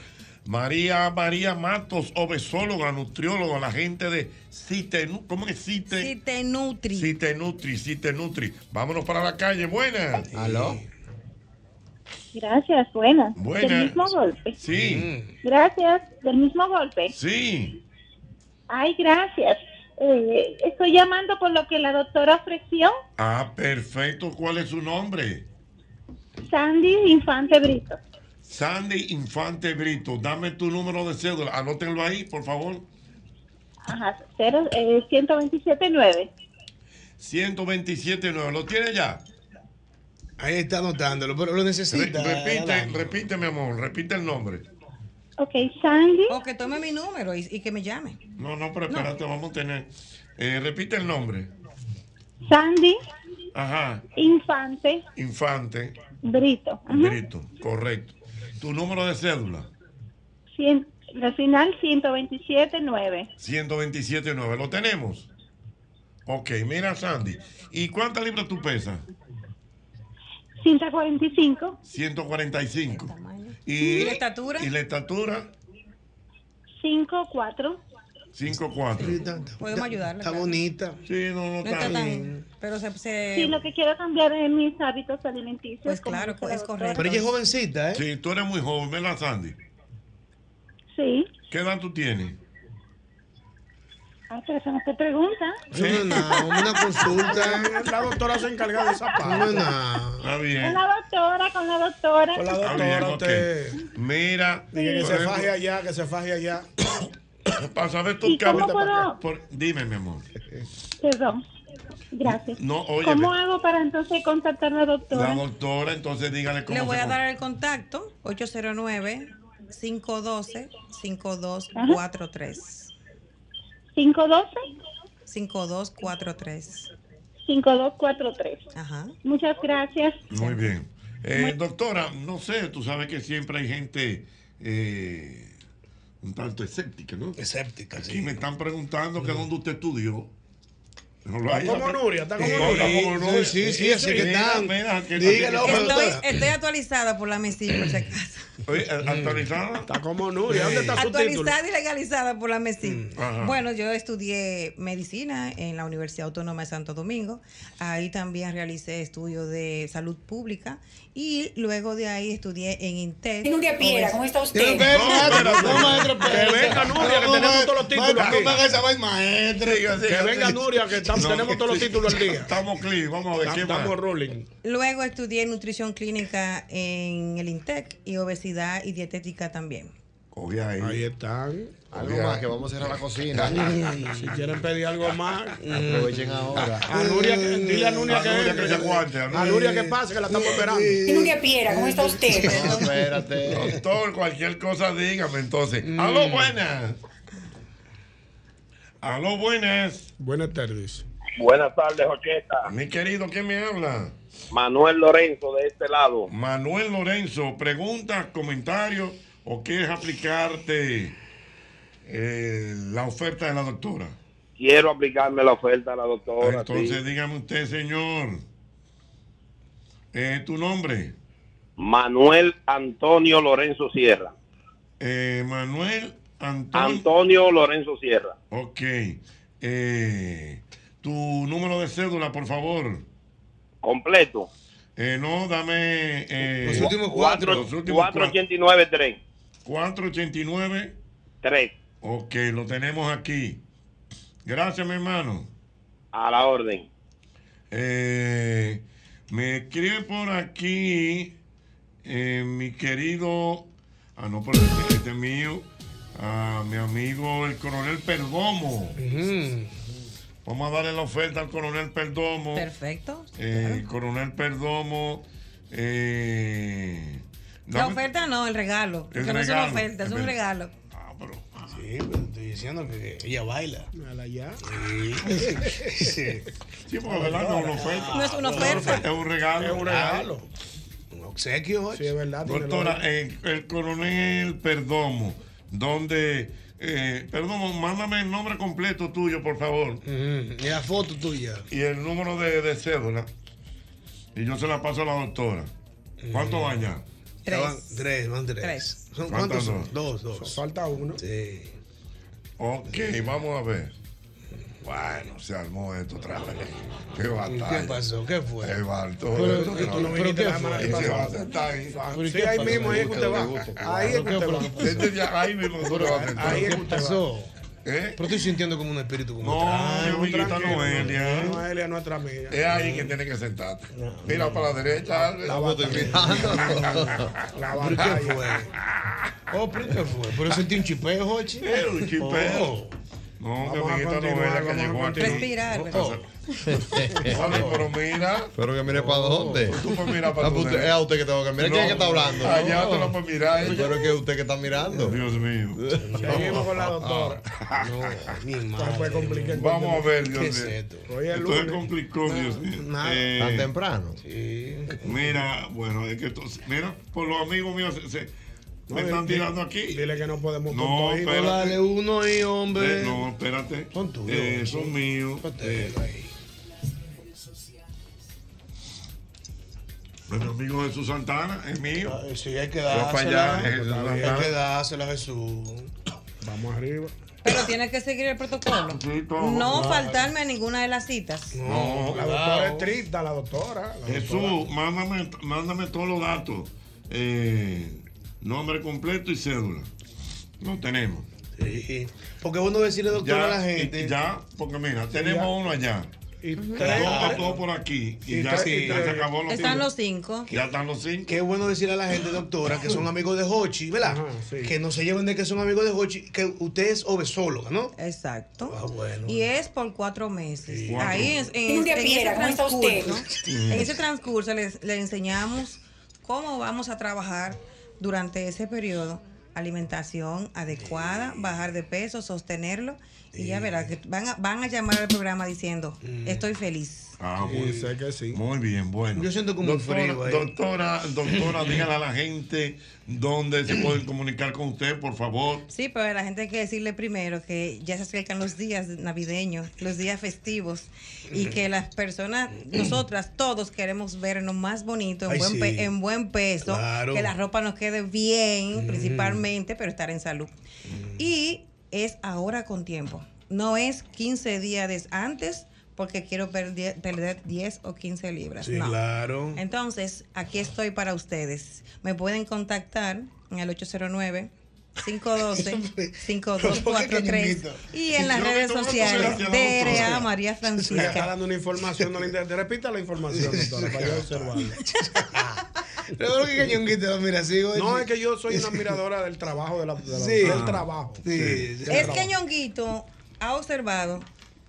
María María Matos, obesóloga, nutrióloga, la gente de Citenu. ¿Cómo es Cite?
Citenutri.
Citenutri, Citenutri. Vámonos para la calle. Buenas.
Aló.
Gracias, buena.
Buena.
Del mismo golpe.
Sí.
Gracias, del mismo golpe.
Sí.
Ay, gracias. Eh, estoy llamando por lo que la doctora ofreció,
Ah, perfecto. ¿Cuál es su nombre?
Sandy Infante Brito.
Sandy Infante Brito. Dame tu número de cédula. Anótenlo ahí, por favor.
Ajá, cero, eh, 127.9.
127.9. ¿Lo tiene ya?
Ahí está anotándolo, pero lo necesita.
Re- repite,
Adán.
repite, mi amor. Repite el nombre.
Ok, Sandy.
O que tome mi número y, y que me llame.
No, no, pero espérate, vamos a tener. Eh, repite el nombre.
Sandy
Ajá.
Infante
Infante
Brito. Ajá,
Brito. Correcto. Tu número de cédula.
cien- la final 127.9.
127.9. ¿Lo tenemos? Ok, mira, Sandy. ¿Y cuántas libras tú pesas?
145.
145. ¿Y,
¿Y la estatura?
¿Y la estatura?
54.
5'4".
Podemos ayudarla. claro.
bonita.
Sí, no, no,
No está
está
tan-
bien.
pero se, se-
Sí, lo que quiero cambiar es mis hábitos alimenticios.
Pues
como
claro,
dice la
es
doctora.
correcto.
Pero ella es
jovencita, ¿eh?
Sí, tú eres muy joven, ¿verdad, Sandy?
Sí.
¿Qué edad tú tienes?
Ah, pero eso no se pregunta.
No,
*laughs*
no,
una consulta.
La doctora se encarga de esa parte.
Está bien.
Con la doctora, con la doctora.
Con la
Está bien,
doctora,
ok.
usted.
Mira,
Dije que
por
se
ejemplo,
faje allá, que se faje allá.
para saber
¿Y
tus
cómo
cambios.
puedo?
Por- Dime, mi amor.
Perdón. Gracias.
No, oye,
¿Cómo hago para entonces contactar a la
la
doctora?
doctora, entonces dígale cómo
Le voy
se
a
con-
dar el contacto, 809-512-5243.
512
5243.
5243.
Ajá.
Muchas gracias.
Muy bien. Eh, doctora, no sé, tú sabes que siempre hay gente eh, un tanto escéptica, ¿no?
Escéptica,
sí. Y me están preguntando que dónde usted estudió. Pero lo hay-
Como Nuria, está como
Eh,
Nuria.
como Nuria. Mira, mira, que-
Estoy, estoy actualizada por la MESI, por si acaso.
Oye, ¿eh, actualizada.
Está como Nuria. ¿Dónde está su título?
Actualizada y legalizada por la MESI.
Ajá.
Bueno, yo estudié medicina en la Universidad Autónoma de Santo Domingo. Ahí también realicé estudios de salud pública y luego de ahí estudié en INTES.
Nuria Piera, ¿cómo está usted?
Tengo que ver, maestra, no, maestra,
Que venga Nuria, que tenemos todos los títulos.
Maestra, no me haga esa
aquí. Que venga Nuria, que estamos-
No,
tenemos todos los
sí.
títulos al día.
Estamos clean, vamos a ver qué más.
Estamos rolling.
Luego estudié nutrición clínica en el INTEC y obesidad y dietética también.
Oye, ahí.
Ahí están.
Algo más, que vamos a cerrar la
*laughs*
cocina.
*laughs* si quieren pedir algo más,
Aprovechen ahora.
Ah,
A Nuria,
Eh,
que- dile a Nuria
A
que,
Nuria que se aguante, a
A Nuria
*laughs*
que pase, que la estamos esperando.
Nuria Piera, ¿cómo está usted?
espérate.
Doctor, cualquier cosa dígame entonces.
Mm.
Aló, buenas. Aló, buenas.
Buenas tardes.
Buenas tardes, Jocheta.
Mi querido, ¿quién me habla?
Manuel Lorenzo, de este lado.
Manuel Lorenzo, preguntas, comentarios o quieres aplicarte eh, la oferta de la doctora?
Quiero aplicarme la oferta a la doctora.
Entonces
sí.
dígame usted, señor, eh, tu nombre.
Manuel Antonio Lorenzo Sierra.
Eh, Manuel Antonio.
Antonio Lorenzo Sierra.
Ok. Eh, tu número de cédula, por favor.
Completo.
Eh, no, dame. eh,
Los últimos cuatro.
Los últimos
489 3.
489.
3.
Ok, lo tenemos aquí. Gracias, mi hermano.
A la orden.
Eh, me escribe por aquí eh, mi querido. Ah, no, pero este, este es mío. A mi amigo el coronel Perdomo. Vamos a darle la oferta al coronel Perdomo.
Perfecto.
Eh, coronel Perdomo. eh,
La
dame-
oferta no, el regalo.
El
Porque no es una
regalo, Ah,
oferta,
es
es un
verdad.
regalo.
Sí, pero estoy diciendo que ella baila.
ya.
Sí. *laughs* sí.
Sí, porque ¿verdad? No, una oferta.
No es una oferta.
Es un regalo.
Es un regalo. Un obsequio.
Sí, es verdad.
Doctora, eh, el, coronel Perdomo, donde. eh, Perdomo, mándame el nombre completo tuyo, por favor.
Y la foto tuya.
Y el número de, de cédula. Y yo se la paso a la doctora.
Mm.
¿Cuánto van ya?
Tres. Van tres, van tres. ¿Son
Faltan
cuántos son?
dos.
Dos, dos.
Falta uno.
Sí.
Ok, vamos a ver. Bueno, se armó esto otra vez. Qué batalla.
¿Qué pasó? ¿Qué fue?
Se baltó.
Pero-
esto
pero-
otra vez.
pero ¿qué
Y
fue?
se va a sentar ahí.
Pero ¿y qué pasó?
Ahí es que usted va. Este ya- Ahí mismo se va a sentar.
¿Qué pasó?
Pero
estoy sintiendo como un espíritu como
No, mi amiguita Noelia.
Noelia, nuestra amiga.
Es ahí que tienes que sentarte. Mira para la derecha, Álvaro.
La batalla. *laughs*
La
batalla. ¿Qué fue? Oh, ¿pero qué fue? Pero sentí un chipeo, Jochi.
Era un chipeo. No, mi
Vamos a
amiguita
continuar,
novela que
vamos a
llegó aquí.
continuar. Respira, Álvaro.
Oh. Vale, pero mira.
Pero que mire para dónde.
Tú puedes mirar para
Ah, pues
tu
usted-
derecha.
Es a usted que tengo que mirar. ¿Quién es que está hablando?
Allá te lo puedes mirar. ella.
Pero es que usted que está mirando.
Dios mío.
Seguimos con la doctora.
Vamos a ver, Dios
¿Qué es
mío.
esto?
Hoy es
Esto es
lunes.
complicado, Dios mío. Eh,
Tan temprano.
Mira, bueno, es que entonces, mira, por los amigos míos se- se-
No,
me
di-
están
di-
tirando aquí.
Dile que no podemos
No,
con todo ahí.
espérate. Dale
uno ahí,
Eh, no, espérate. Son tuyos. son míos. Eh, Nuestro amigo Jesús Santana es mío.
Sí, hay que
Va para
dársela.
allá, Jesús
Hay
Santana.
que dársela, Jesús.
Vamos arriba.
Pero tiene que seguir el protocolo.
todo.
No
Claro.
faltarme a ninguna de las citas.
No,
la doctora es trista, la doctora. la doctora.
Jesús, mándame, mándame todos los datos. Eh, nombre completo y cédula. No tenemos.
Sí. Porque uno decirle, doctora, a la gente.
y- Ya, porque mira, tenemos
Ya.
uno allá.
Y
tres-
dos, dos por aquí. Y,
y
ya,
tres- y
ya se
tres.
acabó los
Están
cinco.
los cinco.
Ya están los cinco.
Qué bueno decirle a la gente, doctora, que son amigos de Hochi, ¿verdad? Que no se lleven de que son amigos de Hochi, que usted es obesóloga, ¿no?
Exacto.
Ah, bueno.
Y es por cuatro meses.
Cuatro.
Ahí en, en-
Un día
en
piedra,
ese
¿cómo está usted?
transcurso,
Mm.
en ese transcurso les- le enseñamos cómo vamos a trabajar durante ese periodo. Alimentación adecuada, bajar de peso, sostenerlo. Y ya verás que van a, van a llamar al programa diciendo,
Mm.
estoy feliz.
Ah,
Sí,
bueno.
sé que sí.
Muy bien, bueno.
Yo siento como un
doctora,
frío ahí.
Doctora,
*laughs*
doctora, dígale a la gente dónde se pueden comunicar con usted, por favor.
Sí, pero a la gente hay que decirle primero que ya se acercan los días navideños, los días festivos, y que las personas, nosotras, todos queremos vernos más bonito, en,
Ay,
buen,
sí.
pe- en buen peso,
Claro. Mm.
que la ropa nos quede bien, principalmente, pero estar en salud. Y es ahora con tiempo, no es 15 días des- antes porque quiero perder, perder 10 o 15 libras.
Sí,
no.
claro.
Entonces, aquí estoy para ustedes. Me pueden contactar en el 809 512 5243 y en las
Yo
redes
que tengo
sociales
que hacer
DRA
doctora.
María
Me está *laughs*
Francisca.
dando una información, no le inter- repita la información, doctora, para yo observarla.
*laughs* Pero creo que Ñonguito lo mira así, güey.
No, es que yo soy una admiradora del trabajo de la, de la-
Sí.
del trabajo.
Sí.
Es que Ñonguito ha observado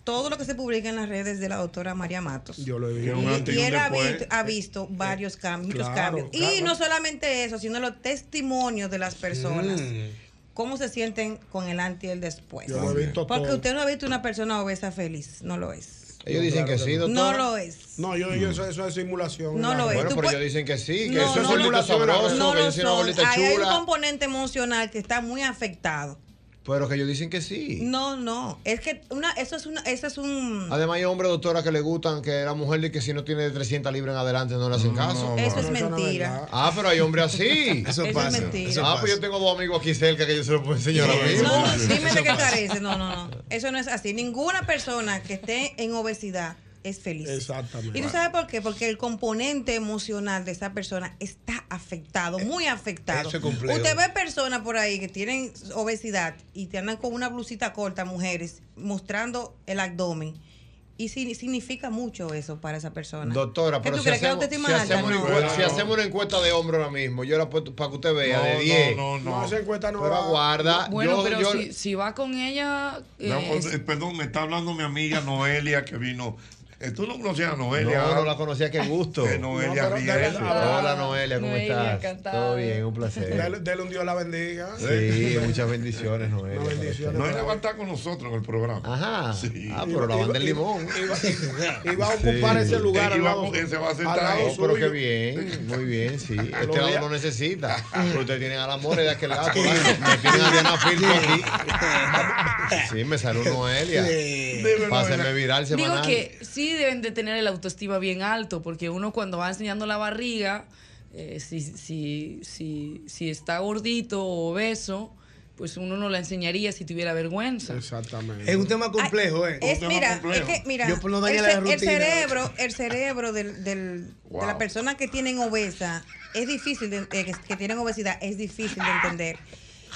todo lo que se publica en las redes de la doctora María Matos.
Yo lo he
Y,
visto.
y él ha visto, ha visto varios cambios, muchos
claro,
cambios. Y
claro.
no solamente eso, sino los testimonios de las personas.
Mm.
cómo se sienten con el antes y el después.
Yo lo he visto
Porque
todo.
usted no ha visto una persona obesa feliz, no lo es.
Ellos dicen que sí, doctor.
No lo es.
No, yo, yo eso, eso es simulación.
No lo es.
Bueno,
Tú
pero
pu-
ellos dicen que sí, que
No, no
eso es un
lo-
bolito sabroso,
No
que
lo
yo soy una
son.
bolita
Ahí hay un
chula.
componente emocional que está muy afectado.
Pero que ellos dicen que sí.
No, no. Es que una, eso es una, eso es un.
Además hay hombres, doctora, que le gustan que la mujer de que si no tiene de 300 libras en adelante no le hacen caso.
Eso es mentira.
Ah, pero hay hombres así.
Eso Eso es pasa, mentira. eso
ah, pues
pasa.
yo tengo dos amigos aquí cerca que yo se los puedo enseñar a mí.
No, no, dime de qué carece. No, no, no. Eso no es así. Ninguna persona que esté en obesidad es feliz.
Exactamente.
¿Y tú sabes por qué? Porque el componente emocional de esa persona está
Eh,
afectado, muy afectado.
eso es complejo.
Usted ve personas por ahí que tienen obesidad y te andan con una blusita corta, mujeres, mostrando el abdomen. Y si- significa mucho eso para esa persona.
Doctora,
¿Qué
pero
tú
si
crees que la
hacemos, si,
autoestima es alta?
hacemos una
No.
encuesta, si hacemos una encuesta de hombro ahora mismo, yo la puedo para que usted vea,
No,
de
no,
10.
no, no. No, esa
encuesta
no Pero aguarda.
Bueno,
yo-
pero
yo- pues,
si, si va con ella. eh,
No,
es-
eh, perdón, me está hablando mi amiga Noelia que vino. Eh, ¿Tú no conocías a Noelia?
No, no la conocía, qué gusto.
Eh, Noelia
No, pero-
Ríos.
Ah, Hola Noelia, ¿cómo
Noelia,
estás?
encantada.
Todo bien, un placer.
Dele, dele un Dios la bendiga.
Sí, muchas bendiciones, Noelia.
Noelia va a estar con nosotros en el programa.
Ajá.
Sí.
Ah, pero la banda del limón. *laughs*
Y va a ocupar
Sí.
ese lugar. al
Iba a
lado-
po- se va a sentar
al lado
Oh, pero
suyo.
qué bien, muy
*laughs*
bien, sí. Este lado
días-
lo necesita.
*laughs*
Pero Ustedes tienen a la more de aquel lado. claro. Me tienen a Diana Filpo aquí. Sí, me salió Noelia. Pásenme viral
digo
semanal.
que sí deben de tener el autoestima bien alto, porque uno cuando va enseñando la barriga, eh, si, si, si, si está gordito o obeso, pues uno no la enseñaría si tuviera vergüenza.
Exactamente.
Es un tema complejo, ¿eh?
Es, mira, es que, mira,
Yo por no
el,
dañar
ce-
la
el
rutina.
cerebro, el cerebro del, del- de
Wow.
la persona que tienen obesa, es difícil, de- eh, que, que tienen obesidad, es difícil de entender.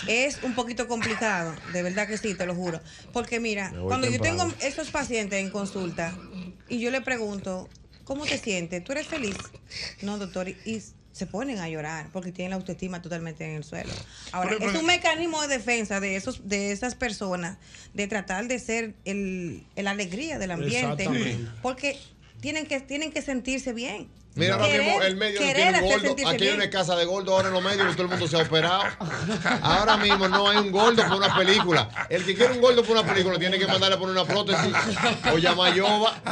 Es un poquito complicado, de verdad que sí, te lo juro. Porque mira,
Me voy
cuando yo
temprano.
tengo estos pacientes en consulta y yo le pregunto, ¿cómo te sientes? ¿Tú eres feliz? No, doctor, y- y se ponen a llorar porque tienen la autoestima totalmente en el suelo. Ahora,
Pero,
es
pero-
un mecanismo de defensa de esos de esas personas de tratar de ser el, el alegría del ambiente
Exactamente.
porque tienen que tienen que sentirse bien.
Mira, ahora
Querer-
mismo el medio no
querer
tiene
hacer
gordo.
sentirse
Aquí hay
bien.
una casa de gordo ahora en los medios y todo el mundo se ha operado. Ahora mismo no hay un gordo por una película. El que quiere un gordo por una película tiene que mandarle por una prótesis o llamar a Yoba.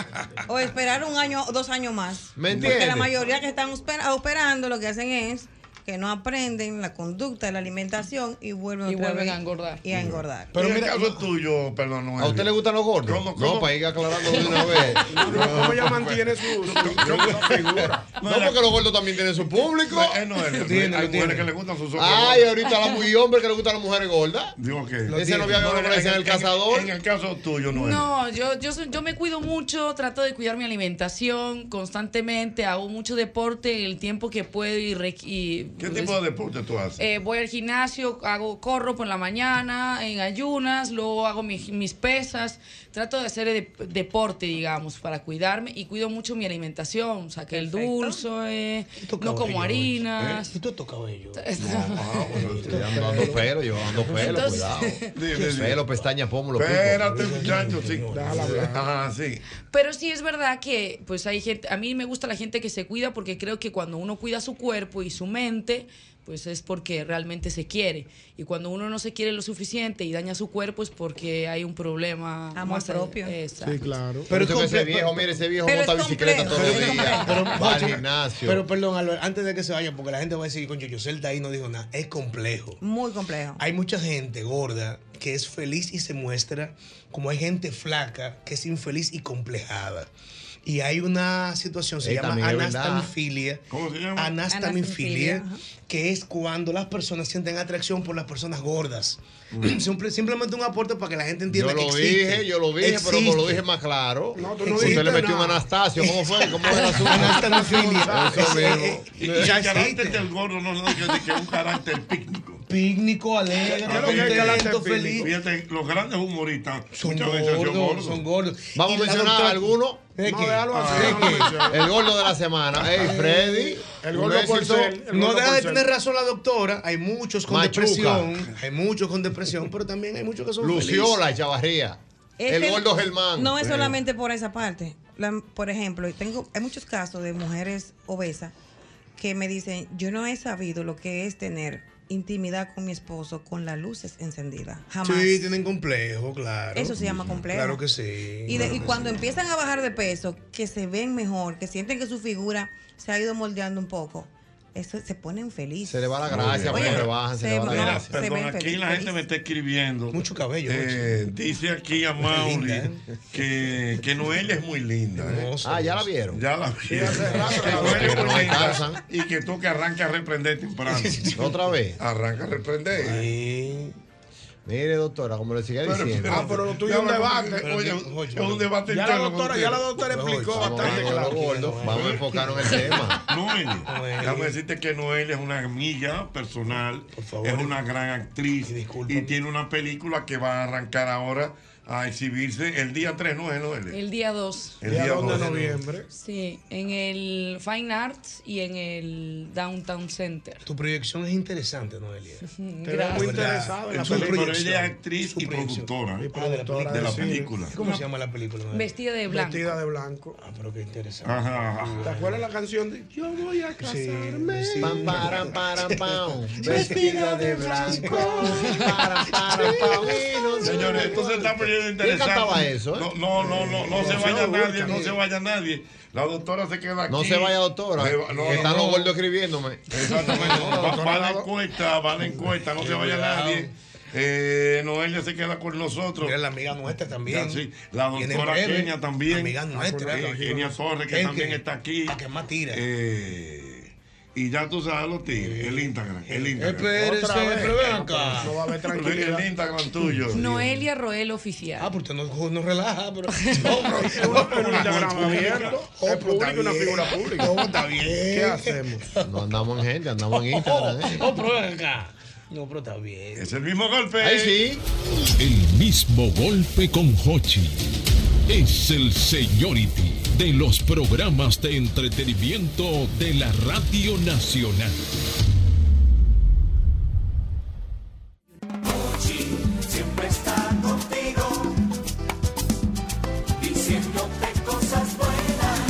o esperar un año o dos años más.
¿Me
Porque la
entiendes?
mayoría que están opera- operando lo que hacen es que no aprenden la conducta, la alimentación y vuelven,
Y
otra
vuelven
vez
a engordar.
Y a engordar.
Pero mira, el caso es tuyo, perdón, Noelia.
¿A usted le gustan los gordos? No, para ir aclarando de una *laughs* vez.
¿Cómo ella mantiene su, figura?
No, porque los gordos también tienen su público.
Noelia, hay mujeres que le gustan sus ojos.
Ay, ahorita la, y hombre que le gustan las mujeres gordas.
Digo que.
Ese no había
Noelia,
hombre, ese es el cazador.
En, el caso tuyo, Noelia.
No, yo, yo, soy- yo me cuido mucho, trato de cuidar mi alimentación constantemente, hago mucho deporte en el tiempo que puedo y... re- y- pues
¿Qué tipo de deporte tú haces?
Eh, voy al gimnasio, hago corro por la mañana, en ayunas, luego hago mi- mis pesas, trato de hacer de- deporte, digamos, para cuidarme y cuido mucho mi alimentación, o sea, que el dulce, no como harinas.
¿Y ¿Eh? tú has tocado ello?
Yo ando dando pelo, yo ando pelo,
Entonces-
cuidado.
sí, sí.
Pelo, pestaña, pómulo, pico.
Espérate, muchacho, sí. Ajá, sí.
*laughs* Pero sí es verdad que, pues hay gente, a mí me gusta la gente que se cuida porque creo que cuando uno cuida su cuerpo y su mente, pues es porque realmente se quiere. Y cuando uno no se quiere lo suficiente y daña su cuerpo es porque hay un problema.
Amor propio.
Sí, claro.
Pero
es
ese
comple-
viejo, mire, ese viejo
pero
monta
es
bicicleta
complejo.
todos los
Pero es
días.
complejo.
Va al
Jochi,
gimnasio.
Pero perdón, Albert, antes de que se vaya, porque la gente va a decir, con yo Celta ahí no dijo nada. Es complejo.
Muy complejo.
Hay mucha gente gorda que es feliz y se muestra, como hay gente flaca que es infeliz y complejada. Y hay una situación, se
Eh,
llama
también es verdad.
anastamofilia.
¿Cómo se
llama?
Anastamofilia,
Anastamofilia,
ajá.
que es cuando las personas sienten atracción por las personas gordas. *clears throat* Simple- simplemente un aporte para que la gente entienda
Mm. Yo lo
que existe.
dije, yo lo dije, pero como
Existe.
lo dije más claro.
tú no
Usted le
dijiste
metió un
nada.
Anastasio. ¿Cómo fue?
*laughs*
¿Cómo era su
Anastamofilia.
Eso
Es-
mismo.
Y, y el carácter del gordo no es que, que es un carácter pícnico. Ah,
Pícnico, alegre, contento, feliz.
Fíjate, los grandes humoristas
Son
muchas veces son
gordos,
gordos.
son gordos.
Vamos a mencionar alguno.
¿De qué?
El gordo de la semana. Ey, Freddy.
El
un
gordo por
éxito.
ser, No deja de tener razón la doctora. Hay muchos con
Machuca.
depresión. Hay muchos con depresión, pero también hay muchos que son
Luciola y Chavarría.
Es
El
que
gordo Germán.
No es
Sí.
solamente por esa parte. La- por ejemplo, tengo, hay muchos casos de mujeres obesas que me dicen, yo no he sabido lo que es tener intimidad con mi esposo con las luces encendidas. Jamás.
Sí, tienen complejo, claro.
Eso se llama complejo.
Claro que sí.
Y, de-
claro
y
que
cuando
sí.
empiezan a bajar de peso, que se ven mejor, que sienten que su figura se ha ido moldeando un poco, eso se ponen felices.
Se le
Ah,
va la gracia
Oye,
cuando rebajan, se, le va la
Mira,
gracia.
perdón, aquí la gente me está escribiendo. Mucho cabello. dice aquí a Mauri
¿eh?
que, que Noelia es muy linda. ¿eh?
Ah, ya la vieron.
Ya la vieron. Que Noelia es muy linda y que tú que arranques a reprender temprano.
Otra vez.
Arranca a reprender.
Mire, doctora, como le sigue diciendo.
pero- Ah, pero lo tuyo es un
Ya,
debate.
pero-
Oye,
Oye,
es un debate
ya la
interno
doctora-
contigo.
ya la doctora
Oye,
explicó
vamos,
bastante
vamos,
claro.
gordo, Vamos a
enfocarnos en el tema.
Noelia, déjame eh, decirte que Noelia es una amiga personal, es una gran actriz y tiene una película que va a arrancar ahora a exhibirse el día 3, ¿no es, Noelia?
El día 2.
El día 2 de noviembre.
Sí, en el Fine Arts y en el Downtown Center.
Tu proyección es interesante,
*laughs*
Noelia.
Te veo muy interesado en la
Su
película.
proyección.
Pero ella es actriz
Su
y
proyección.
productora.
Ah, de la película.
De la película.
¿Cómo se llama la película? Noelia?
Vestida de blanco.
Vestida de blanco.
Ah, pero qué interesante.
Ajá.
¿Te acuerdas la canción de Yo voy a casarme?
Pam, param, param, pam.
Vestida de blanco.
Señores, esto se está poniendo interesante.
cantaba eso, eh?
No, no, no, no, no se
Sí,
vaya
busca,
nadie, no
sí.
se vaya nadie. La doctora se queda aquí.
No se vaya, doctora.
Se va- no,
que
no,
están
no.
los gordos escribiéndome.
*laughs*
Va, va la encuesta, va la encuesta, no se vaya nadie. Eh, Noelia se queda con nosotros.
Mira, la amiga nuestra también.
Ya, sí. La
Viene
doctora
breve,
Kenia también.
amiga nuestra.
Eh, Kenia Torres, que
El
también
que-
está aquí.
la que más tira.
Eh, y ya tú sabes los tigres, el Instagram, el Instagram.
Eh, Espérese,
Otra vez.
pero ven acá.
No va a haber tranquilidad. *laughs* El Instagram tuyo.
Noelia Roel Oficial.
Ah, porque no, no relaja, pero.
O público, una figura pública.
¿Cómo está bien?
¿Qué hacemos?
No andamos en gente, andamos en Instagram. ¿eh?
No, pero ven acá. No, pero está bien.
*laughs* Es el mismo golpe.
Ahí sí.
El mismo golpe con Hochi. Es el seniority de los programas de entretenimiento de la Radio Nacional.
Hochi siempre está contigo, diciéndote cosas buenas.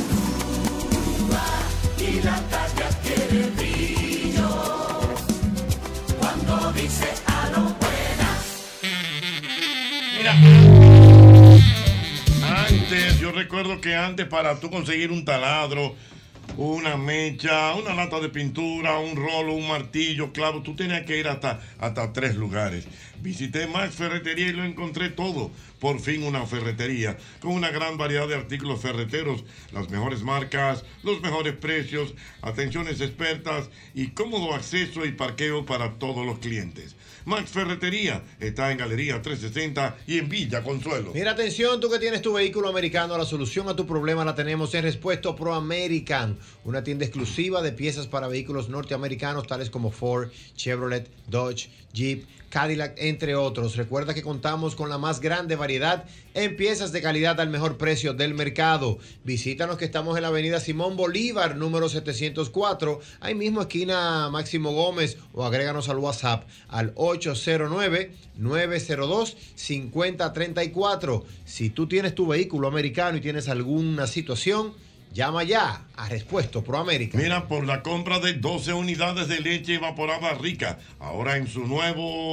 Rumba y la talla tiene brillo cuando dice "Ah, a lo buenas.
Antes, yo recuerdo que antes para tú conseguir un taladro, una mecha, una lata de pintura, un rolo, un martillo, claro, tú tenías que ir hasta, hasta tres lugares. Visité Max Ferretería y lo encontré todo. Por fin una ferretería con una gran variedad de artículos ferreteros, las mejores marcas, los mejores precios, atenciones expertas y cómodo acceso y parqueo para todos los clientes. Max Ferretería está en Galería 360 y en Villa Consuelo.
Mira, atención, tú que tienes tu vehículo americano, la solución a tu problema la tenemos en Respuesto Pro American, una tienda exclusiva de piezas para vehículos norteamericanos tales como Ford, Chevrolet, Dodge, Jeep, Cadillac, entre otros. Recuerda que contamos con la más grande variedad en piezas de calidad al mejor precio del mercado. Visítanos que estamos en la avenida Simón Bolívar, número 704, ahí mismo esquina Máximo Gómez, o agréganos al WhatsApp al 809-902-5034. Si tú tienes tu vehículo americano y tienes alguna situación, llama ya a Respuesto Pro América.
Mira, por la compra de 12 unidades de leche evaporada rica, ahora en su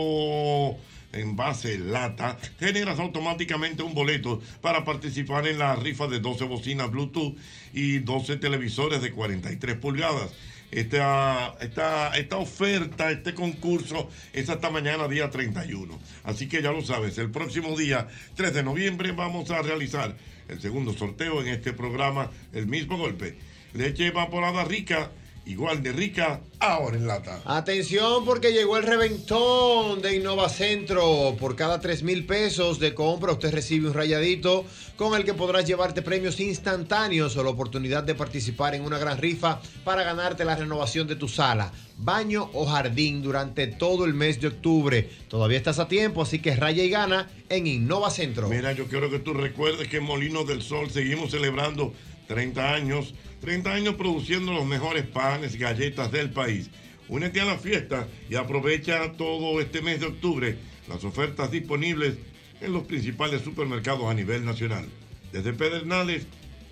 nuevo envase lata, generas automáticamente un boleto para participar en la rifa de 12 bocinas Bluetooth y 12 televisores de 43 pulgadas. Esta, esta, esta oferta, este concurso es hasta mañana día 31. Así que ya lo sabes, el próximo día 3 de noviembre vamos a realizar el segundo sorteo en este programa, el mismo golpe. Leche evaporada rica, igual de rica, ahora en lata.
Atención porque llegó el reventón de Innovacentro. Por cada 3 mil pesos de compra usted recibe un rayadito con el que podrás llevarte premios instantáneos o la oportunidad de participar en una gran rifa para ganarte la renovación de tu sala, baño o jardín durante todo el mes de octubre. Todavía estás a tiempo, así que raya y gana en Innovacentro.
Mira, yo quiero que tú recuerdes que en Molinos del Sol seguimos celebrando 30 años, 30 años produciendo los mejores panes y galletas del país. Únete a la fiesta y aprovecha todo este mes de octubre las ofertas disponibles en los principales supermercados a nivel nacional. Desde Pedernales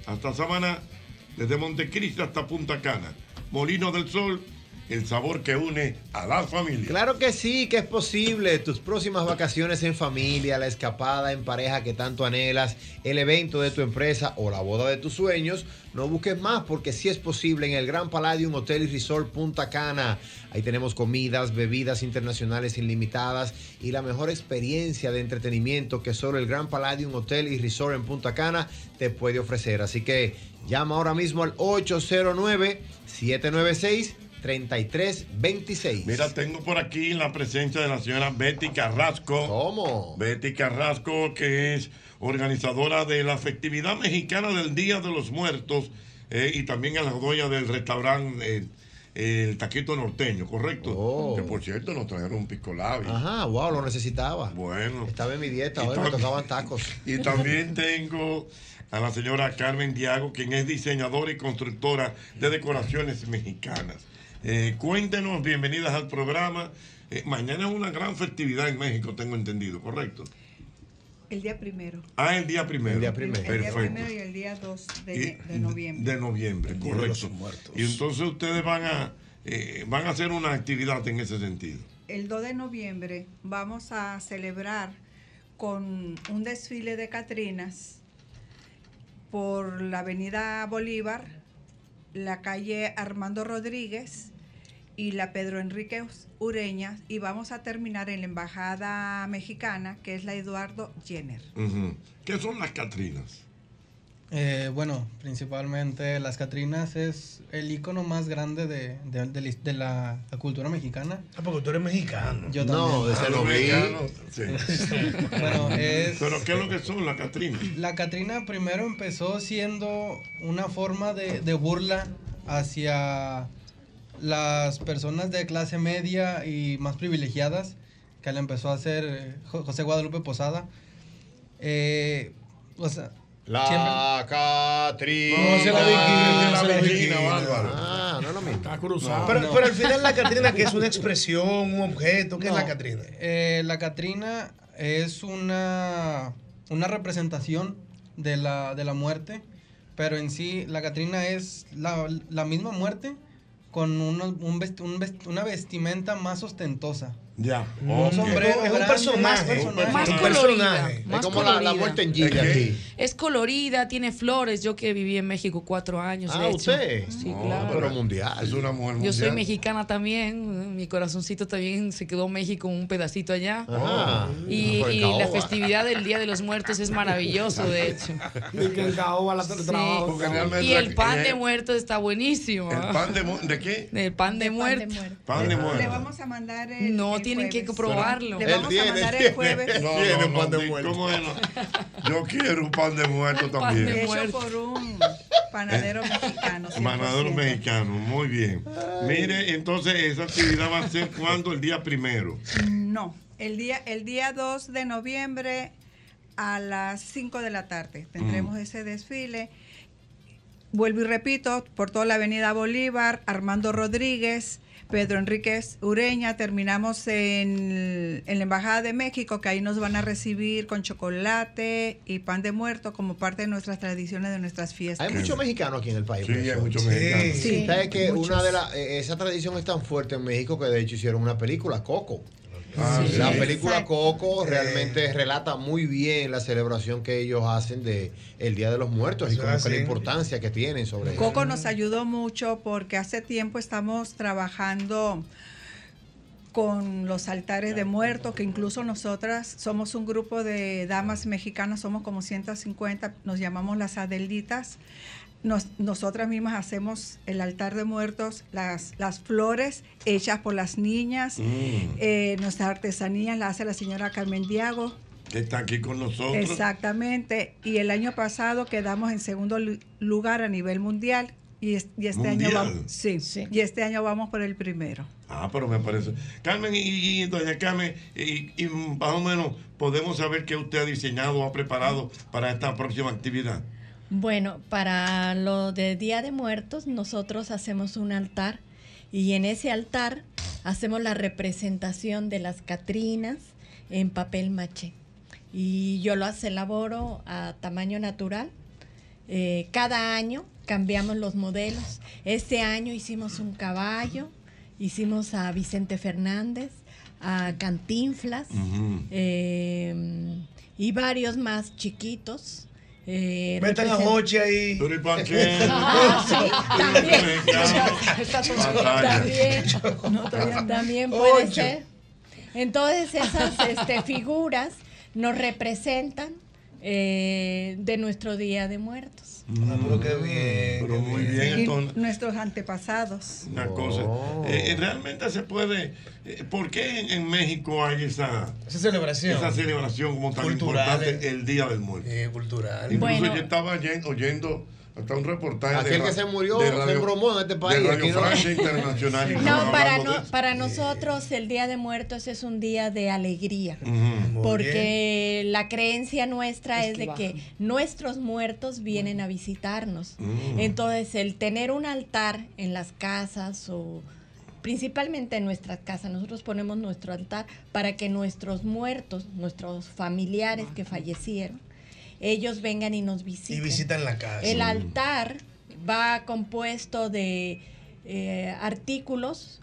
hasta Samaná, desde Montecristi hasta Punta Cana. Molino del Sol el sabor que une a las familias.
Claro que sí, que es posible. Tus próximas vacaciones en familia, la escapada en pareja que tanto anhelas, el evento de tu empresa o la boda de tus sueños. No busques más porque sí es posible en el Gran Palladium Hotel y Resort Punta Cana. Ahí tenemos comidas, bebidas internacionales ilimitadas y la mejor experiencia de entretenimiento que solo el Gran Palladium Hotel y Resort en Punta Cana te puede ofrecer. Así que llama ahora mismo al 809 796 3326.
Mira, tengo por aquí la presencia de la señora Betty Carrasco.
¿Cómo?
Betty Carrasco, que es organizadora de la festividad mexicana del Día de los Muertos eh, y también es la dueña del restaurante eh, El Taquito Norteño, ¿correcto? Que por cierto nos trajeron un pico labio.
Oh. Ajá, wow, lo necesitaba.
Bueno.
Estaba en mi dieta,
Y
hoy me
también-
tocaban tacos.
Y también tengo a la señora Carmen Diago, quien es diseñadora y constructora de decoraciones mexicanas. Eh, cuéntenos, bienvenidas al programa. Eh, mañana es una gran festividad en México, tengo entendido, ¿correcto?
El día primero.
Ah, el día primero. El día primero.
El día
Perfecto.
primero y el día 2 de,
Y-
de noviembre.
De noviembre, correcto. Y entonces ustedes van a, eh, van a hacer una actividad en ese sentido.
El 2 de noviembre vamos a celebrar con un desfile de Catrinas por la avenida Bolívar, la calle Armando Rodríguez y la Pedro Enrique Us- Ureña y vamos a terminar en la Embajada Mexicana, que es la Eduardo Jenner.
Ujú. ¿Qué son las Catrinas?
Eh, bueno, principalmente las Catrinas es el icono más grande de, de- de la- de la, la cultura mexicana.
Ah, porque tú eres mexicano.
Yo
No,
también.
desde
Ah,
lo vi.
*laughs* Bueno, es-
Pero ¿qué es lo que son las Catrinas?
La Catrina primero empezó siendo una forma de, de burla hacia las personas de clase media y más privilegiadas, que la empezó a hacer eh, Jo- José Guadalupe Posada. Eh, o sea,
La Catrina.
No, esa es la Bikini, esa es la Bikini.
Ah, no es lo mismo. Está
cruzado.
Pero,
No.
pero al final
*laughs*
la Catrina, que es una expresión, un objeto, ¿qué es la
No,
Catrina?
eh, la Catrina es una, una representación de la, de la muerte, pero en sí la Catrina es la, la misma muerte con unos- un vest- un vest- una vestimenta más ostentosa.
Ya.
Un sombrero
es un
grande,
personaje.
un personaje.
Más
Más
colorida.
colorida,
Es
más
como la, la
colorida.
muerte en Gila
Es que-
aquí.
Es colorida, tiene flores. Yo que viví en México cuatro años.
Ah,
de hecho.
usted.
Sí,
No,
claro.
Pero mundial.
Es una mujer
Yo soy
mundial.
mexicana también, mi corazoncito también se quedó en México un pedacito allá.
Ajá.
Y,
Por
y
caoba.
la festividad del Día de los Muertos es maravilloso, de hecho.
Y que *laughs* el caoba la tra- trabaja. Porque realmente
Y el pan
eh,
de muertos está buenísimo.
¿El pan de, mu- de qué?
El pan de muerto.
Pan de
Le
muerto.
vamos a mandar el
No, tienen que probarlo.
Le vamos a mandar el jueves.
No, no, no, di- ¿cómo es? No. Yo quiero un pan de muerto también.
Hecho por un panadero mexicano.
Manadero
100%.
mexicano, muy bien. Mire, entonces esa actividad va a ser cuando el día primero.
No, el día, el día 2 de noviembre a las 5 de la tarde tendremos ese desfile. Vuelvo y repito, por toda la avenida Bolívar, Armando Rodríguez, Pedro Enríquez Ureña, terminamos en, en la Embajada de México, que ahí nos van a recibir con chocolate y pan de muerto como parte de nuestras tradiciones, de nuestras fiestas.
Hay muchos mexicanos aquí en el país.
Sí,
profesor.
hay muchos mexicanos.
Sí,
¿Sabes que
muchos.
una de las eh, esa tradición es tan fuerte en México que de hecho hicieron una película, Coco.
sí.
la película Coco realmente relata muy bien la celebración que ellos hacen de el Día de los Muertos y
Eso es
como que la
así.
importancia que tienen sobre eso.
Coco nos ayudó mucho porque hace tiempo estamos trabajando con los altares de muertos, que incluso nosotras somos un grupo de damas mexicanas, somos como 150, nos llamamos las Adelitas. Nos- nosotras mismas hacemos el altar de muertos, las, las flores hechas por las niñas,
Mm.
eh, nuestra artesanía la hace la señora Carmen Diago,
Que está aquí con nosotros.
Exactamente. Y el año pasado quedamos en segundo lu- lugar a nivel mundial. Y, es- y este año
¿Mundial?
vamos. sí, Y este año vamos por el primero.
Ah, pero me parece. Carmen y, y doña Carmen, y, y más o menos podemos saber qué usted ha diseñado o ha preparado para esta próxima actividad.
Bueno, para lo de Día de Muertos, nosotros hacemos un altar y en ese altar hacemos la representación de las Catrinas en papel maché. Y yo las elaboro a tamaño natural. Eh, cada año cambiamos los modelos. Este año hicimos un caballo, Hicimos a Vicente Fernández, a Cantinflas
Ujú.
eh, y varios más chiquitos. eh,
Metan a
represent-
Hochi ahí.
Pero ¿y para
qué? Ah, *laughs* sí, también. También, no, todavía- también puede
Ocho.
ser. Entonces esas este, figuras nos representan eh, de nuestro Día de Muertos.
pero qué bien.
Pero muy bien,
Y
entonces.
nuestros antepasados.
Una cosa.
Oh.
Eh, eh, realmente se puede. eh, ¿Por qué en, en México hay esa,
Esa celebración.
esa celebración como tan
Cultural,
eh.
importante el Día del Muerto?
cultural.
Incluso
Bueno.
yo estaba oyen- oyendo hasta un reportaje.
Aquel
ra-
que se murió
de
se
radio-
bromó en este país,
De
aquí
Radio
no.
Francia Internacional. y estaban
*laughs* No, para,
hablando de
no, para nosotros el Día de Muertos es un día de alegría.
Ujú.
Porque la creencia nuestra es, de
bajan.
que nuestros muertos vienen a visitarnos.
Mm.
Entonces, el tener un altar en las casas o principalmente en nuestras casas, nosotros ponemos nuestro altar para que nuestros muertos, nuestros familiares que fallecieron, ellos vengan y nos visiten.
Y visitan la casa.
El altar va compuesto de eh, artículos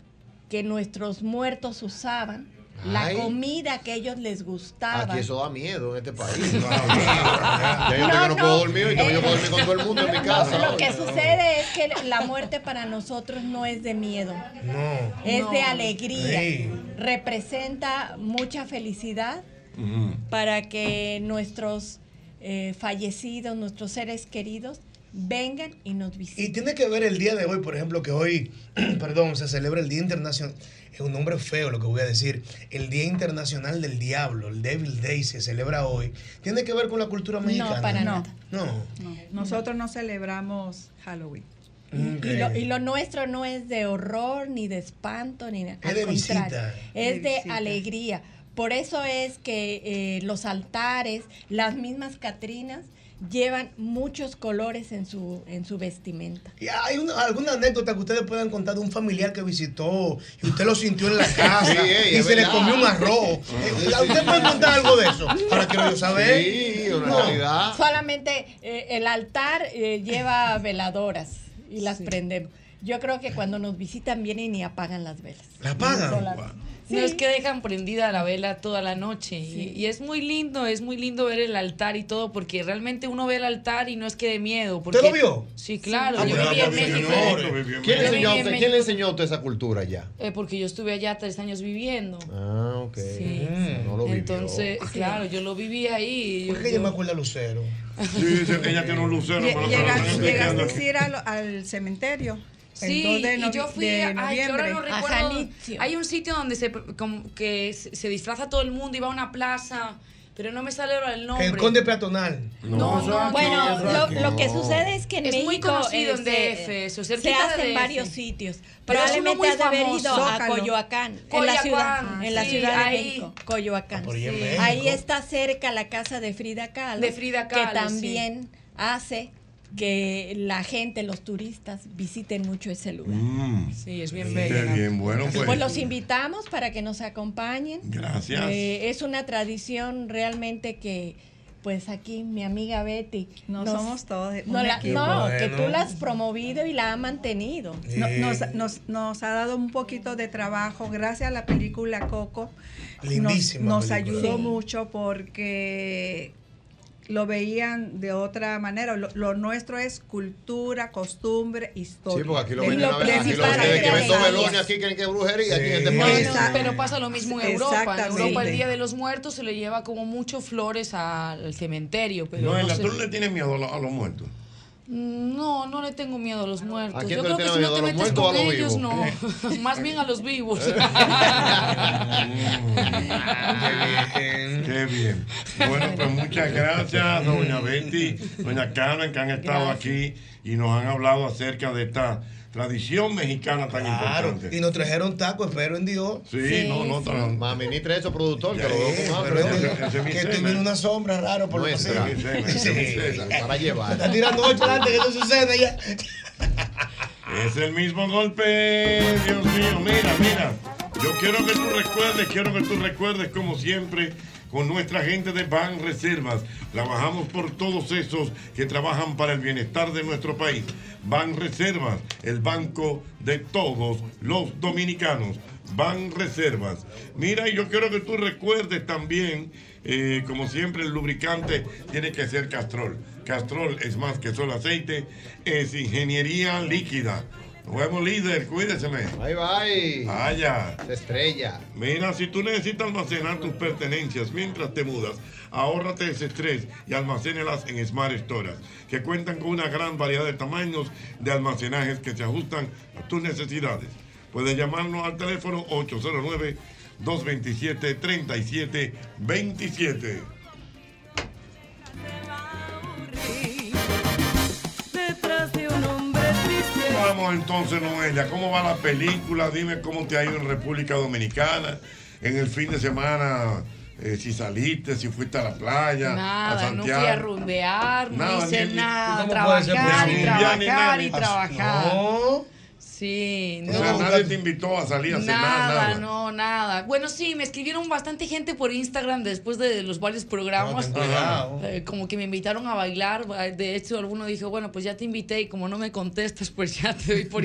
que nuestros muertos usaban,
Ay.
la comida que ellos les gustaba.
Ah,
Aquí eso da miedo en
*laughs*
este país. ya yo tengo que no puedo dormir, y que yo puedo dormir con todo el mundo en mi casa.
Lo que sucede es que la muerte para nosotros no es de miedo,
No.
es de
No.
alegría.
Sí.
Representa mucha felicidad para que nuestros eh, fallecidos, nuestros seres queridos, vengan y nos visiten.
Y tiene que ver el día de hoy, por ejemplo, que hoy, *clears throat* perdón, se celebra el Día Internacional, es un nombre feo lo que voy a decir, el Día Internacional del Diablo, el Devil Day se celebra hoy. Tiene que ver con la cultura mexicana.
para
no.
nada.
No.
No, nosotros no celebramos Halloween.
Ok.
Y lo, y lo nuestro no es de horror, ni de espanto, ni nada.
Es
Al
de
contrario,
visita.
Es
De
de,
visita.
alegría. Por eso es que eh, los altares, las mismas Catrinas, llevan muchos colores en su, en su vestimenta.
Y hay una- alguna anécdota que ustedes puedan contar de un familiar que visitó y usted lo sintió en la casa
Sí, ey,
y
es
se le
verdad.
comió un arroz. Eh, ¿Usted puede contar algo de eso? Ahora quiero yo saber.
Sí, una
No.
realidad.
Solamente eh, el altar eh, lleva veladoras y las prendemos. Yo creo que cuando nos visitan vienen y apagan las velas.
¿La
Solas.
No es que dejan prendida la vela toda la noche. Y- Y, es muy lindo, es muy lindo ver el altar y todo, porque realmente uno ve el altar y no es que de miedo. Porque,
¿Usted lo vio?
Sí, claro.
Ah,
yo
pues,
viví
ah,
en
pues,
México.
señores. ¿Quién le
Yo viví
enseñó a
en
usted-
México,
quién le enseñó a usted esa cultura ya?
eh, porque yo estuve allá tres años viviendo.
Ah, ok.
Sí.
Mm, No lo vivió.
Entonces, claro, yo lo viví ahí. Yo,
¿Por qué yo me acuerdo a Lucero?
Sí, sí, ella tiene un lucero.
Lle-
pero-
Llegas, llegaste a ir al, al cementerio.
Sí,
el 2 de
y
novi-
yo fui
de
a, ay, yo ahora
noviembre.
no recuerdo. Hay un sitio donde se como que se se disfraza todo el mundo y va a una plaza, pero no me sale ahora el nombre.
El conde peatonal.
No, eso aquí,
Bueno,
eso
lo,
aquí.
lo que sucede es que en
Es muy
México,
conocido en
este,
DF, eso,
se
cerquita
hace
de
en
DF.
varios sitios.
Pero es uno muy
Probablemente ha de haber
famoso.
ido a
Zócalo.
Coyoacán, en la
Coyoacán,
ciudad, en la
sí,
ciudad de
ahí.
México, Coyoacán.
pero ya en
Sí.
México.
Ahí está cerca la casa de Frida Kahlo,
De Frida
que
Kahlo,
también hace que la gente, los turistas, visiten mucho ese lugar.
Mm.
Sí, es bien
Qué
bello.
bien, bueno,
Pues,
pues.
los invitamos para que nos acompañen.
Gracias.
Eh, es una tradición realmente que, pues aquí mi amiga Betty.
No somos todos un
No, la-
equipo.
no,
Qué
que tú
bueno.
la has promovido y la has mantenido.
No- nos, nos- nos ha dado un poquito de trabajo gracias a la película Coco. Nos-
Lindísima
Nos,
película.
ayudó
Sí.
mucho porque lo veían de otra manera. Lo, lo nuestro es cultura, costumbre, historia.
Sí, porque aquí lo
De-
venden a ver, aquí lo
principal
venden, que
es
ven dos
la
velones aquí, creen que es brujería aquí en este
Bueno,
país.
pero pasa lo mismo en Europa. En
Exactamente.
Europa el Día de los Muertos se le lleva como mucho flores al cementerio. Pero
No,
no,
en la
se-
tú no le tienes miedo a los, a los muertos.
no, no le tengo miedo a los muertos.
quién
Yo
tú
creo
le
que
tienes
si no
miedo, a
te
los
metes
muertos o a
con
los
ellos, no.
*laughs*
Más bien a los vivos.
Qué bien. Bueno, pues muchas gracias, doña Betty, doña Carmen, que han estado aquí y nos han hablado acerca de esta tradición mexicana tan
Claro,
importante.
y nos trajeron tacos, espero en Dios.
Sí, no, no, tan- eh,
Mami, ni trae eso, productor, que lo veo
Sí,
con hambre.
pero que tú tienes una sombra raro por lo que
Nuestra.
sea. Sí.
Para llevar.
Está tirando ocho antes que eso suceda ya.
Es el mismo golpe, Dios mío. Mira, mira. Yo quiero que tú recuerdes, quiero que tú recuerdes como siempre con nuestra gente de Ban Reservas. Trabajamos por todos esos que trabajan para el bienestar de nuestro país. Ban Reservas, el banco de todos los dominicanos. Ban Reservas. Mira, y yo quiero que tú recuerdes también, eh, como siempre, el lubricante tiene que ser Castrol. Castrol es más que solo aceite, es ingeniería líquida. Nos vemos líder, cuídeseme.
Bye bye.
Vaya.
Se estrella.
Mira, si tú necesitas almacenar tus pertenencias mientras te mudas, ahórrate ese estrés y almacénelas en Smart Storage, que cuentan con una gran variedad de tamaños de almacenajes que se ajustan a tus necesidades. Puedes llamarnos al teléfono 809-227-3727.
Detrás de un hombre triste.
Vamos entonces, Noelia, ¿cómo va la película? Dime cómo te ha ido en República Dominicana, en el fin de semana, eh, si saliste, si fuiste a la playa, a
Nada, no fui
Santiago.
a rumbear, no
Nada,
hice
ni- ni-
nada.
¿cómo puede ser
Trabajar y
posible? Ni
trabajar
nada,
y
ni-
trabajar.
No.
Sí,
O sea,
no.
nadie te invitó a salir a cenar,
Nada,
nada.
no, nada. Bueno, sí, me escribieron bastante gente por Instagram después de los varios programas.
No, ten cuidado.
Eh, como que me invitaron a bailar. De hecho, alguno dijo, bueno, pues ya te invité y como no me contestas, pues ya te
*laughs*
doy por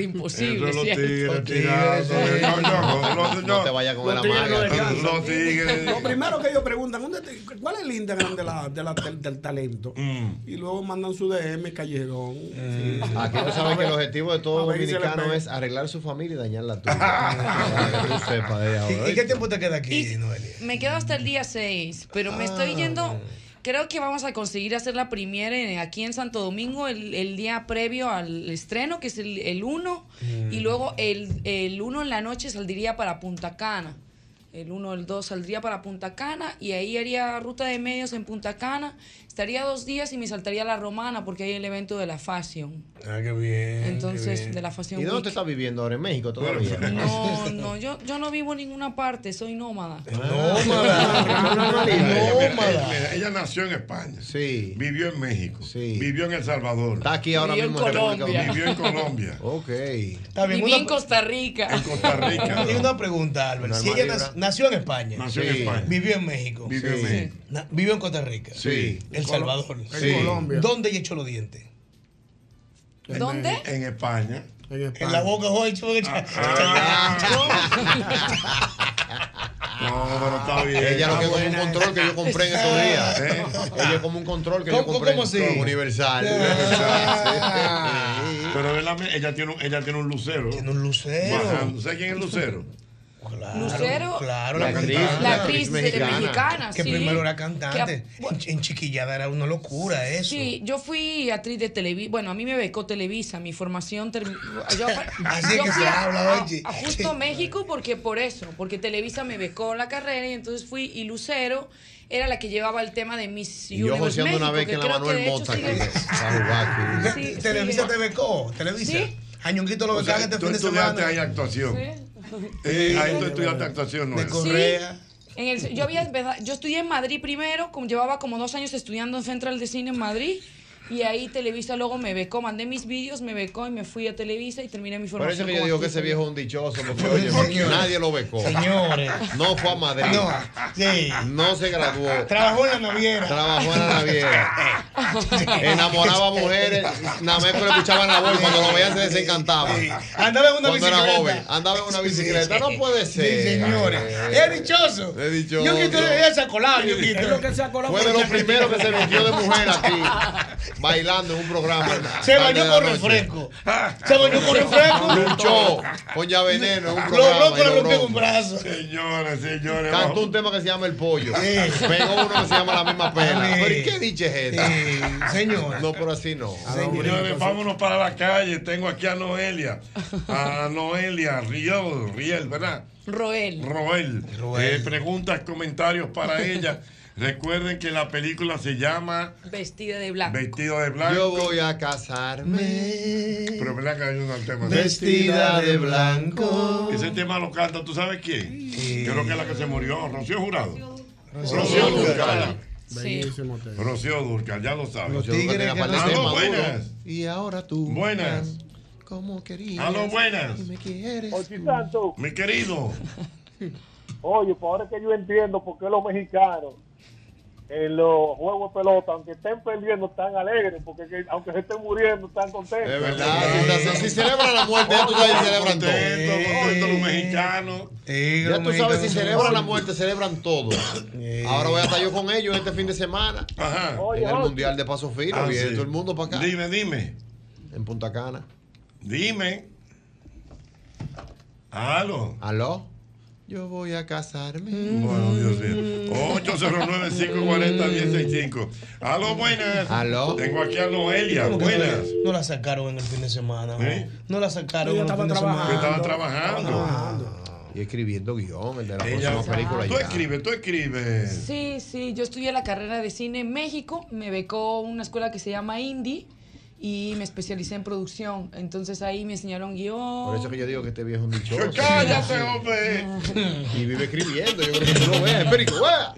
Eso
imposible.
es los
¿cierto?
tigres, tirados, eh, no,
*laughs*
no, no, no,
No te vayas con la maga.
Los tigres.
Lo primero que ellos preguntan, ¿dónde te- ¿cuál es el Instagram de la, de la- del, del talento?
Mm.
Y luego mandan su DM Callerón. Sí, sí.
Mm. Aquí tú sabes que el objetivo de todo
A ver si se le
dominicano
pega.
es arreglar su familia y dañar
*laughs*
la tuya. Para que tú sepas de ahora.
¿Y qué tiempo te queda aquí, Noelia?
Me quedo hasta el día 6, pero me estoy
Ah.
yendo. Creo que vamos a conseguir hacer la primera en- aquí en Santo Domingo el, el día previo al estreno, que es el, el 1. Y luego el, el 1 en la noche saldría para Punta Cana. El 1, el 2 saldría para Punta Cana y ahí haría ruta de medios en Punta Cana. Estaría dos días y me saltaría la romana porque hay el evento de la Fashion.
Ah, qué bien.
Entonces, de la Fashion
¿Y dónde
Week.
te estás viviendo ahora? ¿En México todavía?
No, no, yo, yo no vivo en ninguna parte, soy nómada.
Mira, mira, Ella nació en España.
Sí.
Vivió en México. Vivió en El Salvador.
Está aquí ahora Vivió en mismo en República Colombia.
Vivió en
Dominicana.
Colombia.
Ok.
Viví
una-
en Costa Rica.
Y una pregunta, Albert.
Normal
Si ella
Libra.
nac- nació en España.
Nació en
Sí.
España.
Vivió en México.
Vivió en
Sí.
México.
Na- vivió en Costa Rica.
Sí.
El
Colo-
Salvador.
en Sí. Colombia.
¿Dónde ella echó los dientes?
¿Dónde?
En España.
En la boca, hoy
Ah,
No, pero está bien.
Ella lo que
Está
como un
buena.
control que yo compré en estos días. Ella es como un control que yo
¿Cómo-
compré
cómo
en
así?
Chrome *laughs* Universal.
Pero es la mi- ella tiene, un, ella tiene un lucero. Tiene
un lucero.
¿Sabes quién
*laughs*
es lucero?
Lucero.
Claro,
La
la,
actriz,
cantante.
la actriz mexicana.
Que
sí.
primero era
Que
cantante. En, en Chiquillada era una locura eso.
Sí, yo fui actriz de Televisa. Bueno, a mí me becó Televisa. Mi formación terminó.
*laughs*
Así es que se habla, oye.
justo México porque por eso, porque Televisa me becó la carrera y entonces fui y Lucero era la que llevaba el tema de Miss
Y yo
Universe
joseando una
México,
vez que en la
creo
Manuel
de hecho
Mota aquí.
sigue- *laughs*
Para jugar aquí.
Sí,
Televisa
sí.
te becó. Televisa.
Sí.
Añonquito lo
O sea,
becaban este
tú
fin de
estudiaste
semana.
ahí actuación. Eh, ahí tú estudiaste actuación, ¿no?
De Correa.
En el- yo había empezado- yo estudié en Madrid primero, como llevaba como dos años estudiando en Central de Cine en Madrid. Y ahí Televisa luego me becó, mandé mis vídeos, me becó y me fui a Televisa y terminé mi
Por
formación.
eso que yo
como
digo que
actriz.
ese viejo es un dichoso, porque oye, nadie lo becó.
Señores.
No fue a Madrid.
No,
No se graduó.
Trabajó en la naviera.
Trabajó en la naviera. Enamoraba a mujeres, nada más que le escuchaban la voz y cuando lo veían se desencantaban.
Andaba en una
Cuando era
bicicleta.
joven, andaba en una bicicleta. No puede
Sí,
ser. Eh.
señores. Es dichoso.
Es dichoso.
Yo quito esa colada, yo quito.
Es lo que se ha colado. Fue de
los
los primeros que se metió de mujer *laughs* aquí, bailando en un programa.
Se
Tarde
bañó
de
con
la noche.
refresco. Se bañó con refresco.
Luchó con ya veneno en un
Logró
programa.
que le
y
rompiera un brazo.
Señores, señores.
Cantó un tema que se llama El Pollo.
Sí.
Pegó uno que se llama La misma pena.
Sí.
Pero ¿y qué dicha es esta? *laughs*
Señor.
No, pero así no.
Señores, vámonos para la calle. Tengo aquí a Noelia. A Noelia Riel, Riel, ¿verdad?
Roel.
Roel. Eh, preguntas, comentarios para ella. Recuerden que la película se llama
Vestida de blanco.
Vestido de Blanco.
Yo voy a casarme.
Pero ¿verdad que hay un tema?
Vestida de blanco.
Ese tema lo canta, ¿tú sabes quién? Creo que es la que se murió, Rocío Jurado.
Rocío
Rocío
Dúrcal.
Durcal.
Bellísimo tema.
Rocío Durcal, ya lo sabes.
Los tigres que no
Aló,
se
buenas.
Y ahora tú.
Buenas.
Como querías.
Aló, buenas.
Y me quieres.
Ochi Santo. *laughs* pues
Mi querido.
Oye, por ahora que yo entiendo por qué los mexicanos en los juegos de pelota, aunque estén perdiendo, están alegres, porque que- aunque se estén muriendo, están contentos.
Es verdad, si, si celebran la muerte, ya tú sabes si celebran
Este
todo. los mexicanos. Ya tú sabes si celebran la muerte, celebran todo. Ahora voy a estar yo con ellos este fin de semana.
Oye,
En el
Jorge.
Mundial de Paso Fino.
Ah,
viene
sí.
todo el mundo para acá.
Dime, dime.
En Punta Cana.
Dime. Aló.
Aló. Yo voy a casarme.
Bueno, Oh, Dios mío. 809-540-165. Aló, buenas.
Aló.
Tengo aquí a Noelia.
¿Cómo que no
Buenas.
la- No la sacaron en el fin de semana. ¿no?
¿Eh?
No la sacaron
Ella
en el
estaba
fin de
trabajando.
semana.
Estaba trabajando.
Y escribiendo guión, el de la
Ella-
próxima película.
Tú
ya.
escribes, tú escribes.
Sí, sí, yo estudié la carrera de cine en México, me becó una escuela que se llama Indie y me especialicé en producción. Entonces ahí me enseñaron guión.
Por eso que yo digo que este viejo es un dichoso.
¡Cállate, hombre! *laughs*
Y vive escribiendo. Yo creo que tú lo ves, Espérico, vea.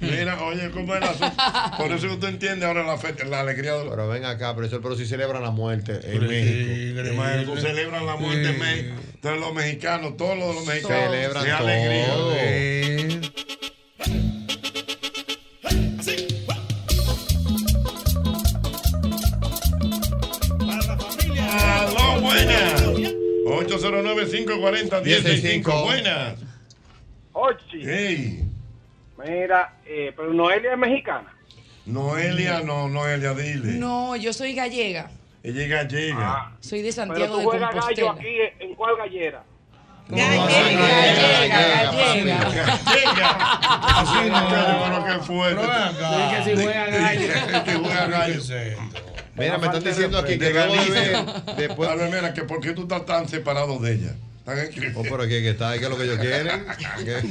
Mira, oye, ¿cómo es el asunto? Por eso que usted entiende ahora la, fe- la alegría de los.
Pero ven acá, profesor, pero si celebran la muerte en
Porque,
México.
hermano, tú celebran la muerte en México. Entonces los mexicanos, todos los, los mexicanos.
Celebran
de alegría.
todo.
Aló, buenas. 809-540-165. Buenas.
Ochi. Mira, eh, pero Noelia es mexicana.
Noelia, no, Noelia, dile.
No, yo soy gallega,
Ella llega, llega.
soy de
Pero
Santiago
tú
de
juegas gallo
Compostela.
aquí, ¿en cuál gallera?
Gallega,
gallega. Así no bueno, qué fuerte.
acá. Dije que si juega gallo.
Dije que juega gallo.
Mira, me están diciendo aquí que
Legal-
luego de ver, después.
A ver, mira, que por qué tú estás tan separado de ella.
Oh, pero que, que está ahí, que es lo que ellos quieren.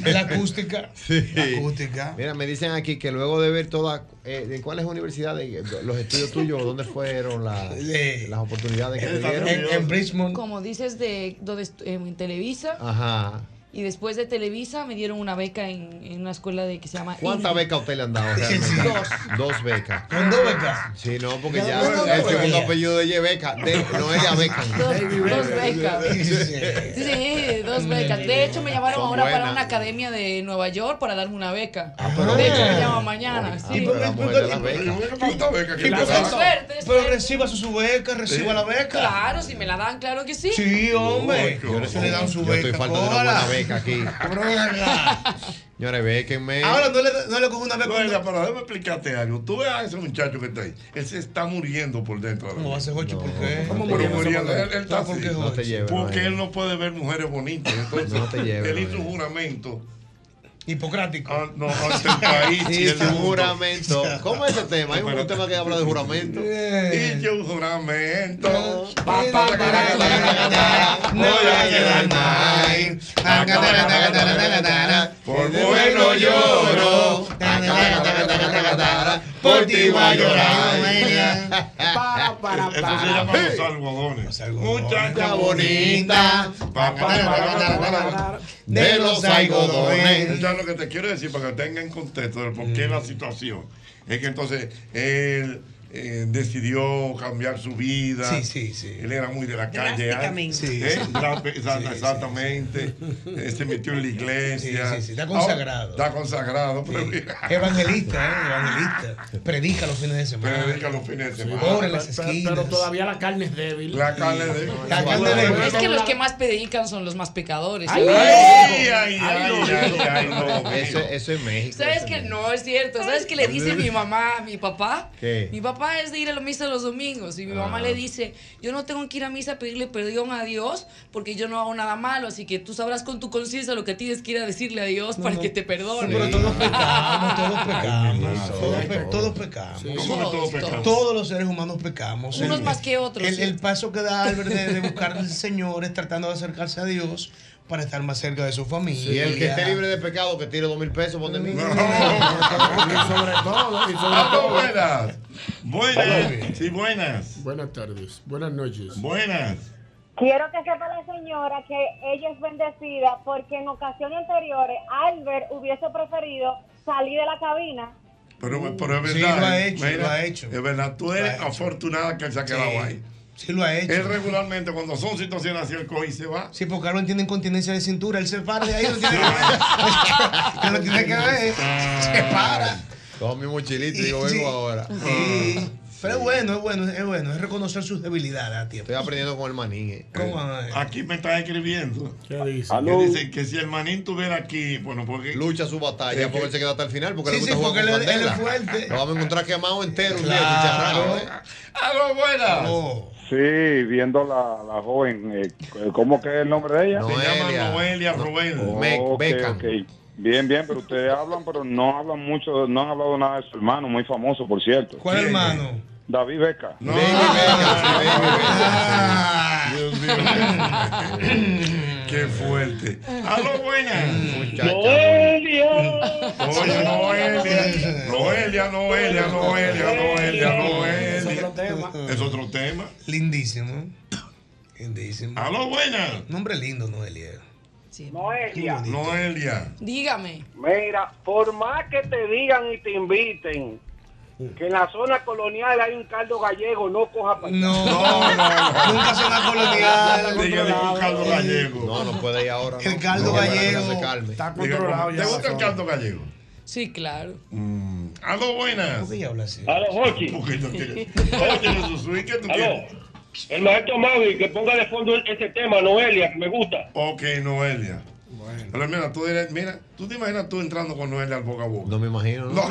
La
acústica. acústica. Mira, me dicen aquí que luego de ver todas, eh, ¿en cuáles universidades, los estudios tuyos, dónde fueron las, las oportunidades que te dieron?
Como dices, de, donde estu- en Televisa.
Ah.
Ajá.
Y después de Televisa me dieron una beca en, en una escuela de que se llama
¿Cuántas
Indie.
becas a usted le han dado realmente?
Dos.
Dos becas. dos becas? Sí, no, porque ya
No, no,
el
no,
segundo
no.
apellido de ella es Beca. De, no ella Beca.
Dos, dos becas. Sí, eh, dos becas. De hecho, me llamaron
Son
ahora para
buenas.
una academia de Nueva York para darme una beca.
Ah,
pero
de hecho,
bien.
me llaman mañana.
Ah,
sí.
pero la mujer de las
becas.
que le
Con
dan.
suerte.
Pero reciba su, su beca, reciba la beca.
Claro, si me la dan, claro que sí.
Sí, hombre.
Yo
Eso le dan su
yo estoy
beca,
falta de una
cójala.
buena beca aquí. Señores, béquenme.
Ahora no le, no le cojo una vez Oiga, pero déjame explicarte algo. Tú ves a ese muchacho que está ahí. Él se está muriendo por dentro. ¿Cómo va a ser Jocho? ¿Por qué? ¿Cómo pero muriendo? Él, él está así.
No te lleves,
Porque
Noelia.
él no puede ver mujeres bonitas. Entonces,
No te lleves,
él hizo
Noelia.
un juramento. Ah,
Hipocrático.
no, ante el país. y
Y
el
su
mundo.
juramento. ¿Cómo es ese tema? Hay un
Espérate.
tema que habla de juramento.
Y yo un juramento. Por bueno lloro. Por ti voy a llorar. Eso se llama los algodones. Muchacha bonita. pa, pa, pa, pa, pa, De los algodones. Eso es lo que te quiero decir para que tenga en contexto de por qué la situación. Es que entonces él eh, decidió cambiar su vida.
Sí, sí, sí.
Él era muy de la calle. ¿eh?
Drásticamente.
Sí,
Sí, sí.
exactamente. Eh, Se metió en la iglesia.
Sí, sí, sí, está consagrado.
Está consagrado. pero mira.
Evangelista, ¿eh? Evangelista. Predica los fines de semana.
Predica los fines de semana.
Ora en las
Pero-
esquinas.
pero
todavía
la carne es débil.
La carne es débil.
La carne es débil.
Es que los que más predican son los más pecadores.
Ay, ay, ay, ay, ay, no.
Eso, eso es México.
¿Sabes que no es cierto? ¿Sabes que le dice mi mamá a mi papá?
¿Qué?
Mi papá es de ir a la misa los domingos y mi mamá
Ah.
le dice, yo no tengo que ir a misa a pedirle perdón a Dios porque yo no hago nada malo, así que tú sabrás con tu conciencia lo que tienes que ir a decirle a Dios para que te perdone.
Todos pecamos, todos, pe- todos pecamos.
¿Cómo que todos pecamos?
Todos los seres humanos pecamos.
Unos
El-
más que otros,
El,
sí.
el paso que da Albert de, de buscar al Señor es tratando de acercarse a Dios para estar más cerca de su familia.
Y el que esté libre de pecado, que tire dos mil pesos, ponte mil. sobre todo, y
Aló, Ah, buenas. Buenas. Sí, buenas.
Buenas tardes, buenas noches.
Buenas.
Quiero que sepa la señora que ella es bendecida porque en ocasiones anteriores Albert hubiese preferido salir de la cabina.
Pero, pero es
Uh,
Sí,
verdad.
lo ha
¿eh?
hecho, lo ha hecho.
Es verdad, tú eres afortunada que él se ha quedado ahí.
Sí lo ha hecho.
Él regularmente cuando son situaciones así, él coge y se va.
Sí, porque ahora no tienen continencia de cintura. Él se para de ahí, no
*laughs*
tiene que ver. *laughs* No lo tiene que ver.
Ah.
Se para.
Cojo mi mochilito y digo, vengo
Sí.
ahora. Ah.
Sí. Pero es bueno, es bueno, es bueno. Es reconocer sus debilidades a tiempo.
Estoy aprendiendo con el manín. eh.
Aquí me está escribiendo.
¿Qué
dice?
Que
Aló.
dice que si el manín tuviera aquí, bueno, porque.
Lucha su batalla, porque él se queda hasta el final, porque
Sí,
le gusta
sí,
jugar
porque
con
él- él
bandera.
es
Lo vamos a encontrar quemado entero un día,
Claro.
chicharrado, eh.
¡Aló, buenas!
Sí, viendo la, la joven, eh, ¿cómo que es el nombre de ella?
Se
Ah.
llama Noelia Rubén.
Oh,
Ok, ok. Bien, bien, pero ustedes hablan, pero no hablan mucho, no han hablado nada de su hermano, muy famoso, por cierto.
¿Cuál hermano?
David Beca.
Dios mío, qué- qué fuerte. ¡Aló,
Mm,
buenas! Oye, Noelia. Noelia, Noelia, Noelia, Noelia, Noelia. Es otro tema.
Lindísimo. Lindísimo.
Aló, buena.
Nombre lindo, Noelia.
Noelia.
Noelia.
Dígame.
Mira, por más que te digan y te inviten que en la zona colonial hay un caldo gallego, no coja para
No,
no, no.
Nunca zona colonial, la
Dígale un caldo gallego.
No, no puede ir ahora.
El caldo gallego.
Está
controlado ya
¿Te
la
gusta el
zona.
caldo gallego?
Sí, claro.
¡Aló, buenas!
¿Por qué ella habla así?
¡Aló, Jochi! *laughs* Porque no quiere. Oye, Susuí, ¿qué tú quieres?
El maestro Mavi, que ponga de fondo ese tema, Noelia, que me gusta.
Ok, Noelia. Pero mira, tú dirás, mira, tú te imaginas tú entrando con Noelia al boca a boca.
No me imagino.
No.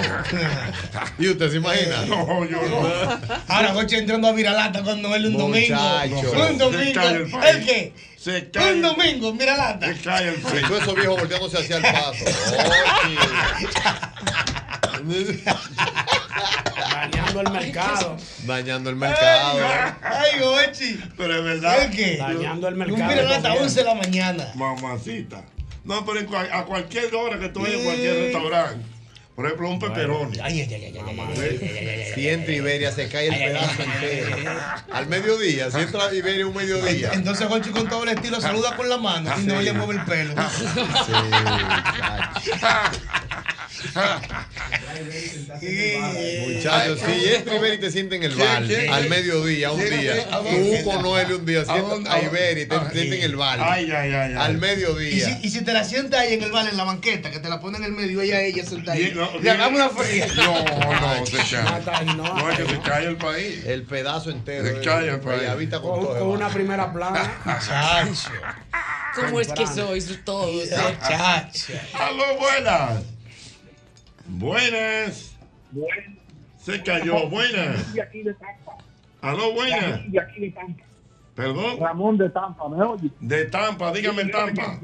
*laughs* ¿Y usted se imagina?
No, yo no.
Ahora Joche entrando a Viralata con Noel un
Muchacho.
domingo. Un
Se
domingo.
cae el país.
¿El qué?
Se
un domingo, mira lata.
Se cae el
Y todos esos viejos volteándose hacia el paso.
*laughs*
Oye.
Dañando el mercado.
Dañando el mercado.
Ay, Gochi.
Pero es verdad.
¿El qué?
Dañando el
Un Viralata 11 de la mañana.
Mamacita. No, pero en cual- a cualquier hora que tú vayas a cualquier restaurante. Por ejemplo, un pepperoni.
Ay, ay, ay, ay, ay,
Si entra Iberia, se cae el pedazo entero. Al mediodía, si entra Iberia un mediodía.
Entonces Jochi con todo el estilo saluda con la mano y no le mueve el pelo.
Muchachos, si entra Iberia y te sienta en el
¿Quién,
bar,
quién?
al mediodía, un
¿Quién?
día.
¿A dónde?
Tú con Noel un día, si
¿A dónde?
entra a Iberia y te sienta en el bar.
Ah, Ay, ay, ay, ay.
Al
Y si,
mediodía.
y si te la sientas ahí en el bar, en la banqueta, que te la ponen en el medio, ella, ella sentada ahí.
Bien, no,
Le
bien.
hagamos una fría.
*laughs* No, no, se cae. No, es que se cae el país.
El pedazo entero.
Se cae el país.
habita con todo.
Con una primera plana.
Chacho.
¿Cómo es que sois todos?
*laughs* Aló, buenas. Buenas. Se cayó, buenas.
Y aquí de Tampa.
Aló, buenas.
Y aquí de Tampa.
Perdón.
Ramón de Tampa, ¿me oye?
De Tampa, dígame en Tampa.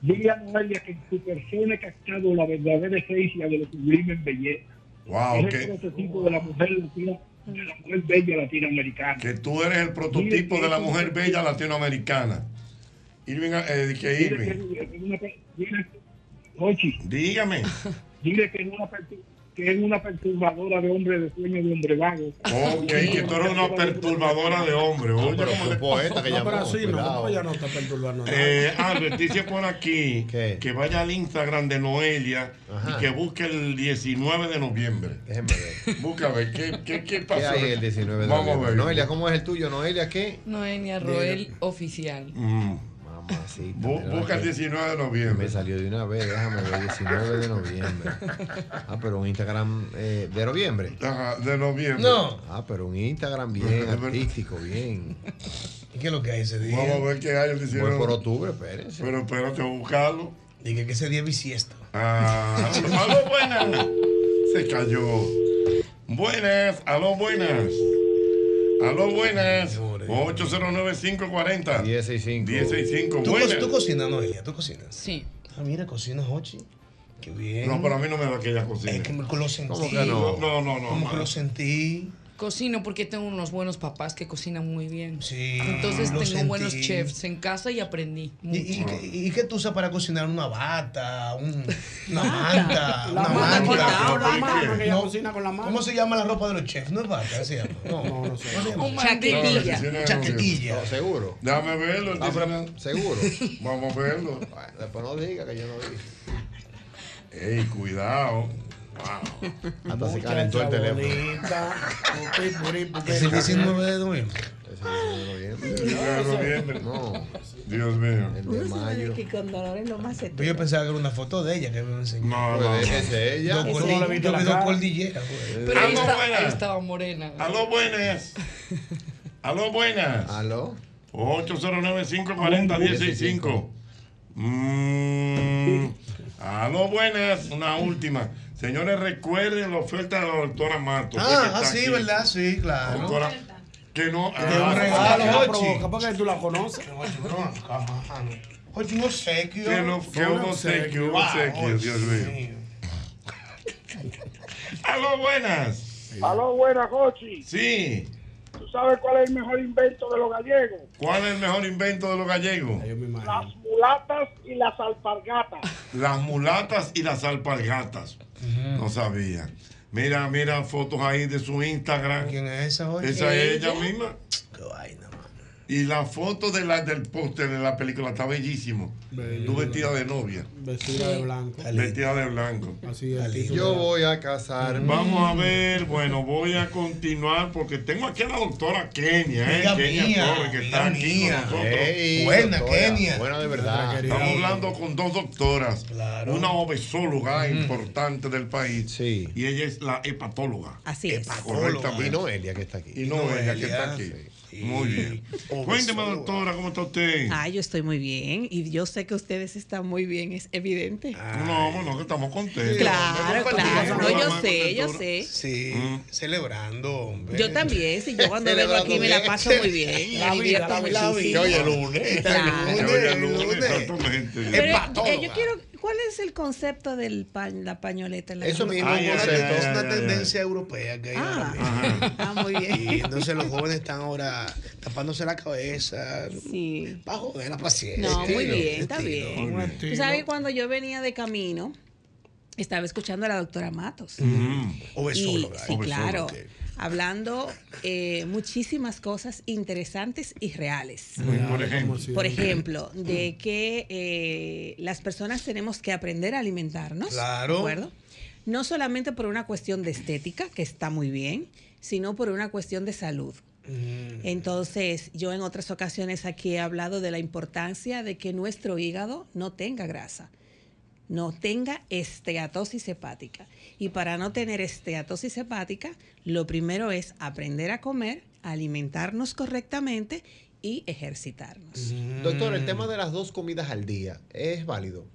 Dile a Noelia que en su persona he captado la verdadera esencia de lo sublime en belleza.
Wow,
es
que-
el prototipo de la mujer latina, de la mujer bella latinoamericana.
Que tú eres el prototipo de la mujer bella latinoamericana. Irving, eh, que
Dile
Irving.
que- que una pe- dile- Jochi.
Dígame.
Dile que es una, pertu- que es una perturbadora de hombre de sueño de hombre vago.
Ok, que tú eres una perturbadora de hombre. Oye, cómo le-
No, pero así no, no, ya no está perturbando nada.
Eh, Albert dice por
*laughs*
aquí que vaya al Instagram de Noelia y que busque el 19 de noviembre.
Déjeme ver.
*laughs* Busca a ver qué, qué, qué
¿Qué
pasó.
hay el 19 de
Vamos
noviembre?
a ver.
Noelia, ¿cómo es el tuyo? Noelia, ¿qué?
Noelia Roel oficial.
Mm. Bu- busca el 19 de noviembre.
Me salió de una vez, déjame ver, 19
*laughs*
de noviembre. Ah, pero un Instagram eh, de noviembre.
Ajá, de noviembre.
No. Ah, pero un Instagram bien artístico, bien.
¿Y qué es lo que hay ese día?
Vamos a ver qué hay el 19.
Voy por octubre, espérense.
Pero espérate a buscarlo.
Dije que ese día es bisiesto. *laughs*
Ah, aló, buenas. Se cayó. Buenas, aló, buenas. Aló, buenas. 809-540.
165.
165.
¿Tú, co-
Buenas.
tú cocinas, Noelia? ¿Tú cocinas?
Sí.
Ah, mira, cocinas, Jochi. Qué bien.
No, pero a mí no me da aquella cocina.
Es que me lo sentí.
¿Cómo que no? No, no, no,
Como que
no.
lo sentí.
Cocino porque tengo unos buenos papás que cocinan muy bien.
Sí. Ah,
Entonces
lo
tengo buenos
sentí.
chefs en casa y aprendí.
¿Y, y,
mucho.
qué- y qué tú usas para cocinar? ¿Una bata? un- ¿Una manta? ¿Una
mano,
manta?
la- la mano, que ella
No.
cocina con la mano.
¿Cómo se llama la ropa de los chefs? ¿No es bata? ¿Se llama? No, no, no se llama.
Un mandil. Chaquetilla.
Chaquetilla.
No, seguro.
Déjame verlo. el
Ah, pero
19.
seguro.
*laughs* Vamos a verlo.
Bueno, después no diga que yo no dije.
Ey, cuidado.
*laughs* Hasta se calentó el teléfono.
Es el 19 de noviembre.
No. Dios mío.
El de mayo.
que con Dolores lo más se
Pues yo pensaba que era una foto de ella que me enseñó.
No, no.
Pues de ella.
Dos
Eso
cordi-
no le he visto
yo
la
vi dos
cara.
cordilleras, güey.
Pero ahí,
Aló,
está-
buenas.
ahí estaba morena.
Aló, buenas. Aló, buenas.
Aló.
809-540-165. Mm, aló, buenas. Una última. Señores, recuerden la oferta de la doctora Mato.
Ah, ah, sí, ¿verdad? Sí, claro.
Doctora, que Ah, no.
es un regalo,
que-
Ochi.
Capaz que tú la conoces.
Oye, un obsequio.
Que no, que un obsequio, Ah, un
Wow,
obsequio, Dios mío. Aló, buenas.
Aló, buenas, Gochi.
Sí.
¿Tú sabes cuál es el mejor invento de los gallegos?
¿Cuál es el mejor invento de los gallegos?
Las mulatas y las alpargatas.
Las mulatas y las alpargatas. No sabía. Mira, mira fotos ahí de su Instagram.
¿Quién es esa, Jorge?
Esa es ella
Ella.
misma. Y la foto de la, del póster de la película está bellísimo. Tú vestida de novia.
Vestida de blanco.
Vestida de blanco.
Así es.
Yo voy a casarme.
Vamos a ver, bueno, voy a continuar porque tengo aquí a la doctora Kenia, ¿eh?
Amiga
Kenia
mía,
Torres, que está aquí
mía.
con nosotros.
Ey, Buena, doctora, Kenia. buena de verdad. Nuestra querida
Estamos
amiga.
hablando con dos doctoras. Una obesóloga
Mm.
importante del país. Y ella es la hepatóloga.
Así
es.
Y
Correctamente.
Noelia que está aquí.
Y Noelia, que está aquí. Muy bien.
Oh,
Cuénteme, doctora, ¿cómo está usted?
Ah, yo estoy muy bien y yo sé que ustedes están muy bien, es evidente.
No, bueno, que estamos contentos.
Claro, claro, no, yo
Vamos a
sé, yo
contentos.
Sí,
sé.
celebrando, hombre.
Yo también, si yo cuando vengo aquí me la paso
*laughs*
muy bien.
La
me
vida,
divierto
la vida.
muchísimo.
Que hoy es lunes.
Claro.
Oye, el lunes, exactamente.
Pero, eh, yo quiero, ¿cuál es el concepto de la pañoleta? en la
Eso
cama?
mismo
Ay,
es una-
ay, ay,
es una
ay, ay.
tendencia europea que hay ahora
Ah.
mismo.
muy bien.
Y entonces los jóvenes están ahora tapándose la cabeza. Sí. Para joder la paciencia.
No, muy
Estilo,
bien, está
estilo.
bien. Tú sabes que cuando yo venía de camino, estaba escuchando a la doctora Matos.
Obesóloga,
Y- sí,
obesóloga,
claro.
ok.
Hablando eh, muchísimas cosas interesantes y reales.
Por ejemplo.
Por ejemplo, de que eh, las personas tenemos que aprender a alimentarnos.
Claro.
¿De acuerdo? No solamente por una cuestión de estética, que está muy bien, sino por una cuestión de salud.
Mm.
Mm.
Entonces, yo en otras ocasiones aquí he hablado de la importancia de que nuestro hígado no tenga grasa, no tenga esteatosis hepática. Y para no tener esteatosis hepática, lo primero es aprender a comer, alimentarnos correctamente y ejercitarnos.
Doctor, el
Mm.
tema de las dos comidas al día es válido.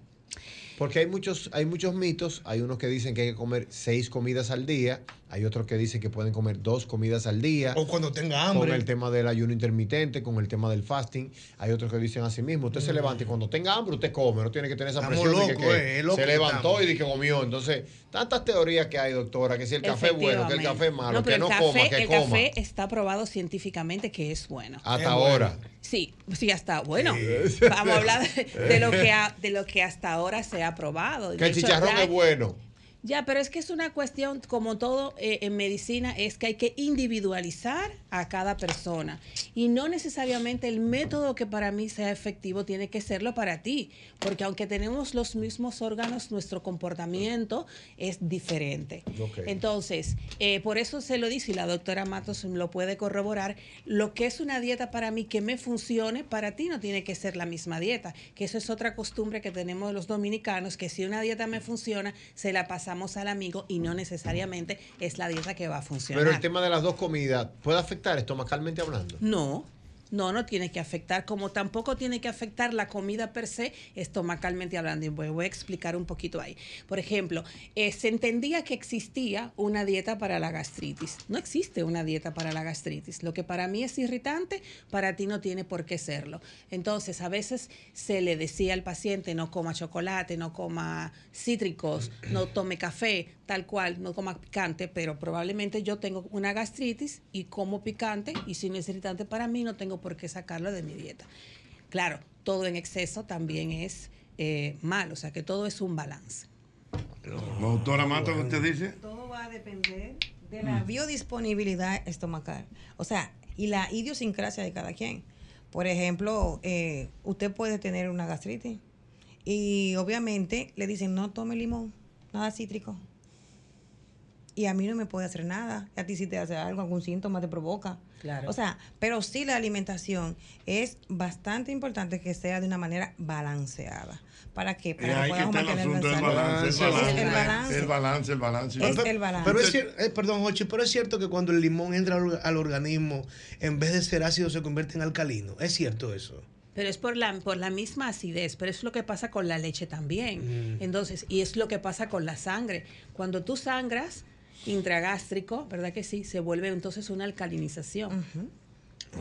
Porque hay muchos, hay muchos mitos. Hay unos que dicen que hay que comer seis comidas al día. Hay otros que dicen que pueden comer dos comidas al día.
O cuando tenga hambre.
Con el tema del ayuno intermitente, con el tema del fasting. Hay otros que dicen así mismo. Usted se levanta y cuando tenga hambre usted come. No tiene que tener esa
Mm. Estamos
presión de que,
locos,
que
eh, locos
se levantó
estamos.
y de que comió. Entonces, tantas teorías que hay, doctora, que si el café es bueno, que el café es malo, que
pero
no
el café,
coma, que
el
coma.
café está probado científicamente que es bueno.
Hasta ahora.
Sí, pues sí, hasta bueno. Vamos a hablar de, de lo que *laughs* ha- de lo que hasta ahora se ha probado.
Que
De
el
hecho,
chicharrón
ya-
es bueno.
Ya, pero es que es una cuestión, como todo eh, en medicina, es que hay que individualizar a cada persona. Y no necesariamente el método que para mí sea efectivo tiene que serlo para ti. Porque aunque tenemos los mismos órganos, nuestro comportamiento es diferente.
Ok.
Entonces, eh, por eso se lo dice, y la doctora Matos lo puede corroborar, lo que es una dieta para mí que me funcione, para ti no tiene que ser la misma dieta, que eso es otra costumbre que tenemos los dominicanos, que si una dieta me funciona, se la pasamos al amigo y no necesariamente es la dieta que va a funcionar.
Pero el tema de las dos comidas, ¿puede afectar estomacalmente hablando?
No, no, no tiene que afectar, como tampoco tiene que afectar la comida per se, estomacalmente hablando. Y voy, voy a explicar un poquito ahí. Por ejemplo, eh, se entendía que existía una dieta para la gastritis. No existe una dieta para la gastritis. Lo que para mí es irritante, para ti no tiene por qué serlo. Entonces, a veces se le decía al paciente, no coma chocolate, no coma cítricos, no tome café, tal cual, no coma picante, pero probablemente yo tengo una gastritis y como picante y si no es irritante para mí, no tengo por qué sacarlo de mi dieta. Claro, todo en exceso también es eh, malo, o sea que todo es un balance.
La doctora Mato, ¿qué usted dice?
Todo va a depender de la
Mm.
biodisponibilidad estomacal. O sea, y la idiosincrasia de cada quien. Por ejemplo, eh, usted puede tener una gastritis y obviamente le dicen no tome limón, nada cítrico. y a mí no me puede hacer nada. A ti si te hace algo, algún síntoma te provoca. O sea, pero sí la alimentación es bastante importante que sea de una manera balanceada. ¿Para qué?
Eh,
Para
ahí que está el
mantenernos
asunto del
sanos.
balance, el
Es el
balance,
balance.
el balance, este, el balance.
Es el balance.
Pero es cier- eh, perdón, Jochi, pero es cierto que cuando el limón entra al, al organismo, en vez de ser ácido, se convierte en alcalino. Es cierto eso.
Pero es por la, por la misma acidez, pero es lo que pasa con la leche también.
Mm.
Entonces, y es lo que pasa con la sangre. Cuando tú sangras intragástrico, ¿verdad que sí? Se vuelve entonces una alcalinización.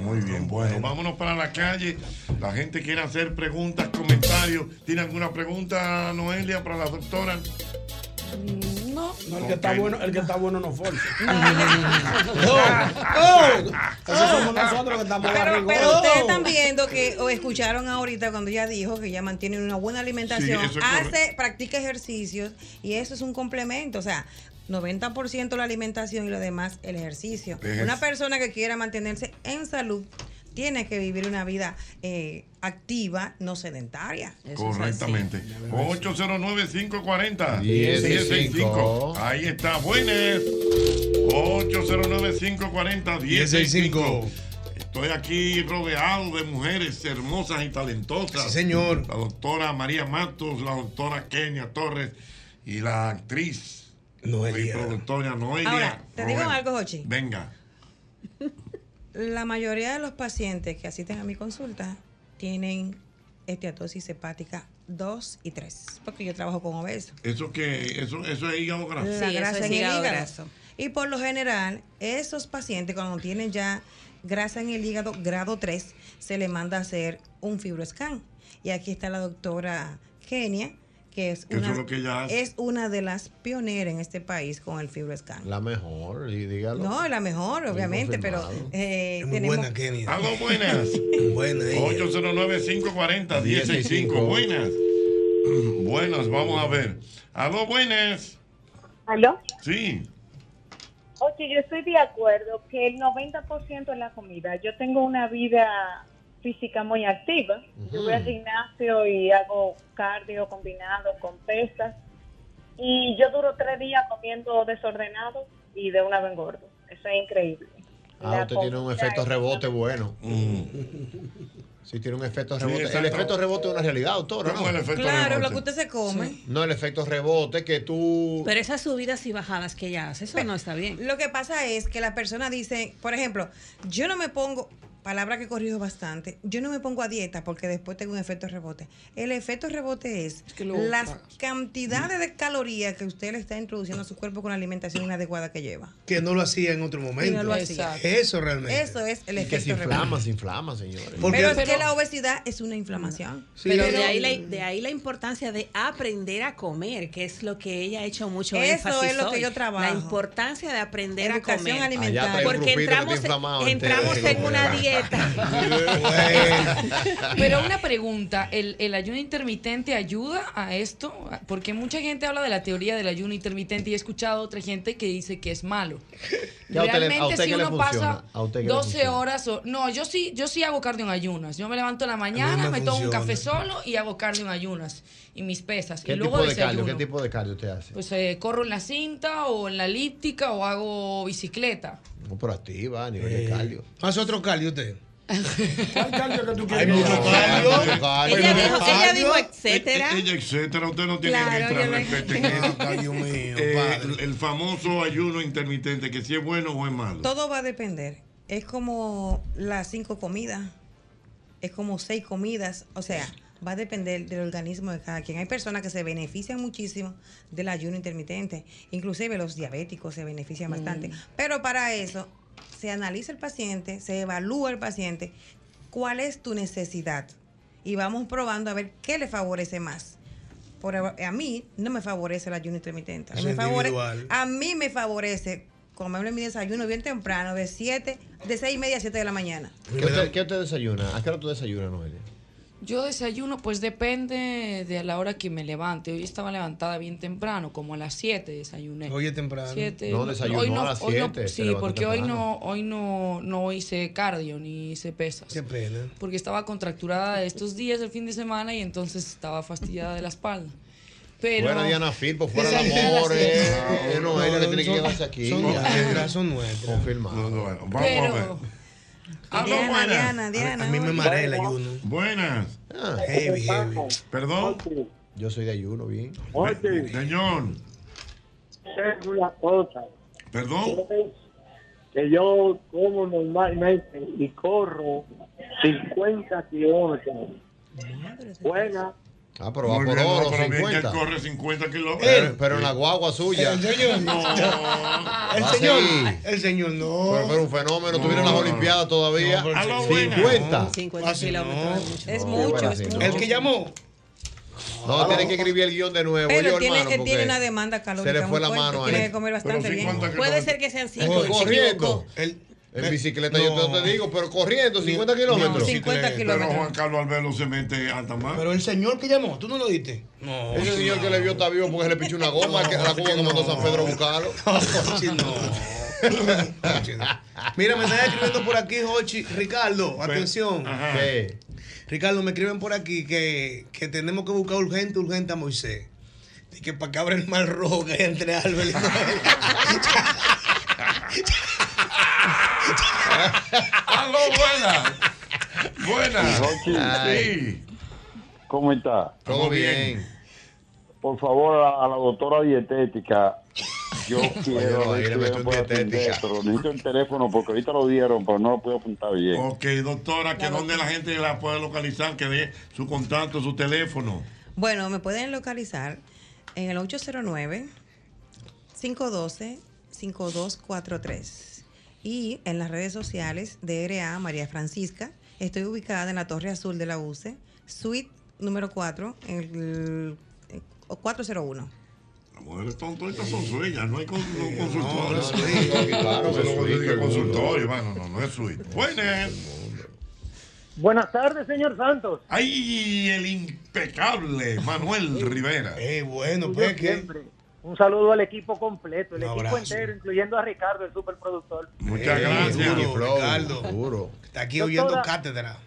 Muy bien, bueno, vámonos para la calle. La gente quiere hacer preguntas, comentarios. ¿Tiene alguna pregunta, Noelia, para la doctora?
Mm, No. *laughs*
No, el que está
Ok.
bueno, el que está bueno no forza.
Esos
somos nosotros que estamos
Ah. Pero,
barrigones.
pero ustedes están viendo que o escucharon ahorita cuando ella dijo que ya mantienen una buena alimentación,
Sí, eso es
hace,
correcto.
practica ejercicios y eso es un complemento, o sea, 90% la alimentación y lo demás el ejercicio.
Ejerc-
Una persona que quiera mantenerse en salud tiene que vivir una vida eh, activa, no sedentaria.
Correctamente. 809-540-165.
165.
Ahí está, buenas. 809-540-165. Estoy aquí rodeado de mujeres hermosas y talentosas. señor. La doctora María Matos, la doctora Kenia Torres y la actriz y productora Noelia.
Ahora, te digo
Romero.
algo, Jochi.
Venga.
La mayoría de los pacientes que asisten a mi consulta tienen esteatosis hepática 2 y 3, porque yo trabajo con obesos.
Eso que eso, eso es hígado graso.
La grasa en el hígado.
graso.
Y por lo general, esos pacientes cuando tienen ya grasa en el hígado grado 3, se le manda a hacer un fibroscan. Y aquí está la doctora Kenia, que es
Que eso
una,
es lo que ella hace.
es una de las pioneras en este país con el fibroscan.
La mejor, y dígalo.
No, es la mejor,
Bien
obviamente, pero
confirmado.
eh,
muy
tenemos...
buena, Kenia.
Algo Ah, buenas.
Buena,
809-540-165. Buenas. Buenas, *clears throat* vamos a ver. Aló, buenas.
¿Aló?
Sí.
Oye, yo estoy de acuerdo que el 90% es la comida. Yo tengo una vida física muy activa. Yo voy al gimnasio y hago cardio combinado con pesas. Y yo duro tres días comiendo desordenado y de una vez engordo. Eso es increíble.
Ah, usted tiene un efecto rebote bueno. *laughs* Sí, tiene un efecto rebote. el
Mm. exacto.
efecto rebote es una realidad, doctora. ¿no?
Claro, lo que usted se come.
No, el efecto rebote que tú.
Pero esas subidas y bajadas que ella hace, eso no está bien.
Lo que pasa es que las personas dicen, por ejemplo, yo no me pongo, palabra que corrijo bastante, yo no me pongo a dieta porque después tengo un efecto rebote. El efecto rebote es,
luego
las
pagas.
cantidades de calorías que usted le está introduciendo a su cuerpo con la alimentación inadecuada que lleva.
Que no lo hacía en otro momento.
no lo hacía.
Eso realmente.
Eso es el
y que se
efecto
inflama,
rebote.
se inflama, señores.
Pero es que la obesidad es una inflamación.
pero de ahí, la, de ahí la importancia de aprender a comer, que es lo que ella ha hecho mucho
Eso
énfasis
es lo que
hoy.
yo trabajo.
La importancia de aprender
Educación
a comer.
alimentaria. Allá trae un
Porque
grupito que está
entramos,
inflamado
entramos
entero.
en
*laughs*
una dieta.
Pero una pregunta, ¿el, el ayuno intermitente ayuda a esto? Porque mucha gente habla de la teoría del ayuno intermitente y he escuchado a otra gente que dice que es malo.
Ya a usted le- a usted
si
que le
uno
funciona,
pasa
a usted que le
12
funciona.
horas o no, yo sí, yo sí hago cardio en ayunas. Yo me levanto en la mañana, me,
me
tomo un
funciona.
café solo y hago cardio en ayunas y mis pesas y
¿Qué
luego
tipo de
desayuno.
cardio? ¿Qué tipo de cardio usted hace?
Pues eh, corro en la cinta o en la elíptica o hago bicicleta.
No, pero activa, a nivel de cardio.
¿Hace otro cardio usted?
¿Cuál cardio que tú
Hay mucho cardio.
Ella
Pero-
dijo-
Ella dijo,
Adiós.
etcétera.
E,
Eh,
Ella, etcétera, usted no tiene
Claro,
que
yo
entrar
no-
respeten eso. Eh, el- el famoso ayuno intermitente, que si es bueno o es malo.
Todo va a depender. Es como las cinco comidas, es como seis comidas, o sea, va a depender del organismo de cada quien. Hay personas que se benefician muchísimo del ayuno intermitente, inclusive los diabéticos se benefician bastante. Pero para eso se analiza el paciente, se evalúa el paciente, cuál es tu necesidad y vamos probando a ver qué le favorece más. Por, a a mí no me favorece el ayuno intermitente. A mí,
Es
me favore-
individual.
a mí me favorece comerme mi desayuno bien temprano, de 7, de 6 y media a 7 de la mañana.
¿Qué usted, qué usted desayuna? ¿A qué hora tú desayunas, Noelia?
Yo desayuno, pues depende de la hora que me levante. Hoy estaba levantada bien temprano, como a las 7 desayuné.
eh, Hoy es temprano.
Siete.
No, desayunó
hoy
a las
hoy
siete, se
sí,
levantó
porque hoy no,
temprano.
hoy no, no hice cardio ni hice pesas.
Qué pena.
Porque estaba contracturada estos días del fin de semana y entonces estaba fastidiada de la espalda. Pero,
Fuera Diana Firpo, fuera
Esas
de
ideas
amores.
son-
Eh, No, ella que
no,
tiene que
son-
quedarse aquí.
son nuestras, son nuestras.
Confirmado.
vamos a Pero- ver.
Diana,
buenas.
Diana, Diana. hola.
Buenas.
heavy, heavy.
Perdón.
Ah. Yo soy de ayuno, bien.
Oye. Señor.
Es una cosa.
Perdón.
Que yo como normalmente y corro 50 kilómetros. Buena.
Ah, pero va
Muy
por
bien,
oro,
pero bien que él
50.
corre
*laughs*
50 kilómetros.
Pero, pero en la guagua suya.
El señor
*laughs*
no.
El
señor- El señor no.
Pero fue un fenómeno. Tuvieron las Olimpiadas todavía.
No, pero
A lo
50.
buena.
50
Así no.
kilómetros.
Es mucho, es mucho.
El que llamó.
No, tiene que escribir el guión de nuevo.
Pero
yo,
tiene,
hermano,
él tiene
porque
una demanda calórica.
Ah, se le
muy
fue la
fuerte,
mano
Tiene
ahí.
que comer bastante
Pero
bien.
50
Puede ser que sean cinco.
Cor-
se equivocó.
corriendo. en bicicleta, yo te, te digo, pero corriendo 50 kilómetros.
Pero Juan Carlos Albelo se mete alta mar.
Pero el señor que llamó, ¿tú no lo diste? No.
Ese señor que le vio está vivo porque le pichó una goma que a la cuba que mandó San Pedro
*laughs*
a buscarlo.
Oh, Mira, me están escribiendo por aquí, Jochi. Ricardo,
Pero-
atención.
Ajá.
¿Qué? Ricardo, me escriben por aquí que, que tenemos que buscar urgente, urgente a Moisés. Y que para que abra el mar rojo que hay entre Álvaro y Noel.
Aló, buenas.
*laughs*
Buenas.
Jochi,
Sí.
¿Cómo está?
Todo bien.
Por favor, a, a la doctora dietética. Yo
Oye,
quiero
no,
ver si
ahí le metió
me
un
puede atender,
dietética.
pero necesito el teléfono porque ahorita lo dieron, pero no lo puedo apuntar bien.
Ok, doctora, que donde la gente la puede localizar, que dé su contacto, su teléfono.
Bueno, me pueden localizar en el 809-512-5243 y en las redes sociales de RA María Francisca. Estoy ubicada en la Torre Azul de la UCE, suite número 4, en el eh, 401.
Las mujeres son- todas son suyas, no hay con- no consultorio.
no, no, no, claro,
Eso
es
no
suite,
se diga
pero-
consultorio, hermano, no, no es suite. Buenas.
Buenas tardes, señor Santos.
Ay, el impecable Manuel Rivera.
Eh, bueno,
pues,
Yo siempre. Un saludo al equipo completo, el
Un
equipo
abrazo.
entero, incluyendo a Ricardo, el superproductor.
Eh,
Muchas gracias.
duro,
Flow,
Ricardo. Está aquí oyendo
Doctora.
cátedra.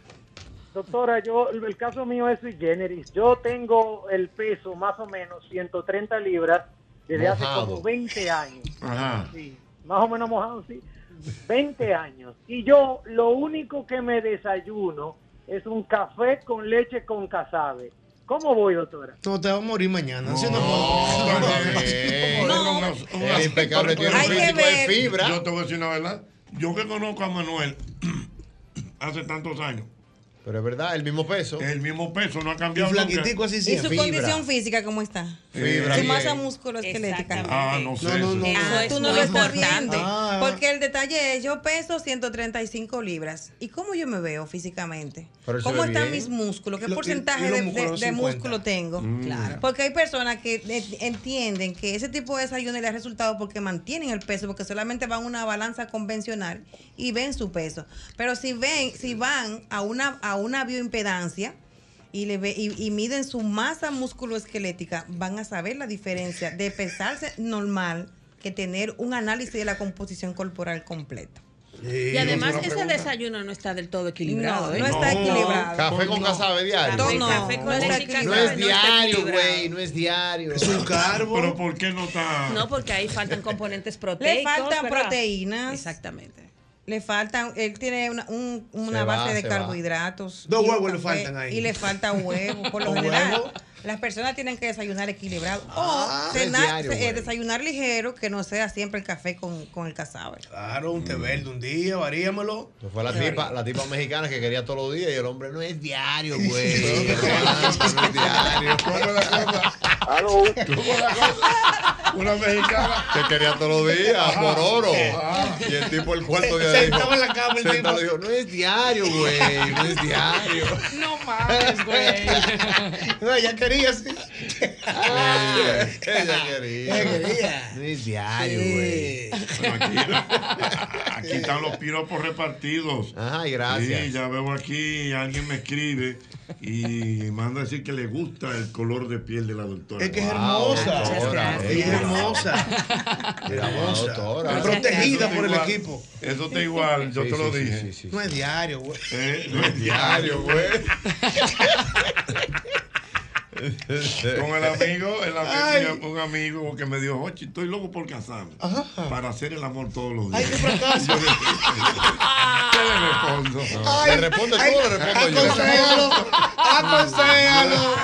Doctora, yo, el caso mío es sui generis. Yo tengo el peso más o menos 130 libras desde hace
Mojado.
como 20 años.
Ajá.
Sí, más o menos mojado, sí. 20 años. Y yo lo único que me desayuno es un café con leche con casabe. ¿Cómo voy, doctora?
No, te vas a morir mañana. Si No,
eh,
El impecable tiene un físico de fibra.
Yo te voy a decir una verdad. Yo que conozco a Manuel *clears throat* hace tantos años.
Pero es verdad, el mismo peso.
El mismo peso, no ha cambiado.
Y flaquitico
nunca.
así,
¿Y su condición física cómo está?
Fibra
su
bien.
masa musculoesquelética.
Ah, no sé. eso.
Ah, tú no lo estás viendo.
Ah.
Porque el detalle es, yo peso 135 libras. ¿Y cómo yo me veo físicamente?
Pero se
¿Cómo
ve
están
bien.
mis músculos? ¿Qué
Lo- y-
porcentaje
y los
de- de,
músculos,
de
50.
músculo tengo?
Mm. Claro.
Porque hay personas que eh, entienden que ese tipo de desayuno les ha resultado porque mantienen el peso, porque solamente van a una balanza convencional y ven su peso. Pero si ven, si van a una, a una bioimpedancia, y, le ve, y, y miden su masa musculoesquelética, van a saber la diferencia de pesarse normal que tener un análisis de la composición corporal completa.
Y además ese desayuno no está del todo equilibrado.
No,
¿eh?
no está equilibrado.
Café con casabe diario.
Café, café con leche y
No
casabe
es
no está
diario,
equilibrado.
güey. No es diario. Es
un carbo.
Pero ¿por qué no está?
No, porque ahí
*laughs*
faltan componentes
Le
proteicos.
faltan
¿verdad?
proteínas.
Exactamente.
Le faltan, él tiene una, un- una
Se va,
base de
se va.
carbohidratos.
Dos
y un
huevos le
café,
faltan ahí.
Y le falta huevo. Por
*laughs*
lo
¿Un
general,
huevo?
las personas tienen que desayunar equilibrado.
Ah,
o cenar-
es diario,
eh,
güey.
desayunar ligero, que no sea siempre el café con, con el cazabe.
Claro, un té verde un día, varíamelo.
Eso Mm. Fue la tipa, la tipa mexicana que quería todos los días y el hombre no es diario, güey. *laughs*
¿Cómo la cosa? Una mexicana.
Que quería todos los días, por oro. Y el tipo el cuarto día dijo,
Sentado en la cama el
sentado, dijo, no es diario, güey, no es diario.
No mames, güey. *laughs* No, ella quería, sí.
Ella quería. No es diario, güey.
*laughs* Aquí están los piropos repartidos.
Ay, gracias.
Sí, ya veo aquí, alguien me escribe y manda a decir que le gusta el color de piel de la doctora.
Es que es hermosa. Ella es hermosa. Protegida por el equipo.
Eso está igual, yo
Sí,
te lo
sí, sí,
dije.
sí,
No es diario, güey.
Eh, no es diario, güey. Con el amigo, el amigo-
Ay.
un amigo que me dijo, Ochi, estoy loco por casarme. Para hacer el amor todos los días.
Ay, qué fracaso.
Yo le- ¿Qué le respondo?
Ay,
¿Le respondo tú
ay,
o le respondo yo?
aconsejalo,
aconsejalo.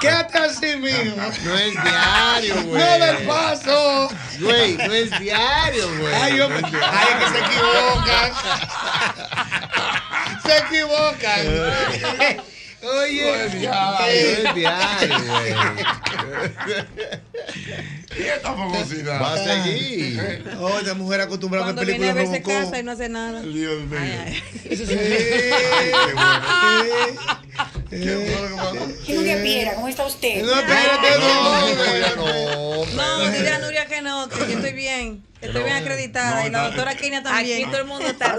Quédate así, mijo.
No es diario, güey.
No del paso.
Güey, no es diario, güey.
Ay, yo- ay, es que se
*laughs*
equivocan. Se *laughs* equivocan. Oye.
No es diario, güey.
Y esta famosidad.
Va a seguir.
Oh, esta mujer acostumbrada a
Cuando
ver
viene a
películas
verse
Robocop.
casa y no hace nada.
Dios mío.
*laughs* Eh,
Dijo que Piera, ¿cómo está usted?
No, espérate,
no,
no.
No, dile a Nuria que no, que yo estoy bien. que Estoy bien acreditada. y la doctora Kenia también. eh, Aquí todo el mundo está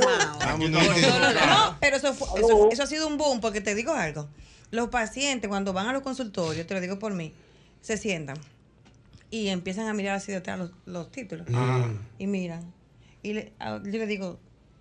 No, pero eso, fue- eso, eso ha sido un boom, porque te digo algo. Los pacientes, cuando van a los consultorios, te lo digo por mí, se sientan y empiezan a mirar así de atrás los, los títulos.
Ah.
Y miran. Y le- a- yo le digo,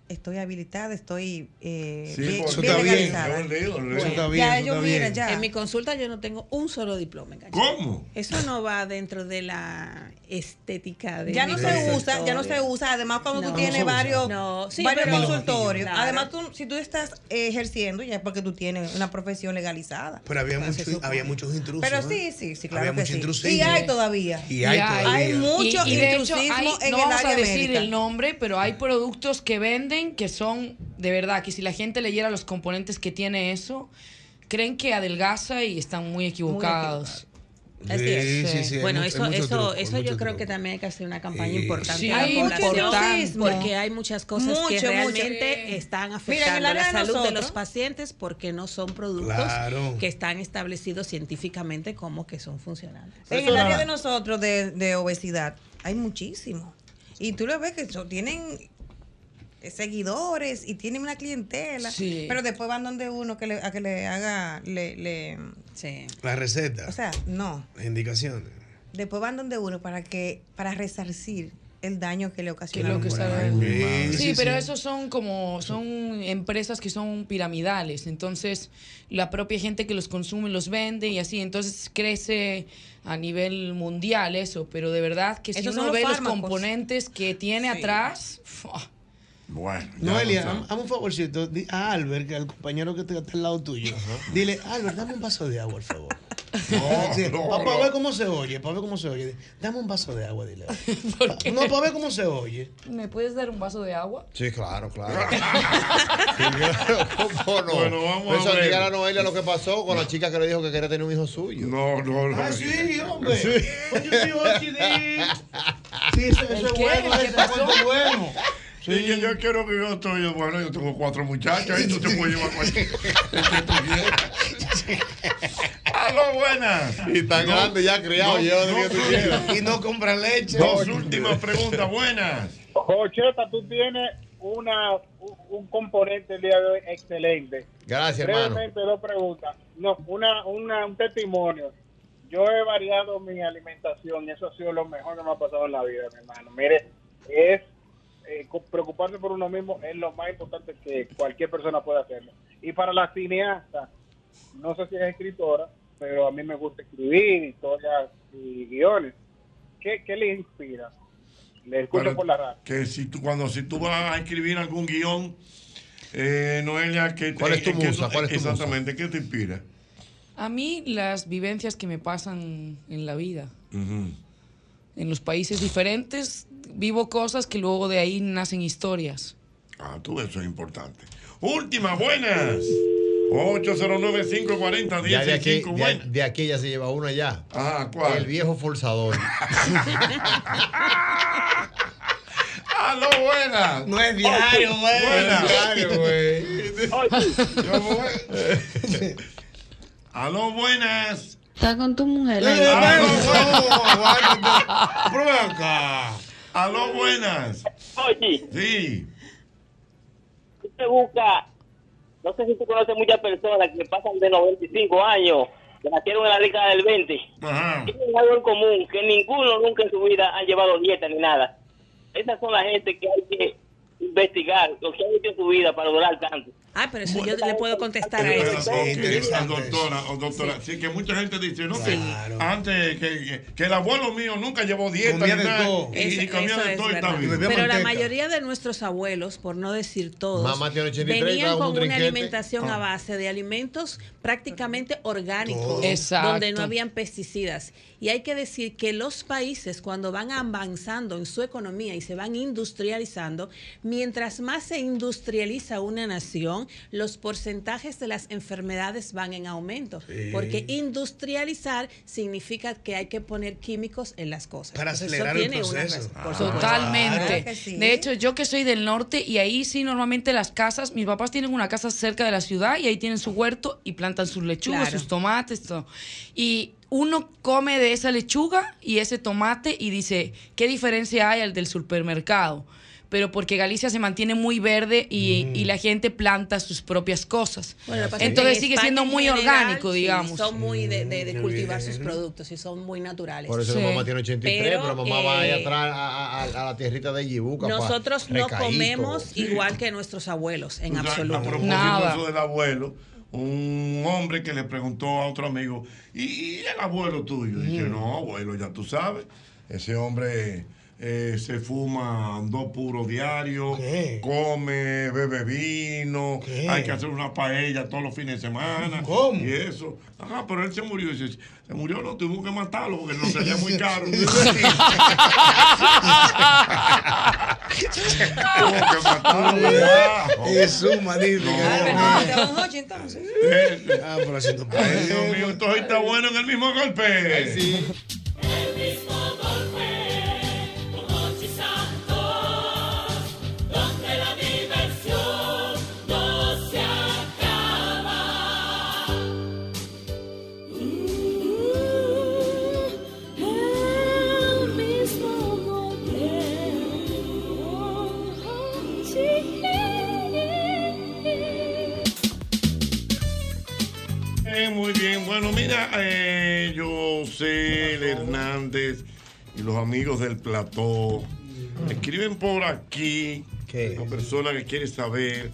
estoy habilitada, estoy eh,
Sí,
bien,
porque- Eso
bien
está bien,
legalizada.
yo leo, leo.
Bueno,
Eso está bien,
ya
eso
ellos
está
miran,
bien.
ya.
En mi consulta yo no tengo un solo diploma. enganchado.
¿Cómo?
Eso no va dentro de la estética de
Ya no
mi
se usa,
consultorio.
ya no se usa. Además, cuando
No.
tú
No se
tienes
usa.
varios,
No, sí,
varios
pero-
consultorios.
Claro.
Además, tú, si tú estás eh, ejerciendo, ya es porque tú tienes una profesión legalizada. Pues
Pero había, mucho- había muchos intrusos.
Pero
¿eh?
sí, sí, sí, claro
Había
que
mucho
sí.
intrusismo.
Y hay todavía.
Y hay todavía.
Hay mucho
Y- y de hecho,
intrusismo
hay-
en
no
el
vamos
área
a decir
médica.
el nombre, pero hay productos que venden que son de verdad que si la gente leyera los componentes que tiene eso, creen que adelgaza y están muy equivocados.
Así es. bueno, eso, eso, eso yo creo que también hay que hacer una campaña importante.
Sí,
a la población,
importante.
Porque hay muchas cosas que
Mucho, mucho.
realmente están afectando
Mira, en el área
la
de
salud de
nosotros-
los pacientes porque no son productos
Claro.
que están establecidos científicamente como que son funcionales.
En el área de nosotros de, de obesidad hay muchísimo. Y tú lo ves que so- tienen eh, seguidores y tienen una clientela.
Sí.
Pero después van donde uno que le- a que le haga. Le, le-
La receta.
O sea, no.
Las indicaciones.
Después van donde uno para que para resarcir el daño que le ocasionaron.
Que lo que
por
sabe-
ahí.
Sí,
Sí,
sí,
pero
sí.
esos son como son empresas que son piramidales, entonces la propia gente que los consume los vende y así, entonces crece a nivel mundial eso, pero de verdad que si
Esos son
uno
los
ve los
fármacos.
componentes que tiene
Sí.
atrás, ¡fua!
Bueno.
Noelia, ham- hazme un favorcito. di a Albert, que al compañero que te- está al lado tuyo, dile, Albert, dame un vaso de agua, por favor. Sí, para ver cómo se oye, para ver cómo se oye. Dame un vaso de agua, dile. Pa- no, para ver cómo se oye.
¿Me puedes dar un vaso de agua?
Sí, claro,
*laughs*
claro. ¿Cómo no?
Bueno, vamos
Eso
a ver.
diga la novela lo que pasó con la chica que le dijo que quería tener un hijo suyo.
No, no, no.
Ah,
sí, hombre.
Sí.
Sí, eso, eso
¿El
es
qué?
bueno,
¿El qué
eso es
pasó?
cuento bueno.
Sí, yo, yo quiero que yo estoy, bueno, yo tengo cuatro muchachos, ahí tú te puedes llevar cualquier. *laughs*
¡Ah,
¡Aló, buenas!
Y tan grande ya criado, lleva de que tú quieras.
Y no compra leche.
Dos últimas preguntas, buenas.
Jocheta, tú tienes una, un, un componente el día de hoy excelente.
Gracias, hermano.
Brevemente, dos preguntas. No, una, una, un testimonio. Yo he variado mi alimentación y eso ha sido lo mejor que me ha pasado en la vida, mi hermano. Mire, es eh, co- preocuparse por uno mismo es lo más importante que cualquier persona puede hacerlo. Y para la cineasta, no sé si es escritora, pero a mí me gusta escribir historias y guiones. ¿Qué, qué le inspira? Le escucho
Pero
por la radio.
Que si tú, cuando si tú vas a escribir algún guión, eh, Noelia, que te-
¿Cuál es tu
en qué tú-
musa? ¿Cuál es tu musa?
Exactamente, ¿qué te inspira?
A mí las vivencias que me pasan en la vida,
Ujú.
en los países diferentes, vivo cosas que luego de ahí nacen historias.
Ah, tú, eso es importante. Últimas, buenas. 809-540-1065.
Ya de aquí, de,
buenas.
de aquí ya se lleva una ya.
Ah, ¿cuál?
El
*laughs*
viejo forzador.
¡Aló, buenas!
No es diario, güey.
Buenas.
No es diario,
Yo voy. ¡Aló, buenas!
Está con tu mujer.
Eh,
ahí. Ah.
Prueba acá. Aló, buenas.
Oye.
Sí.
Tú te busca, no sé si tú conoces muchas personas que pasan de 95 años, que nacieron en la década del 20.
Ajá.
Tienen algo en común, que ninguno nunca en su vida han llevado dieta ni nada. Esas son la gente que hay que investigar lo que han hecho en su vida para durar tanto.
Ah, pero eso yo le puedo contestar a
Pero,
eso.
Ok, doctora, o doctora, sí. que mucha gente dice, no, que antes que, que- que el abuelo mío nunca llevó dieta
Comía
ni
de
nada,
todo.
y, y
Eso-
comía
eso
de
es
todo y
verdad.
está bien.
Pero la mayoría de nuestros abuelos, por no decir todos,
Mamá tiene 83,
venían
trae un
con una
trinquete.
alimentación
Ah.
a base de alimentos prácticamente
Todo.
orgánicos,
Exacto.
donde no habían pesticidas. Y hay que decir que los países cuando van avanzando en su economía y se van industrializando, mientras más se industrializa una nación, los porcentajes de las enfermedades van en aumento,
Sí.
porque industrializar significa que hay que poner químicos en las cosas.
Para
Eso
acelerar el
tiene una
proceso.
razón, por
Ah.
supuesto.
Totalmente.
Totalmente.
Claro que sí.
De hecho, yo que soy del norte y ahí sí normalmente las casas, mis papás tienen una casa cerca de la ciudad y ahí tienen su huerto y plantan sus lechugas, Claro. sus tomates, todo. Y uno come de esa lechuga y ese tomate y dice, ¿qué diferencia hay al del supermercado? Pero porque Galicia se mantiene muy verde y, y la gente planta sus propias cosas.
Bueno, lo que pasa es que
Entonces
en
sigue
España
siendo
en
muy
general,
orgánico,
sí,
digamos.
Son muy de, de- de
Mm,
cultivar
bien.
sus productos y son muy naturales. eh,
Por eso la mamá tiene 83, pero, mamá va ahí atrás a, a- a la tierrita de Yibuca. pa-
Nosotros no
recaíto.
comemos igual que nuestros abuelos, en
O sea,
absoluto.
A propósito eso del abuelo, un hombre que le preguntó a otro amigo, ¿y, y el abuelo tuyo? Y
Mm.
dice, no, abuelo, ya tú sabes, ese hombre eh, se fuma dos puros diarios, come, bebe vino, hay que hacer una paella todos los fines de semana. Y eso. Ajá, pero él se murió. Y dice, se murió, no, tuvimos que matarlo porque
*laughs*
nos salía muy caro.
*laughs*
Jesús, magnífico.
Ah, pero haciendo Ay, Dios mío, esto hoy está bueno en el mismo golpe.
El mismo golpe con Hochi Santos, donde la diversión no se acaba. El mismo golpe
Eh, muy bien, bueno, mira, eh, José Hernández y los amigos del plató escriben por aquí la persona que quiere saber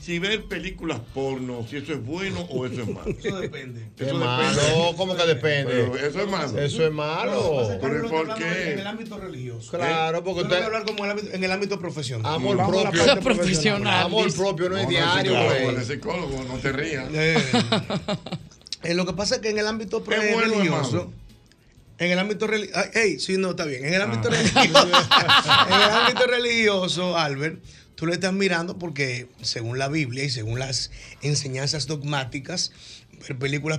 si ver películas porno, si eso es bueno o eso es malo. Eso depende.
Es malo, ¿cómo que depende?
Pero eso es malo.
Eso es malo.
Pero ¿y por
En
qué?
el ámbito religioso.
Claro,
Yo
porque
no voy
usted-
a hablar como el ámbito- en el ámbito profesional.
Amor
Vamos a la
propio.
parte
Amor propio no es diario, güey.
el psicólogo, no te rías.
Eh, eh, lo que pasa es que en el ámbito pre-
bueno o es
religioso. En el ámbito religioso. Hey, sí, no, está bien. En el ámbito
Ah. *laughs*
religioso. en el ámbito religioso, Albert, tú le estás mirando porque, según la Biblia y según las enseñanzas dogmáticas, ver películas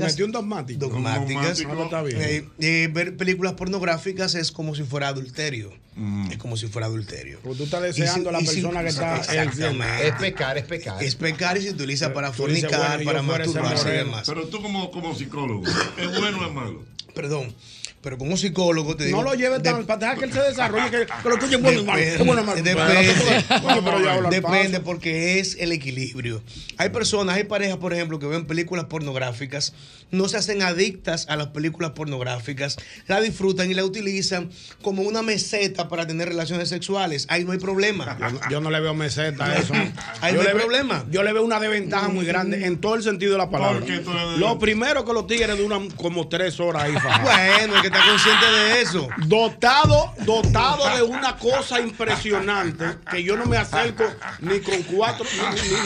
Le metió un dogmático.
Dogmáticas.
Un dogmático. Ah, no, está bien.
eh, eh, ver películas pornográficas es como si fuera adulterio.
Mm.
Es como si fuera adulterio.
tú estás deseando a la persona que está-
Exactamente.
Es pecar, es pecar.
Es pecar y se utiliza para
tú dices,
fornicar,
bueno, yo
para
fuera ese
masturbarse y
moreno.
demás.
Pero tú como, como psicólogo, ¿es bueno o es malo?
Perdón, pero como psicólogo te digo.
No lo lleves tan. Para dejar que él se desarrolle. Que, que lo escuchen bueno y malo.
Depende,
es bueno y malo.
depende.
Bueno, pero ya habla al
Depende,
paso.
porque es el equilibrio. Hay personas, hay parejas, por ejemplo, que ven películas pornográficas, no se hacen adictas a las películas pornográficas, la disfrutan y la utilizan como una meseta para tener relaciones sexuales. Ahí no hay problema.
Yo no le veo meseta
*laughs*
a eso.
Ahí
Yo
no
le
hay
veo-
problema.
Yo le veo una desventaja muy grande en todo el sentido de la palabra.
¿Por qué tú le ves?
Lo primero que los tigres duran como tres horas
*laughs*
ahí. fajados.
Bueno, hay que estar consciente de eso.
Dotado, dotado de una cosa impresionante que yo no me acerco ni con cuatro, ni, ni- ni-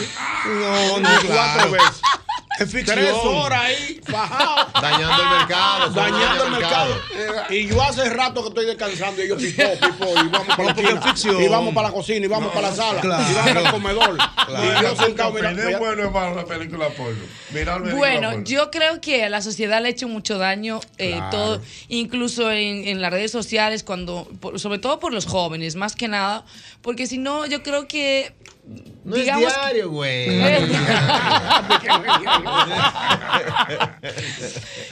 No,
ni
no,
cuatro
claro.
veces.
Es ficción.
Tres horas ahí, fajado.
Dañando el mercado,
*laughs* Dañando
dañando
el
el
mercado. Y yo hace rato que estoy descansando y yo
*laughs*
pipo, pipo, y vamos para la
porque es
cocina.
ficción.
Y vamos para la cocina, y vamos para la sala, y vamos para el comedor. Y yo sentado mirando.
¿Es bueno o es malo la película porno? Mirar película
Bueno,
porno.
yo creo que a la sociedad le ha hecho mucho daño eh,
Claro.
todo, incluso en, en las redes sociales, cuando, por- sobre todo por los jóvenes, más que nada, porque si no, yo creo que
No
digamos
es *laughs* diario, güey.
*laughs*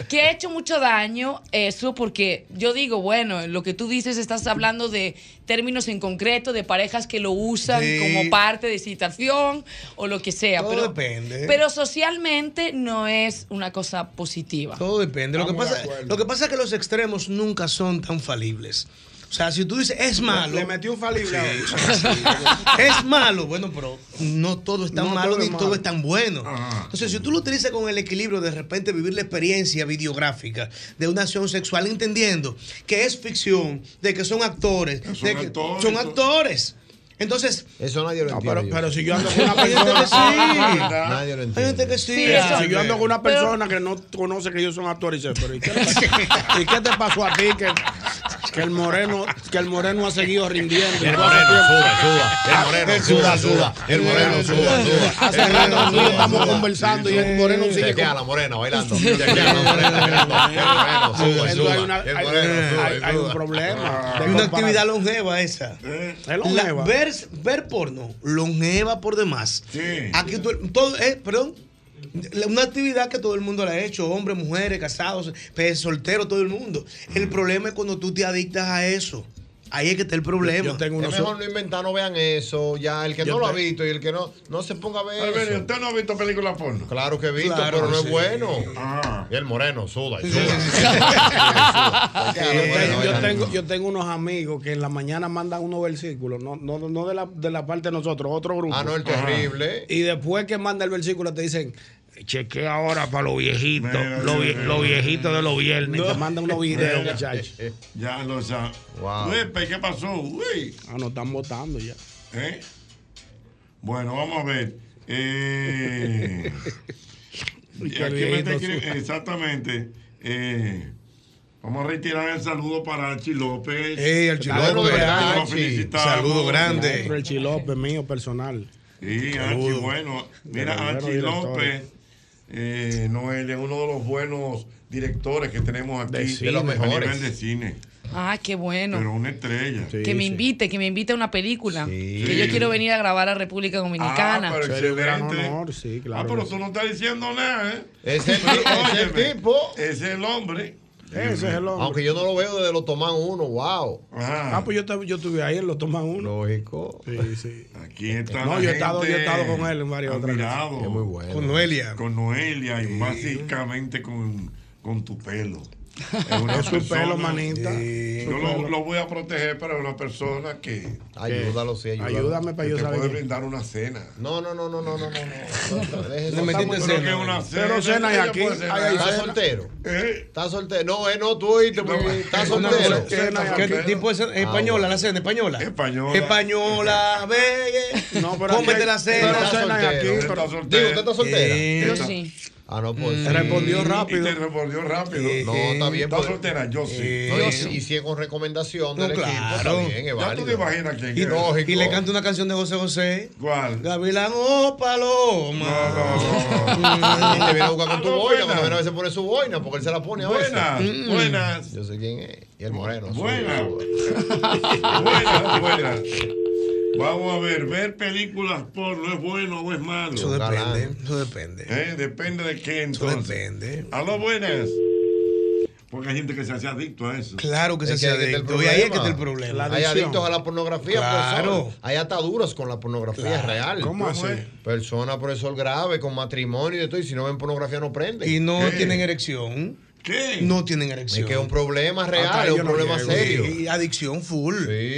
que ha hecho mucho daño eso, porque yo digo, bueno, lo que tú dices, estás hablando de términos en concreto, de parejas que lo usan
Sí.
como parte de citación o lo que sea,
Todo
pero
depende.
pero socialmente no es una cosa positiva.
Todo depende. Lo que,
Estamos de
pasa, lo que pasa es que los extremos nunca son tan falibles. O sea, si tú dices, es malo.
Le metió un falible.
*laughs* Sí, es malo. Bueno, pero no todo es tan
No
malo
todo
ni
es malo.
todo es tan bueno. Entonces, si tú lo utilizas con el equilibrio, de repente vivir la experiencia videográfica de una acción sexual, entendiendo que es ficción, de que son actores, de que
actores,
son
son-
actores. Entonces,
eso nadie lo entiende.
pero, pero
si
yo *laughs*
ando con una persona-
Nadie lo entiende.
Hay gente que sí.
Sí,
Ah,
si yo ando con una
pero-
persona que no conoce que ellos son actores, y dice, pero ¿y qué,
*laughs*
¿y qué te pasó a ti que, que el moreno que el moreno ha seguido rindiendo? Ah,
El moreno, suba, suba. El moreno, suba, suba. El moreno, suba, suba.
Hace rato nosotros estamos conversando y el moreno sigue
Chequea a la morena bailando. Chequea a la
*laughs*
morena bailando. El moreno,
Entonces,
suba,
hay
suba.
una-
El
hay-
moreno, suba,
hay- hay un
suba.
problema. Hay una actividad longeva esa.
¿Eh?
La-
longeva.
ver, ver porno, longeva por demás. Aquí tú- todo, eh, perdón. La- Una actividad que todo el mundo la ha hecho, hombres, mujeres, casados, pe- solteros, todo el mundo. El problema es cuando tú te adictas a eso. Ahí es que está el problema.
Yo tengo es mejor no inventar, no vean eso. Ya el que
Yo
no lo ha
te-
visto y el que no, no se ponga a ver.
Alberto,
eso.
¿usted no ha visto películas porno?
Claro que he visto,
Claro
pero
que
no
sí.
es bueno. Y el moreno, suda y suda.
Yo Eh, tengo- yo, tengo, yo tengo unos amigos que en la mañana mandan unos versículos, no, no, no de, la, de la parte de nosotros, otro grupo.
Ah, no, el
Ajá.
terrible.
Y después que manda el versículo te dicen, chequea ahora para los viejitos,
Mira,
los
mira,
vie-
mira.
los viejitos de los viernes. Y te mandan unos videos,
Mira.
muchachos.
Ya lo sabe. Pepe, ¿qué pasó? Uy.
Ah, nos están votando ya.
¿Eh? Bueno, vamos a
*laughs*
ver. Eh,
Uy, qué
aquí me
viejito
te escribe-
suena.
exactamente. eh, vamos a retirar el saludo para Archi López.
Ey, el
Que
Chilope,
también lo
¿verdad,
felicitamos,
Archi?
lo felicitamos.
Maestro, El chilope mío personal.
Sí, Archi,
Saludos.
bueno. Mira,
De los
Archi
buenos
López. Eh, Noel es uno de los buenos directores que tenemos aquí.
De cine. De los
A
mejores.
nivel de cine.
Ah, qué bueno.
Pero una estrella.
que me invite, que me invite a una película. Que yo
Sí.
quiero venir a grabar a República Dominicana.
Ah, pero excelente.
sí,
Ah,
claro.
pero tú no estás diciendo nada, ¿eh? *laughs*
Es el, es el tipo.
Es el hombre.
Ese es el hombre.
Aunque yo no lo veo desde lo toman uno, wow.
Ah, pues yo, estaba- yo estuve ahí, lo toman uno.
Lógico.
Sí, sí.
Aquí está.
No,
la
yo he estado-
gente
yo he estado con él en varias otras
admirado.
cosas. Es muy bueno.
Con Noelia. Con Noelia y básicamente con, con tu pelo. Es una
Es su pelo, manita. Su
Yo lo,
pelo.
lo voy a proteger, pero es una persona que.
Ayúdalo, sí, ayúdalo. Ayúdame para
que
yo
te
saber
puede
quién.
brindar una cena.
No, no, no, no, no, no, no. no.
Le metiste cena. Pero cena y aquí- ahí hay
¿Estás
cena.
soltero? ¿Estás soltero? No, eh, no, tú oíste. porque ¿Estás soltero?
¿Qué tipo de cena? española? ¿La cena española? Española. Española, ve.
No, pero
Cómete
aquí hay- pero
la cena.
cena es aquí,
Soltero.
pero-
Digo, ¿usted está soltera?
Eh,
Yo
sí.
Ah, no, pues. sí.
Respondió rápido.
Y te respondió rápido.
No, está bien.
¿Estás soltera? Yo sí.
No, y, y si es con recomendación del
No,
equipo,
claro.
está bien,
Ya
es
tú te
válido.
imaginas
quién
Y,
Y lógico.
y le canta una canción de José José.
¿Cuál?
Gavilán o Paloma. Mm.
Te viene a buscar
Ah,
con tu boina, cuando viene a veces pone su boina, porque él se la pone a veces.
Buenas,
Mm.
buenas.
Yo sé quién es. Y el moreno.
Buenas.
su-
Buenas, buenas. Vamos a ver, ver películas porno es bueno o es malo.
Eso depende. Eso depende.
Eh, Depende de qué entonces. depende. A lo buenas. Porque hay gente que se hace adicto a eso.
Claro que se
Es que
hace
ahí que está el
adicto. Y ahí es que está el
problema.
problema.
Hay adictos a la pornografía,
Claro.
profesor. Hay ataduras con la pornografía
Claro.
real.
¿Cómo así?
es? Persona, profesor, grave, con matrimonio y de todo. Y si no ven pornografía, no prenden.
Y no
¿Qué?
tienen erección.
¿Qué?
No tienen erección.
Es que es un problema real,
Hasta ahí
es un
yo no
problema
llego.
serio.
Y adicción full.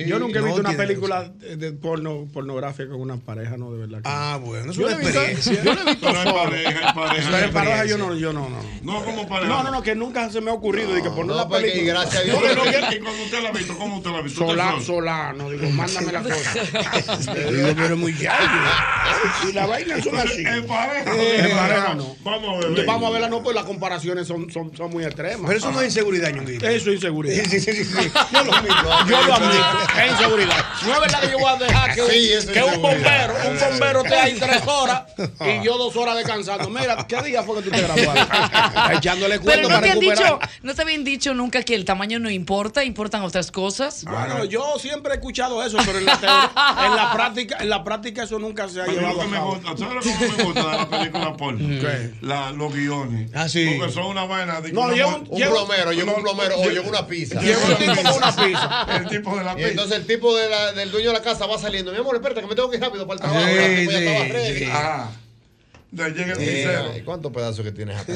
Yo nunca he
No
visto una
tiene
película de, de porno, pornográfica con una pareja, no, de verdad.
Ah, bueno,
es una experiencia.
Yo lo he visto
Pero hay
solo.
pareja, hay pareja.
Pero en
Es una
pareja yo
experiencia.
no, yo no, no.
No, como pareja.
No, no, no, que nunca se me ha ocurrido. de que por
no,
una
porque
película.
gracias a Dios. No, no, que- que cuando usted la ha visto, *laughs* ¿cómo usted la ha visto? Usted
Solano,
solo.
Solano, digo, mándame
*laughs*
la cosa. Digo, pero muy Y la vaina son así.
En pareja.
Eh,
en pareja
no.
Vamos a ver.
Vamos a verla, no, pues las comparaciones son, son, son muy extremas.
Pero eso no es inseguridad, Ñonguito.
Eso es inseguridad.
Sí, sí, sí, sí.
*laughs* Yo lo admito, yo lo admito. Es inseguridad. No es verdad que yo voy a dejar que, un-
Sí, eso es
que un
inseguridad.
bombero, un bombero esté ahí tres horas y yo dos horas descansando. Mira, ¿qué día fue que tú te graduaste? Echándole
Pero
cuento
no te
para
han dicho,
recuperar.
no te habían dicho nunca que el tamaño no importa, importan otras cosas.
Ah,
Bueno, yo siempre he escuchado eso, pero en la,
*laughs*
teoría- en la práctica, en la práctica eso nunca se ha
A mí lo
llevado
que
a
me
cabo.
gusta- ¿Sabes lo que más me gusta de
*laughs*
la película porno?
¿Qué?
La- los guiones. Porque son una vaina de que
No,
una
llevo-
mu-
Un plomero, llegó un plomero, o llegó una pizza.
Llegó un tipo con
una pizza.
El tipo de la
Y entonces el tipo de la-
Ah,
del dueño de la casa va saliendo. Mi amor, espérate, que me tengo que ir rápido para el trabajo.
Sí,
ya, tipo, ya
sí,
estaba ready.
sí.
Ah.
Le llega el
Eh,
pincel.
¿Cuántos pedazos que tienes acá?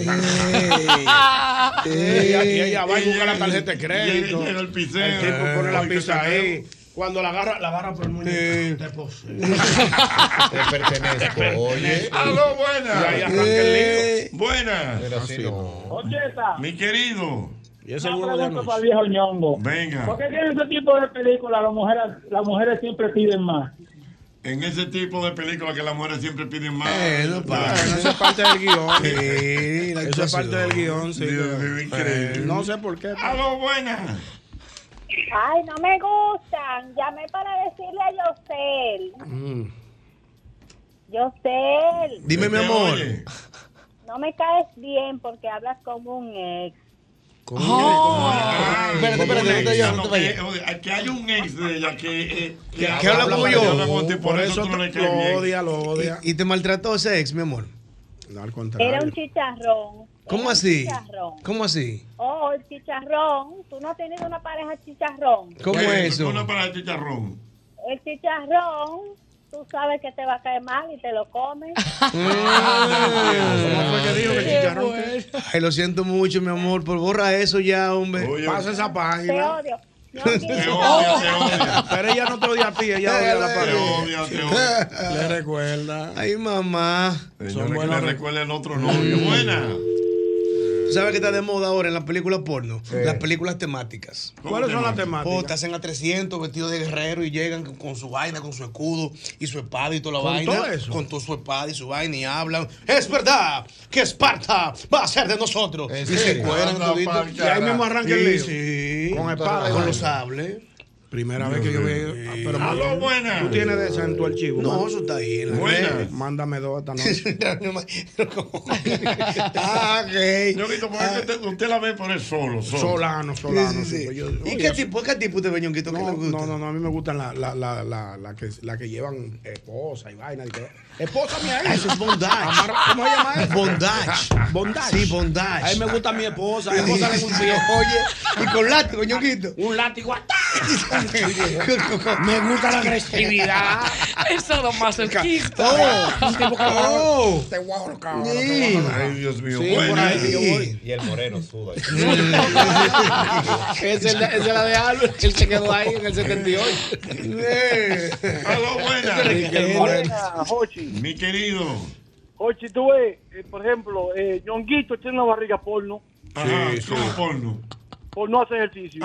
Ah. Y aquí ella va y busca la tarjeta de crédito.
Llega el pincel.
tipo pone la
Ay, qué
pizza
sacado.
ahí. Cuando la agarra, la agarra por el muñeco. Te posee.
Te
*laughs*
pertenezco, oye.
Aló, Ah, buena. Eh.
Y ahí arranca el lío.
Buena. Ah,
Pero si
Mi querido.
Y
es
Una pregunta para el viejo ñongo.
Venga.
¿Por qué tiene ese tipo de películas las mujeres, las mujeres siempre piden más?
En ese tipo de películas que las mujeres siempre piden más.
Bueno, eso es parte del
*laughs*
guión. eso es
actuación.
parte del guión, sí.
Dios mío,
Eh,
increíble.
no sé por qué.
¡Aló, buena!
Ay, no me gustan. Llamé para decirle a Yosel. Yosel,
Dime, mi amor. *laughs*
no me caes bien porque hablas como un ex.
Espérate,
espérate, no te vayas, no te
Que eh, hay un ex de ella que. eh,
Que
habla-
habla
habla-
mucho.
que habla con ti, Por
Por
eso
eso
tú no le
te-
caes
lo
bien.
odia,
lo odia.
Y, y te maltrató ese ex, mi amor.
No, al contrario.
Era un chicharrón. Era
¿Cómo
un
así?
Chicharrón.
¿Cómo así?
Oh, el chicharrón. Tú no has tenido una pareja chicharrón.
¿Cómo es eso?
Una para el chicharrón.
El chicharrón, tú sabes que te va a caer mal y te lo comes.
¿Cómo
fue que dijo que el chicharrón
Ay, lo siento mucho, mi amor, por borra eso ya, hombre.
Pasa esa
Te
página.
odio.
*laughs*
Oh. *laughs*
Pero ella no te odia a ti, ella odia a la pared.
*laughs*
Le
recuerda. Ay, mamá.
Señores, que le recuerda el otro novio.
Mm.
Buena.
Tú sabes que está de moda ahora en las películas porno, las películas temáticas.
¿Cuáles son las temáticas?
Oh, te hacen a 300 vestidos de guerrero y llegan con, con su vaina, con su escudo y su espada y toda la
¿Con
vaina.
todo eso?
Con toda su espada y su vaina y hablan. Es verdad que Esparta va a ser de nosotros. Y se
serio?
encueran
Anda
todito.
pa'l Y ahí mismo arranca el lío.
Sí, sí.
Con espada y
Con
vaina.
los sables.
Primera vez que yo veo. Ah, Pero
Aló,
mándame-
buena.
Tú tienes de esa en tu archivo.
No, eso está ahí. en la red.
Mándame dos
*laughs*
esta noche.
ah, ok.
Yo visto porque usted, usted la ve por el solo, solo.
ah. Solano, solano.
Sí, sí, sí.
sí, pues
*laughs*
yo-
¿Y
oye,
qué tipo, qué tipo de beñonguito que le
No,
gusta?
no, no, no, a mí me gustan las la, la, la, la que, la que llevan esposa y vaina. y que- esposa mía.
Ah, eso es bondage.
Amarra- ¿Cómo se llama eso?
Bondage.
Bondage.
Sí, bondage.
A mí me gusta mi esposa. Mi esposa le *laughs* gusta.
Oye, y con látigo,
Eh,
ñonguito.
Un látigo. *laughs* ¡atá! me gusta la agresividad.
Eso lo más el
*laughs* Oh.
Te voy a ahorcar. ahora, te voy a ahorcar.
Ay, Dios mío.
Sí,
buena.
por ahí yo voy.
Y el moreno suda.
Esa es la- esa es la de Albert, él se quedó ahí en el 78.
Eh.
Aló, buena.
Buena, Jochi.
Mi querido.
Jochi, tú ves, eh, por ejemplo, eh, Ñonguito tiene una barriga porno.
Ajá, ¿cómo porno? Ah,
Por no hacer ejercicio.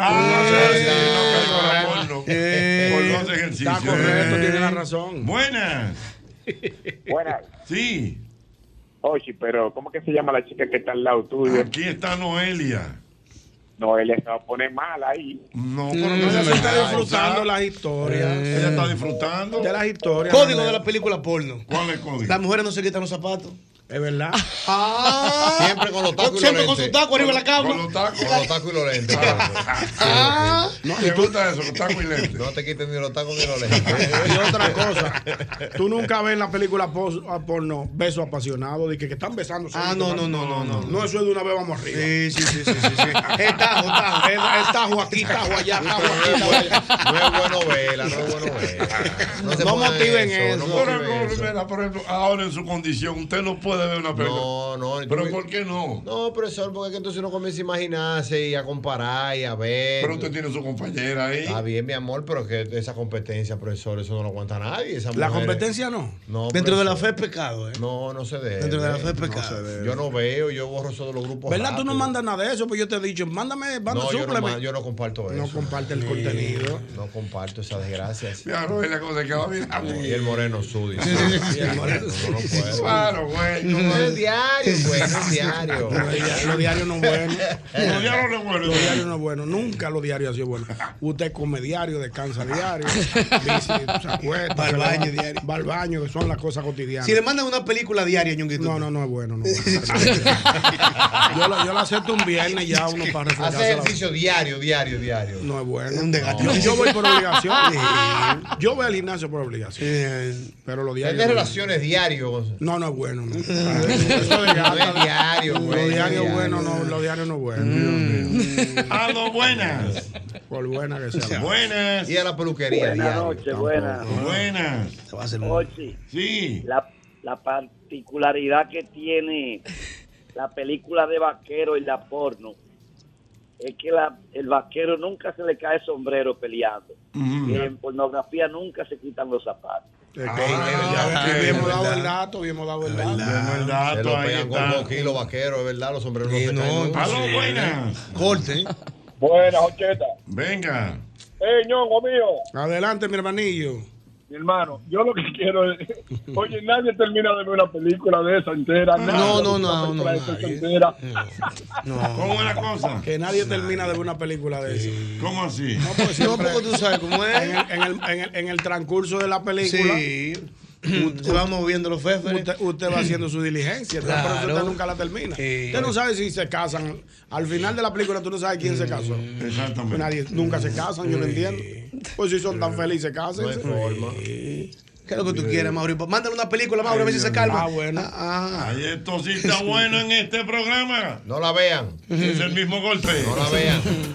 Porno. *laughs* Por los ejercicios.
Eh,
eh.
Está correcto, tiene la razón.
Buena.
Buena.
Sí.
Oye, pero ¿cómo que se llama la chica que está al lado tuyo?
Aquí está Noelia.
Noelia se va a poner mal ahí.
Mm.
No,
pero no se está disfrutando las historias.
Eh, Ella está disfrutando.
De las historias.
Código
Manuel.
de la película porno.
¿Cuál es el código?
Las mujeres no se quitan los zapatos.
Es verdad. *laughs*
Ah.
Siempre con los tacos y
Siempre
los
con su
lentes.
taco arriba de la cama.
Con los tacos, con los tacos y los lentes.
Ah.
No,
¿Te gusta eso? Los tacos y lentes.
No te quiten ni los tacos ni los lentes.
Y otra cosa, tú nunca ves en la película pos- a porno beso apasionado, de que, que están besando.
Ah, no, no, no, no, no.
No, eso es de una vez vamos arriba.
Sí, sí, sí, sí, sí. sí. Es tajo, tajo.
Es- es tajo aquí, tajo
*laughs*
allá, tajo aquí, tajo allá.
No es bueno verla, no es bueno verla. se
No
pongan
motiven eso.
No
Por
motiven
ejemplo,
eso.
Rivera, por ejemplo, ahora en su condición, usted no puede ver una película.
No, no.
¿Pero por qué no?
No, profesor, porque es que entonces uno comienza a imaginarse y a comparar y a ver.
Pero usted tiene su compañera ahí.
Está bien, mi amor, pero es que esa competencia, profesor, eso no lo aguanta nadie. Esa
La competencia no.
No,
Dentro de la fe
profesor.
es pecado, ¿eh?
No, no se debe.
Dentro de la fe es
No
pecado.
se debe. yo no veo, yo borro eso de los grupos.
¿Verdad? Tú
rápido.
no mandas nada de eso, pues yo te he dicho, mándame, mándame,
No, yo no,
súpleme.
ma- yo no comparto eso.
No comparte el contenido.
No comparto esas desgracias.
*laughs* Ya, no, es la cosa que va bien.
No, Y el moreno sudio.
sí. Ah,
el moreno no, no puedo.
Claro, güey.
No
no.
es diario, güey, no es diario.
*laughs* Los diarios no es bueno.
Los diarios no es bueno.
Los diarios no es bueno. Nunca los diarios han sido buenos. Usted come diario, descansa diario, *laughs* dice, se acuesta,
Va al
se
baño
levanta,
diario.
Va al baño, que son las cosas cotidianas.
Si le mandan una película diaria, Ñonguito.
No, no, no es bueno. No es bueno. yo, lo, yo lo acepto un viernes ya uno para refrescarse.
Hace
la-
ejercicio diario, diario, diario.
No es bueno.
desgaste.
Yo, yo voy por obligación. Yo voy al gimnasio por obligación. Pero los diarios.
Tener
no.
relaciones diarios.
No, no es bueno. no. Eso desgasta.
No es diario, güey,
Lo
no es
diario
diario.
bueno, no, lo diario no es bueno.
A lo buenas.
Por buena que sea.
Buenas.
Y a la peluquería
Buenas
diario.
noches, buenas.
Buenas.
Se va a hacer
Ochi,
Sí.
la,
la particularidad que tiene la película de vaquero y la porno es que la- el vaquero nunca se le cae sombrero peleando.
Ujú.
Y en pornografía nunca se quitan los zapatos.
Ah,
Aquí bien hemos dado el dato, bien hemos dado el dato.
Ah, Se lo pegan con dos kilos vaqueros, es verdad, los sombreros no se caen nunca.
Aló, buenas.
Corte.
Buenas, Ocheta.
Venga.
¡Ey, ñongo mío!
Adelante, mi hermanillo.
Mi hermano, yo lo que quiero es. *laughs* Oye, nadie termina de ver una película de esa entera.
No, no,
no, no.
*laughs*
¿Cómo es la cosa?
Que nadie termina de ver una película de eso.
¿Cómo así?
No,
*laughs*
pues siempre- En el, en el- en el- en el transcurso de la película.
Sí.
Usted
va moviendo los feferes.
Usted, usted va haciendo su diligencia. entonces, por eso
Claro. Eh.
usted nunca la termina.
Sí. Mm.
Usted no sabe si se casan. Al final de la película, tú no sabes quién se casó.
Exactamente.
Nadie, nunca se casan, yo no entiendo. Pues si son tan felices, casen.
¿Qué es lo que tú quieres, Mauri? Mándale una película, Mauri, a ver si se calma. Ah, bueno.
Ay,
*laughs*
esto sí está bueno en este programa.
No la vean.
Es el mismo golpe. No *laughs*
la vean.